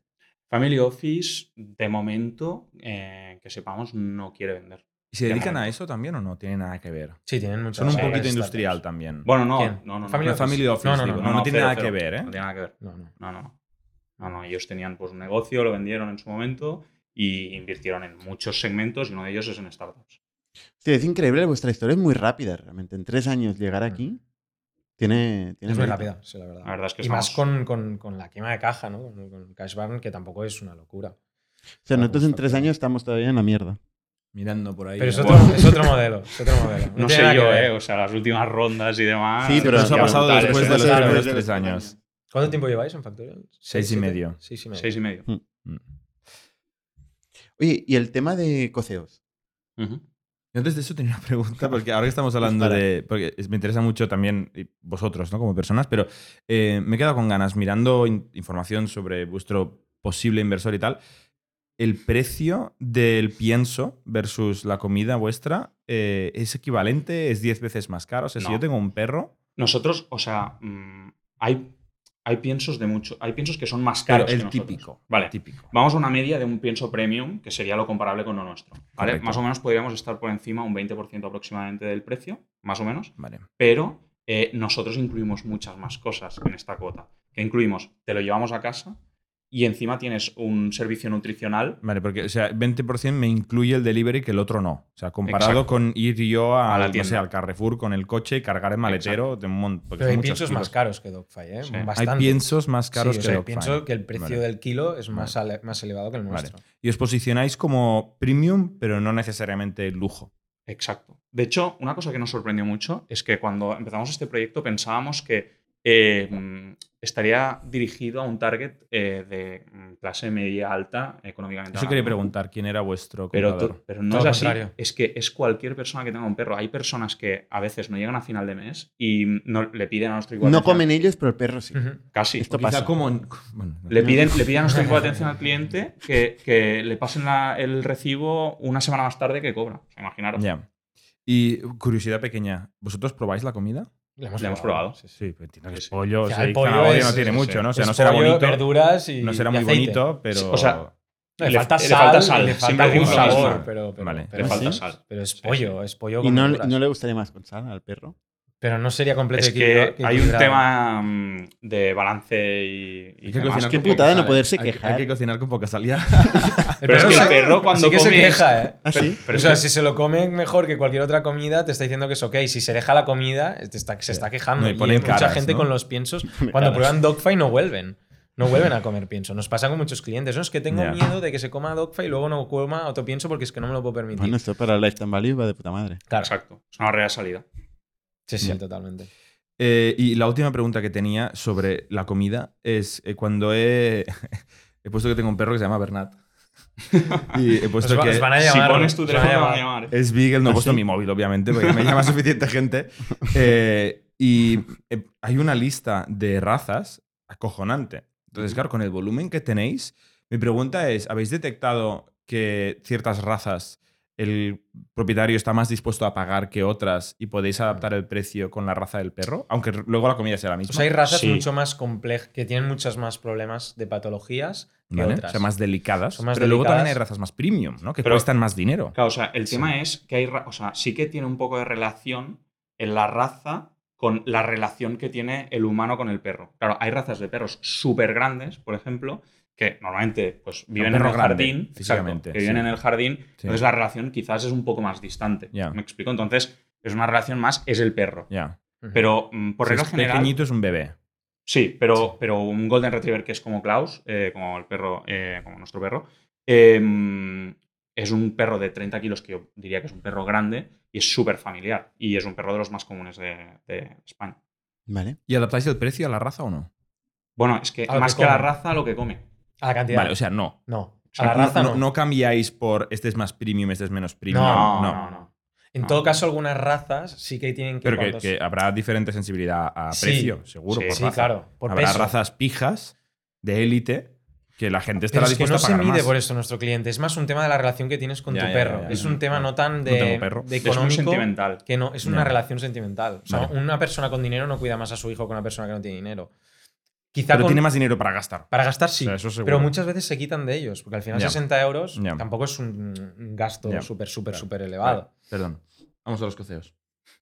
Speaker 4: Family Office, de momento, eh, que sepamos, no quiere vender.
Speaker 5: ¿Y se
Speaker 4: De
Speaker 5: dedican a
Speaker 4: momento.
Speaker 5: eso también o no? Tiene nada que ver.
Speaker 6: Sí, tienen muchas
Speaker 5: Son un
Speaker 4: Sí,
Speaker 5: poquito
Speaker 6: startups.
Speaker 5: industrial también.
Speaker 4: Bueno, no,
Speaker 6: ¿Quién?
Speaker 4: no, no, no.
Speaker 6: Family
Speaker 5: no,
Speaker 6: Office.
Speaker 5: Family Office,
Speaker 6: No, no,
Speaker 5: digo.
Speaker 6: no,
Speaker 5: No, no tiene
Speaker 4: cero,
Speaker 5: nada
Speaker 4: cero.
Speaker 5: que ver, ¿eh?
Speaker 4: No tiene nada que ver.
Speaker 6: No, no.
Speaker 4: No, no. No, no, ellos tenían pues un negocio, lo vendieron en su momento y invirtieron en muchos segmentos y uno de ellos es en startups.
Speaker 1: Sí, es increíble, vuestra historia es muy rápida realmente. En tres años llegar aquí tiene... tiene
Speaker 6: Mm. Es muy
Speaker 1: mérito.
Speaker 6: rápida, sí, la verdad.
Speaker 4: La verdad es que
Speaker 6: y más
Speaker 4: estamos-
Speaker 6: con, con- con la quema de caja, ¿no? Con, con el cash burn, que tampoco es una locura.
Speaker 1: O
Speaker 6: Ah,
Speaker 1: sea, nosotros en
Speaker 6: Está
Speaker 1: tres
Speaker 6: claro.
Speaker 1: años estamos todavía en la mierda.
Speaker 5: Mirando por ahí.
Speaker 6: Pero es
Speaker 5: ¿no?
Speaker 6: otro, es otro modelo, es otro modelo.
Speaker 4: No
Speaker 6: tiene nada
Speaker 4: sé
Speaker 6: que
Speaker 4: yo,
Speaker 6: ver.
Speaker 4: ¿eh? O sea, las últimas rondas y demás.
Speaker 1: Sí, pero
Speaker 5: eso ha
Speaker 1: ya,
Speaker 5: pasado
Speaker 4: brutales,
Speaker 5: después de
Speaker 4: ¿eh?
Speaker 5: los
Speaker 1: Claro,
Speaker 5: primeros
Speaker 1: desde
Speaker 5: tres
Speaker 1: los primeros
Speaker 5: años.
Speaker 1: años.
Speaker 6: ¿Cuánto tiempo lleváis en Factorial?
Speaker 5: Seis y
Speaker 6: siete?
Speaker 5: medio.
Speaker 6: Seis y medio.
Speaker 4: Seis y medio.
Speaker 5: Mm.
Speaker 1: Oye, y el tema de coceos.
Speaker 4: Ujú.
Speaker 5: Yo Antes de eso tenía una pregunta, porque ahora que estamos hablando
Speaker 1: Dispara.
Speaker 5: de... Porque es- me interesa mucho también y vosotros, ¿no? Como personas, pero eh, me he quedado con ganas mirando in- información sobre vuestro posible inversor y tal. ¿El precio del pienso versus la comida vuestra eh, es equivalente? ¿Es 10 veces más caro? O sea, si
Speaker 4: No.
Speaker 5: yo tengo un perro...
Speaker 4: Nosotros, o sea, mm, hay, hay piensos de mucho, hay piensos que son más
Speaker 5: Claro,
Speaker 4: caros. que
Speaker 5: el
Speaker 4: nosotros.
Speaker 5: típico.
Speaker 4: Vale.
Speaker 5: Típico.
Speaker 4: Vamos a una media de un pienso premium, que sería lo comparable con lo nuestro. ¿vale?
Speaker 5: Correcto.
Speaker 4: Más o menos podríamos estar por encima un 20% aproximadamente del precio, más o menos,
Speaker 5: Vale.
Speaker 4: pero eh, nosotros incluimos muchas más cosas en esta cuota. Que incluimos, te lo llevamos a casa, y encima tienes un servicio nutricional
Speaker 5: Vale, porque o sea, 20% me incluye el delivery que el otro no. O sea, comparado
Speaker 4: Exacto.
Speaker 5: con ir yo
Speaker 4: A
Speaker 5: al,
Speaker 4: la
Speaker 5: no
Speaker 4: tienda.
Speaker 5: sé, al Carrefour con el coche y cargar el maletero de un montón. porque
Speaker 6: Pero hay
Speaker 5: son muchos
Speaker 6: piensos más
Speaker 5: kilos.
Speaker 6: caros que DocFi, ¿eh?
Speaker 4: Sí. Hay
Speaker 6: Bastante.
Speaker 5: Hay piensos más
Speaker 6: Sí,
Speaker 5: caros
Speaker 6: o
Speaker 5: que
Speaker 6: sea,
Speaker 5: Dogfight.
Speaker 6: pienso que el precio
Speaker 5: Vale.
Speaker 6: del kilo es más, ale- más elevado que el
Speaker 5: Vale.
Speaker 6: nuestro.
Speaker 5: Y os posicionáis como premium, pero no necesariamente lujo.
Speaker 4: Exacto. De hecho, una cosa que nos sorprendió mucho es que cuando empezamos este proyecto pensábamos que eh, mm, estaría dirigido a un target eh, de mm, clase media alta económicamente.
Speaker 5: Eso quería
Speaker 4: hablando.
Speaker 5: preguntar, ¿quién era vuestro
Speaker 4: Pero,
Speaker 5: comprador?
Speaker 4: to- pero no
Speaker 6: Todo
Speaker 4: es
Speaker 6: lo
Speaker 4: así.
Speaker 6: contrario.
Speaker 4: Es que es cualquier persona que tenga un perro. Hay personas que a veces no llegan a final de mes y mm, no, le piden a nuestro equipo de
Speaker 1: No
Speaker 4: atención-
Speaker 1: comen ellos, pero el perro sí.
Speaker 6: Ujú.
Speaker 4: Casi.
Speaker 1: Esto
Speaker 5: O quizá
Speaker 1: pasa.
Speaker 5: como... bueno, no.
Speaker 4: Le piden, le piden a nuestro equipo de atención al cliente que, que le pasen la- el recibo una semana más tarde que cobra. O sea, imaginaros.
Speaker 5: Ya. Y curiosidad pequeña, ¿vosotros probáis la comida?
Speaker 6: Lo
Speaker 4: Le hemos probado.
Speaker 5: Sí, sí, pero entiendo que es
Speaker 4: Sí, pues, sí.
Speaker 5: pollo, o
Speaker 6: O sea,
Speaker 5: sea,
Speaker 6: el
Speaker 5: y
Speaker 6: pollo
Speaker 5: zanahoria
Speaker 6: es-
Speaker 5: no tiene
Speaker 4: sí,
Speaker 5: mucho,
Speaker 4: sí.
Speaker 5: ¿no? O sea,
Speaker 6: Es
Speaker 5: no será
Speaker 6: pollo,
Speaker 5: bonito,
Speaker 6: verduras y
Speaker 5: no será
Speaker 6: y
Speaker 5: muy
Speaker 6: aceite.
Speaker 5: bonito, pero...
Speaker 4: O sea,
Speaker 6: No, le,
Speaker 4: Le-
Speaker 6: falta
Speaker 4: le
Speaker 6: sal,
Speaker 4: falta sal,
Speaker 6: le
Speaker 4: siempre
Speaker 6: falta algún
Speaker 5: decimos lo mismo.
Speaker 6: sabor, pero, pero-
Speaker 5: Vale.
Speaker 6: pero
Speaker 4: Le falta
Speaker 6: ¿Ah, sí,
Speaker 4: sal.
Speaker 6: Pero es pollo, es pollo
Speaker 1: ¿Y
Speaker 6: con
Speaker 1: no,
Speaker 6: verduras.
Speaker 1: no le gustaría más con sal al perro?
Speaker 6: Pero no sería completo
Speaker 4: Es que hay un tema mm, de balance y, y
Speaker 5: Hay que
Speaker 4: demás.
Speaker 5: cocinar
Speaker 1: qué
Speaker 5: con poca
Speaker 1: putada no
Speaker 5: sal, ¿eh?
Speaker 1: poderse
Speaker 5: Hay que-
Speaker 1: quejar.
Speaker 5: Hay que cocinar con poca sal ya.
Speaker 4: Pero es que el perro cuando
Speaker 6: sí que se
Speaker 4: come es-
Speaker 6: queja, ¿eh?
Speaker 1: ¿Ah, sí?
Speaker 4: Pero
Speaker 6: o
Speaker 4: es
Speaker 6: sea,
Speaker 4: que-
Speaker 6: si se lo come mejor que cualquier otra comida, te está diciendo que es ok. Si se deja la comida, te está- se está quejando.
Speaker 5: No, y
Speaker 6: y
Speaker 5: ponen
Speaker 6: hay mucha
Speaker 5: caras,
Speaker 6: gente
Speaker 5: ¿no?
Speaker 6: con los piensos, cuando prueban Dogfight, no vuelven. No vuelven a comer pienso. Nos pasa con muchos clientes. No, es que tengo
Speaker 5: Ya.
Speaker 6: miedo de que se coma Dogfight y luego no coma otro pienso porque es que no me lo puedo permitir.
Speaker 1: Bueno, esto para Lifetime Value va de puta madre.
Speaker 6: claro.
Speaker 4: Exacto. Es una barrera de salida.
Speaker 6: Sí, sí,
Speaker 5: Ya.
Speaker 6: totalmente.
Speaker 5: Eh, y la última pregunta que tenía sobre la comida es eh, cuando he, he puesto que tengo un perro que se llama Bernat. y he
Speaker 6: Os,
Speaker 5: puesto
Speaker 6: va-
Speaker 5: que
Speaker 6: os van a
Speaker 4: si
Speaker 6: llamar.
Speaker 4: pones tu
Speaker 6: os van a
Speaker 4: teléfono, van a
Speaker 6: llamar.
Speaker 4: llamar. ¿eh?
Speaker 5: es Beagle, no he
Speaker 1: ¿Ah,
Speaker 5: puesto
Speaker 1: sí?
Speaker 5: mi móvil, obviamente, porque me llama suficiente gente. Eh, y eh, hay una lista de razas acojonante. Entonces, claro, con el volumen que tenéis, mi pregunta es, ¿habéis detectado que ciertas razas el propietario está más dispuesto a pagar que otras y podéis adaptar el precio con la raza del perro? Aunque r- luego la comida sea la misma.
Speaker 6: O sea, hay razas
Speaker 4: Sí.
Speaker 6: mucho más complejas, que tienen muchos más problemas de patologías que
Speaker 5: ¿vale?
Speaker 6: otras.
Speaker 5: O sea, más delicadas.
Speaker 6: Son más
Speaker 5: pero luego también hay
Speaker 6: delicadas.
Speaker 5: razas más premium, ¿no? Que
Speaker 4: Pero-
Speaker 5: cuestan más dinero.
Speaker 4: Claro, o sea, el tema es que hay. ra- O sea, sí que tiene un poco de relación en la raza con la relación que tiene el humano con el perro. Claro, hay razas de perros súper grandes, por ejemplo, que normalmente pues, viven en
Speaker 5: perro
Speaker 4: el
Speaker 5: grande,
Speaker 4: jardín.
Speaker 5: físicamente,
Speaker 4: exacto, que viven
Speaker 5: sí.
Speaker 4: en el jardín. Entonces
Speaker 5: Sí.
Speaker 4: la relación quizás es un poco más distante.
Speaker 5: Ya.
Speaker 4: ¿Me explico? Entonces, es una relación más, es el perro.
Speaker 5: Ya.
Speaker 6: Ujú.
Speaker 4: Pero mm, por
Speaker 5: Si
Speaker 4: regla
Speaker 5: es
Speaker 4: general.
Speaker 5: pequeñito es un bebé.
Speaker 4: Sí, pero, pero un Golden Retriever que es como Klaus, eh, como el perro, eh, como nuestro perro, eh, es un perro de 30 kilos que yo diría que es un perro grande y es súper familiar. Y es un perro de los más comunes de, de España.
Speaker 1: Vale.
Speaker 5: ¿Y adaptáis el precio a la raza o no?
Speaker 4: Bueno, es que
Speaker 6: A lo
Speaker 4: más
Speaker 6: que
Speaker 4: que a la
Speaker 6: come.
Speaker 4: raza, lo que come.
Speaker 6: A la cantidad.
Speaker 5: Vale, o sea, no.
Speaker 6: no.
Speaker 5: O
Speaker 6: A la
Speaker 5: sea,
Speaker 6: raza
Speaker 5: no,
Speaker 6: no.
Speaker 5: no- no cambiáis por este es más premium, este es menos premium.
Speaker 6: No, En
Speaker 4: no.
Speaker 6: todo caso, algunas razas sí que tienen que.
Speaker 5: ah. Pero que,
Speaker 6: cuando-
Speaker 5: que habrá diferente sensibilidad a
Speaker 6: Sí.
Speaker 5: precio, seguro.
Speaker 4: Sí.
Speaker 5: por
Speaker 6: Sí,
Speaker 5: raza.
Speaker 6: claro. Por
Speaker 5: habrá
Speaker 6: peso.
Speaker 5: razas pijas de élite que la gente
Speaker 6: Pero
Speaker 5: estará
Speaker 6: es que
Speaker 5: dispuesta
Speaker 6: no
Speaker 5: a
Speaker 6: se
Speaker 5: pagar
Speaker 6: mide
Speaker 5: más.
Speaker 6: por esto nuestro cliente. Es más un tema de la relación que tienes con
Speaker 5: Ya,
Speaker 6: tu
Speaker 5: ya,
Speaker 6: perro.
Speaker 5: ya, ya.
Speaker 6: es un tema no tan de,
Speaker 5: No tengo perro.
Speaker 6: de
Speaker 5: Es
Speaker 4: Es muy
Speaker 6: económico.
Speaker 4: sentimental.
Speaker 6: que no, es una
Speaker 5: Ya.
Speaker 6: relación sentimental. O sea,
Speaker 5: Vale.
Speaker 6: una persona con dinero no cuida más a su hijo que una persona que no tiene dinero. Quizá
Speaker 5: Pero
Speaker 6: con-
Speaker 5: tiene más dinero para gastar.
Speaker 6: para gastar sí.
Speaker 5: O sea, eso seguro.
Speaker 6: pero muchas veces se quitan de ellos. Porque al final
Speaker 5: Ya.
Speaker 6: 60 euros
Speaker 5: Ya.
Speaker 6: tampoco es un un gasto
Speaker 5: Ya.
Speaker 6: súper, súper,
Speaker 5: Claro.
Speaker 6: súper
Speaker 5: Vale,
Speaker 6: elevado.
Speaker 5: perdón. Vamos a los coceos.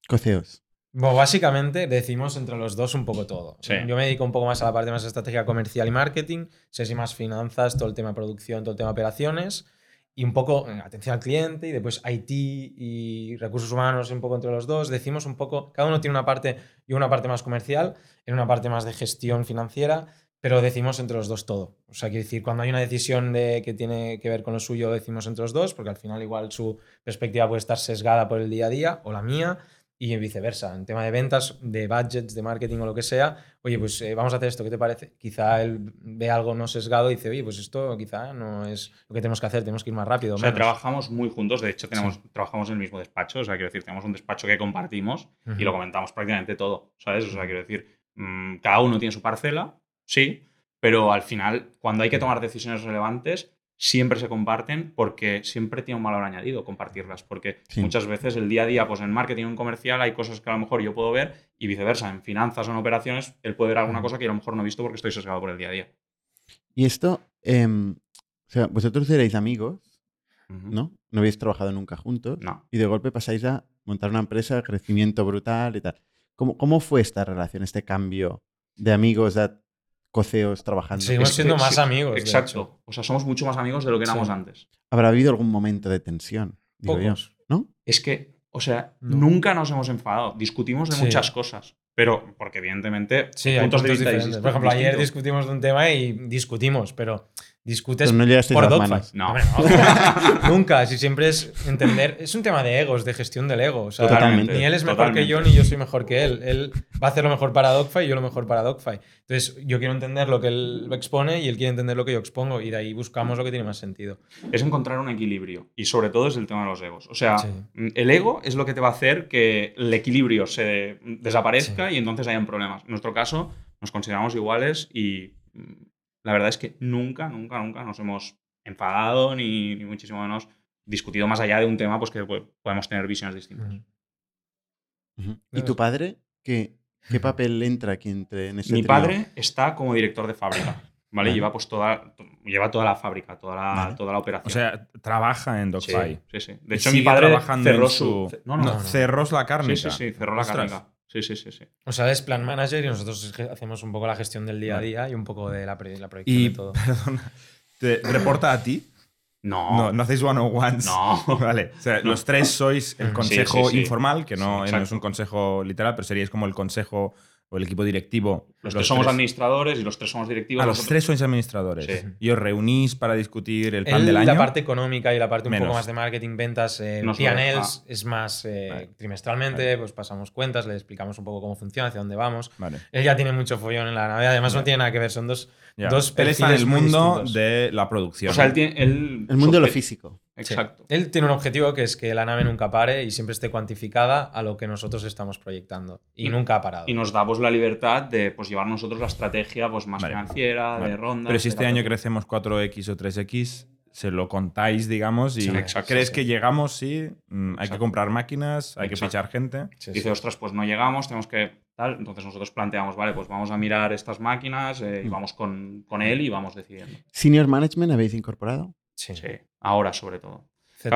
Speaker 1: Coceos.
Speaker 6: Bueno, básicamente decimos entre los dos un poco todo.
Speaker 4: Sí.
Speaker 6: Yo me dedico un poco más a la parte más estrategia comercial y marketing, Sergi más finanzas, todo el tema producción, todo el tema operaciones y un poco eh, atención al cliente y después IT y recursos humanos un poco entre los dos. Decimos un poco, cada uno tiene una parte, yo una parte más comercial, en una parte más de gestión financiera, pero decimos entre los dos todo. O sea, quiero decir, cuando hay una decisión de, que tiene que ver con lo suyo, decimos entre los dos, porque al final igual su perspectiva puede estar sesgada por el día a día o la mía y viceversa. En tema de ventas, de budgets, de marketing o lo que sea, oye, pues eh, vamos a hacer esto, ¿qué te parece? Quizá él ve algo no sesgado y dice, oye, pues esto quizá no es lo que tenemos que hacer, tenemos que ir más rápido.
Speaker 4: O sea,
Speaker 6: menos".
Speaker 4: trabajamos muy juntos. De hecho, tenemos, trabajamos en el mismo despacho. O sea, quiero decir, tenemos un despacho que compartimos
Speaker 6: Ujú.
Speaker 4: y lo comentamos prácticamente todo, ¿sabes? O sea, quiero decir, mm, cada uno tiene su parcela, sí, pero al final, cuando hay que tomar decisiones relevantes, siempre se comparten porque siempre tiene un valor añadido compartirlas, porque
Speaker 1: Sí.
Speaker 4: muchas veces el día a día, pues en marketing o en comercial hay cosas que a lo mejor yo puedo ver y viceversa, en finanzas o en operaciones, él puede ver alguna cosa que yo a lo mejor no he visto porque estoy sesgado por el día a día.
Speaker 1: Y esto, em, o sea, vosotros erais amigos,
Speaker 4: Ujú.
Speaker 1: ¿no? No habéis trabajado nunca juntos.
Speaker 4: No.
Speaker 1: Y de golpe pasáis a montar una empresa, crecimiento brutal y tal. ¿Cómo, cómo fue esta relación, este cambio de amigos a coceos trabajando.
Speaker 6: Seguimos
Speaker 4: Es
Speaker 6: siendo
Speaker 4: que-
Speaker 6: más
Speaker 4: sí,
Speaker 6: amigos. Pues, de hecho.
Speaker 4: Exacto. O sea, somos mucho más amigos de lo que éramos
Speaker 6: Sí.
Speaker 4: antes.
Speaker 1: Habrá habido algún momento de tensión, digo yo,
Speaker 6: Pocos.
Speaker 1: ¿no?
Speaker 4: Es que, o sea,
Speaker 6: No.
Speaker 4: nunca nos hemos enfadado. Discutimos de
Speaker 6: Sí.
Speaker 4: muchas cosas. Pero, porque evidentemente,
Speaker 6: Sí, hay puntos diferentes.
Speaker 4: distintos-
Speaker 6: Por ejemplo, ayer
Speaker 4: distintos.
Speaker 6: discutimos de un tema y discutimos, pero discutes
Speaker 1: Pero no llegasteis a
Speaker 6: por
Speaker 1: las
Speaker 6: Dogfight.
Speaker 1: manos.
Speaker 4: No.
Speaker 6: Hombre, no. Nunca, si siempre es entender. Es un tema de egos, de gestión del ego. O sea,
Speaker 1: Totalmente,
Speaker 6: Ni él es mejor que yo, ni yo soy mejor que él. Él va a hacer lo mejor para Dogfight y yo lo mejor para Dogfight. Entonces, yo quiero entender lo que él expone y él quiere entender lo que yo expongo. Y de ahí buscamos lo que tiene más sentido.
Speaker 4: es encontrar un equilibrio. Y sobre todo es el tema de los egos. O sea,
Speaker 6: Sí.
Speaker 4: mm, el ego es lo que te va a hacer que el equilibrio se mm, desaparezca y entonces hayan problemas. En nuestro caso, nos consideramos iguales y mm, la verdad es que nunca, nunca, nunca nos hemos enfadado ni, ni muchísimo menos discutido más allá de un tema pues que pues, podemos tener visiones distintas.
Speaker 1: Ujú. ¿Y
Speaker 6: Claro.
Speaker 1: tu padre? ¿Qué, qué papel entra aquí entre, en ese
Speaker 4: Mi
Speaker 1: trío?
Speaker 4: padre está como director de fábrica, ¿vale?
Speaker 1: Vale.
Speaker 4: Lleva pues toda, lleva toda la fábrica, toda la,
Speaker 1: Vale.
Speaker 4: toda la operación.
Speaker 5: O sea, trabaja en
Speaker 4: sí,
Speaker 5: Dogfight.
Speaker 4: sí, sí.
Speaker 5: Y
Speaker 4: De hecho,
Speaker 5: sigue
Speaker 4: mi padre
Speaker 5: trabajando
Speaker 4: cerró
Speaker 5: en su...
Speaker 4: su...
Speaker 5: No, Cerros la carne.
Speaker 4: Sí, sí, sí, cerró la
Speaker 5: Ostras.
Speaker 4: carga. Sí, sí, sí, sí.
Speaker 6: O sea, él es plan manager y nosotros es que hacemos un poco la gestión del día a
Speaker 5: Vale.
Speaker 6: día y un poco de la, pre- la proyección
Speaker 5: Y,
Speaker 6: de todo.
Speaker 5: perdona, ¿te reporta a ti? No,
Speaker 4: No, no.
Speaker 5: no hacéis one-on-ones. Vale, o sea,
Speaker 4: No.
Speaker 5: los tres sois el
Speaker 6: Sí,
Speaker 5: consejo
Speaker 4: sí, sí.
Speaker 5: informal, que
Speaker 4: Sí,
Speaker 5: no, no es
Speaker 4: exacto.
Speaker 5: un consejo literal, pero seríais como el consejo o el equipo directivo.
Speaker 4: Los, tres somos
Speaker 5: administradores.
Speaker 4: administradores y los tres somos directivos.
Speaker 5: A los
Speaker 4: nosotros-
Speaker 5: tres sois administradores.
Speaker 4: Sí.
Speaker 5: Y os reunís para discutir el plan
Speaker 6: Él,
Speaker 5: del año.
Speaker 6: La parte económica y la parte un
Speaker 5: Menos.
Speaker 6: poco más de marketing, ventas, eh,
Speaker 4: Nos lo
Speaker 6: P&Ls es más eh,
Speaker 5: Vale.
Speaker 6: trimestralmente,
Speaker 5: Vale.
Speaker 6: pues pasamos cuentas, le explicamos un poco cómo funciona, hacia dónde vamos.
Speaker 5: Vale.
Speaker 6: Él ya tiene mucho follón en la nave, además
Speaker 5: Ya.
Speaker 6: no tiene nada que ver, son dos.
Speaker 5: ya.
Speaker 6: Dos
Speaker 5: Él está en el
Speaker 6: perfiles muy
Speaker 5: mundo
Speaker 6: distintos.
Speaker 5: de la producción.
Speaker 4: O sea, él tiene. él-
Speaker 1: El mundo de lo
Speaker 4: su-
Speaker 1: físico.
Speaker 6: sí.
Speaker 4: Exacto.
Speaker 6: Él tiene un objetivo que es que la nave nunca pare y siempre esté cuantificada a lo que nosotros estamos proyectando. Y,
Speaker 4: Y-
Speaker 6: nunca ha parado.
Speaker 4: Y nos da pues, la libertad de pues, llevar nosotros la estrategia pues, más
Speaker 5: Vale.
Speaker 4: financiera,
Speaker 5: Vale.
Speaker 4: de ronda.
Speaker 5: Pero si este
Speaker 4: etcétera,
Speaker 5: año
Speaker 4: etcétera.
Speaker 5: crecemos 4X o 3X, se lo contáis, digamos, y
Speaker 6: Sí,
Speaker 4: exacto,
Speaker 5: crees
Speaker 6: sí,
Speaker 5: que
Speaker 6: sí.
Speaker 5: llegamos, sí, mm, hay que
Speaker 4: Exacto.
Speaker 5: comprar máquinas, hay que
Speaker 4: Exacto.
Speaker 5: fichar gente.
Speaker 6: Sí,
Speaker 4: Dice,
Speaker 6: sí.
Speaker 4: ostras, pues no llegamos, tenemos que. Tal. Entonces nosotros planteamos, vale, pues vamos a mirar estas máquinas eh, y
Speaker 1: Mm.
Speaker 4: vamos con, con él y vamos decidiendo.
Speaker 1: ¿Senior management habéis incorporado?
Speaker 6: Sí.
Speaker 4: Sí, ahora sobre todo.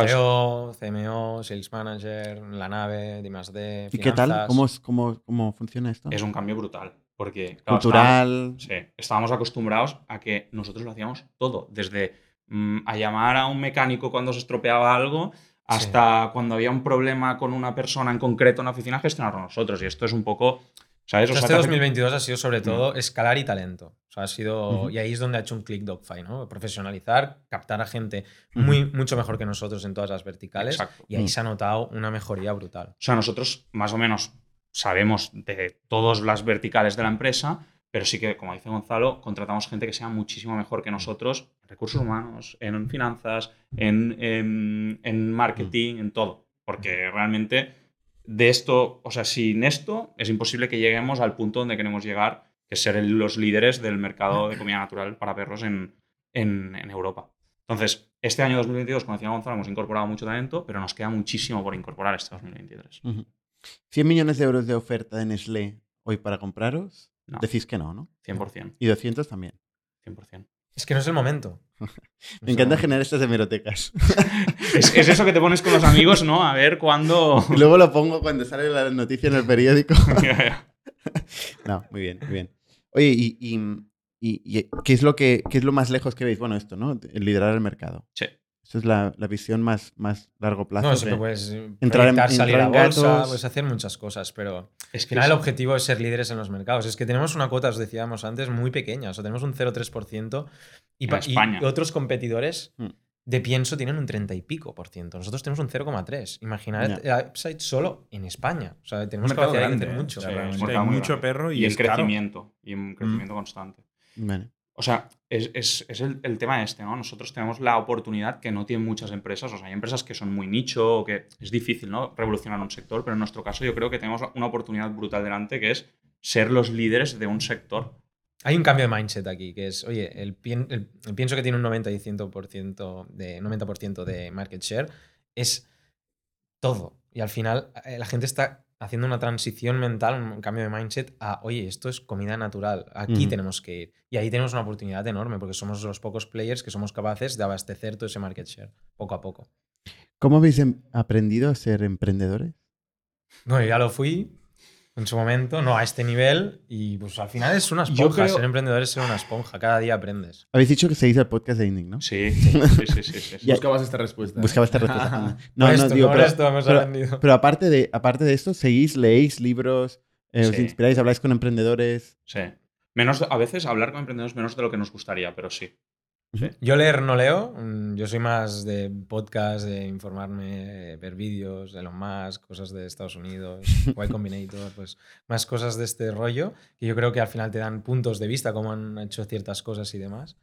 Speaker 6: CTO, CMO, Sales Manager, la nave, D más D.
Speaker 1: ¿Y qué tal?
Speaker 6: finanzas.
Speaker 1: ¿Cómo, es- cómo, cómo funciona
Speaker 6: Ah.
Speaker 1: esto?
Speaker 4: Es un cambio brutal. Porque, claro,
Speaker 1: Cultural.
Speaker 4: Sí, estábamos acostumbrados a que nosotros lo hacíamos todo, desde mm, a llamar a un mecánico cuando se estropeaba algo hasta cuando había un problema con una persona en concreto en la oficina, gestionarlo nosotros. Y esto es un poco, ¿sabes? O sea,
Speaker 6: Este
Speaker 4: te hace-
Speaker 6: 2022 ha sido sobre todo escalar y talento. O sea, ha sido,
Speaker 1: Mm. Ujú.
Speaker 6: Y ahí es donde ha hecho un click Dogfight, ¿no? Profesionalizar, captar a gente muy, mucho mejor que nosotros en todas las verticales.
Speaker 4: Exacto.
Speaker 6: Y ahí
Speaker 1: Ujú.
Speaker 6: se ha notado una mejoría brutal.
Speaker 4: O sea, nosotros más o menos sabemos de todas las verticales de la empresa, pero sí que, como dice Gonzalo, contratamos gente que sea muchísimo mejor que nosotros en recursos humanos, en finanzas, en, en- en marketing, en todo. Porque realmente de esto, o sea, sin esto es imposible que lleguemos al punto donde queremos llegar, que es ser el- los líderes del mercado de comida natural para perros en, en- en Europa. Entonces, este año 2022, como decía Gonzalo, hemos incorporado mucho talento, pero nos queda muchísimo por incorporar este 2023.
Speaker 1: Ujú. 100 millones de euros de oferta de Nestlé hoy para compraros.
Speaker 4: No,
Speaker 1: Decís que no, ¿no?
Speaker 4: 100%,
Speaker 1: Y 200 también.
Speaker 4: 100%.
Speaker 6: Es que no es el momento. No es
Speaker 1: Me
Speaker 6: el
Speaker 1: encanta
Speaker 6: momento.
Speaker 1: generar estas hemerotecas.
Speaker 4: Es, es eso que te pones con los amigos, ¿no? A ver cuándo...
Speaker 1: Y luego lo pongo cuando sale la noticia en el periódico. No, muy bien, muy bien. Oye, ¿y, y, y- y qué, es lo que, qué es lo más lejos que veis? Bueno, esto, ¿no? De- Liderar el mercado.
Speaker 4: Sí.
Speaker 1: Esa es la, la visión más, más largo plazo.
Speaker 6: No, siempre
Speaker 1: de-
Speaker 6: puedes
Speaker 1: eh. entrar
Speaker 6: entrar
Speaker 1: en-
Speaker 6: salir
Speaker 1: entrar
Speaker 6: a
Speaker 1: en
Speaker 6: bolsa,
Speaker 1: gatos.
Speaker 6: puedes hacer muchas cosas, pero
Speaker 4: es
Speaker 6: al
Speaker 4: que
Speaker 6: final el
Speaker 4: es-
Speaker 6: objetivo es ser líderes en los mercados. Es que tenemos una cuota, os decíamos antes, muy pequeña. O sea, tenemos un 0,3% y,
Speaker 4: En
Speaker 6: pa- y-
Speaker 4: España.
Speaker 6: y otros competidores
Speaker 5: Mm.
Speaker 1: Hmm.
Speaker 6: de pienso tienen un 30 y pico por ciento. Nosotros tenemos un 0,3. Imaginad el upside solo en España. O sea,
Speaker 5: Un
Speaker 6: tenemos
Speaker 5: mercado
Speaker 6: capacidad
Speaker 5: grande. ¿eh?
Speaker 6: de crecer mucho.
Speaker 5: o sea,
Speaker 4: Sí,
Speaker 5: realmente
Speaker 4: es un
Speaker 5: hay
Speaker 4: mercado muy
Speaker 5: mucho
Speaker 4: grande.
Speaker 5: perro y,
Speaker 4: y
Speaker 5: es
Speaker 4: en
Speaker 5: caro.
Speaker 4: crecimiento, y en crecimiento constante.
Speaker 1: Vale.
Speaker 4: O sea, es, es- es el, el tema este, ¿no? Nosotros tenemos la oportunidad que no tienen muchas empresas. O sea, hay empresas que son muy nicho o que es difícil, ¿no? Revolucionar un sector, pero en nuestro caso yo creo que tenemos una oportunidad brutal delante que es ser los líderes de un sector.
Speaker 6: Hay un cambio de mindset aquí, que es, oye, el, pien- el- el pienso que tiene un 90 y 100% de, 90% de market share es todo. Y al final eh, la gente está haciendo una transición mental, un cambio de mindset a, oye, esto es comida natural, aquí
Speaker 1: Ujú.
Speaker 6: tenemos que ir. Y ahí tenemos una oportunidad enorme, porque somos los pocos players que somos capaces de abastecer todo ese market share, poco a poco.
Speaker 1: ¿Cómo habéis em- aprendido a ser emprendedores?
Speaker 6: Bueno, yo ya lo fui, en su momento, no a este nivel. Y pues al final es una
Speaker 2: Yo
Speaker 6: esponja.
Speaker 2: creo-
Speaker 6: Ser emprendedor es ser una esponja. Cada día aprendes.
Speaker 1: Habéis dicho que se hizo el podcast de Inning, ¿no?
Speaker 4: Sí, sí, sí, sí. sí, sí.
Speaker 1: Ya-
Speaker 5: Buscabas esta respuesta.
Speaker 1: Buscaba esta respuesta. Anda.
Speaker 6: Por
Speaker 1: No, no,
Speaker 6: esto,
Speaker 1: digo,
Speaker 6: por
Speaker 1: pero,
Speaker 6: esto hemos
Speaker 1: pero-
Speaker 6: aprendido.
Speaker 1: pero aparte, de, aparte de esto, ¿seguís, leéis libros, eh, os
Speaker 4: Sí.
Speaker 1: inspiráis, habláis con emprendedores?
Speaker 4: Sí. Menos, a veces hablar con emprendedores menos de lo que nos gustaría, pero sí.
Speaker 6: Yo leer no leo. mm, Yo soy más de podcast, de informarme, eh, ver vídeos, de Elon Musk, cosas de Estados Unidos, Y Combinator, pues más cosas de este rollo que yo creo que al final te dan puntos de vista, cómo han hecho ciertas cosas y demás.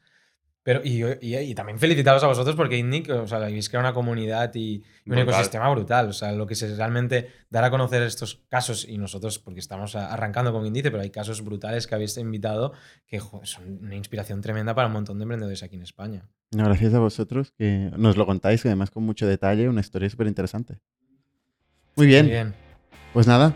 Speaker 6: Pero, y, y- y también felicitaros a vosotros porque INNIC, o sea, habéis creado una comunidad y, y un
Speaker 4: Brutal.
Speaker 6: ecosistema brutal. O sea, lo que se realmente dar a conocer estos casos, y nosotros, porque estamos a- arrancando con Indice, pero hay casos brutales que habéis invitado que jo, son una inspiración tremenda para un montón de emprendedores aquí en España.
Speaker 1: No, gracias a vosotros que nos lo contáis y además con mucho detalle, una historia súper interesante. Muy bien,
Speaker 6: Muy bien.
Speaker 1: pues nada,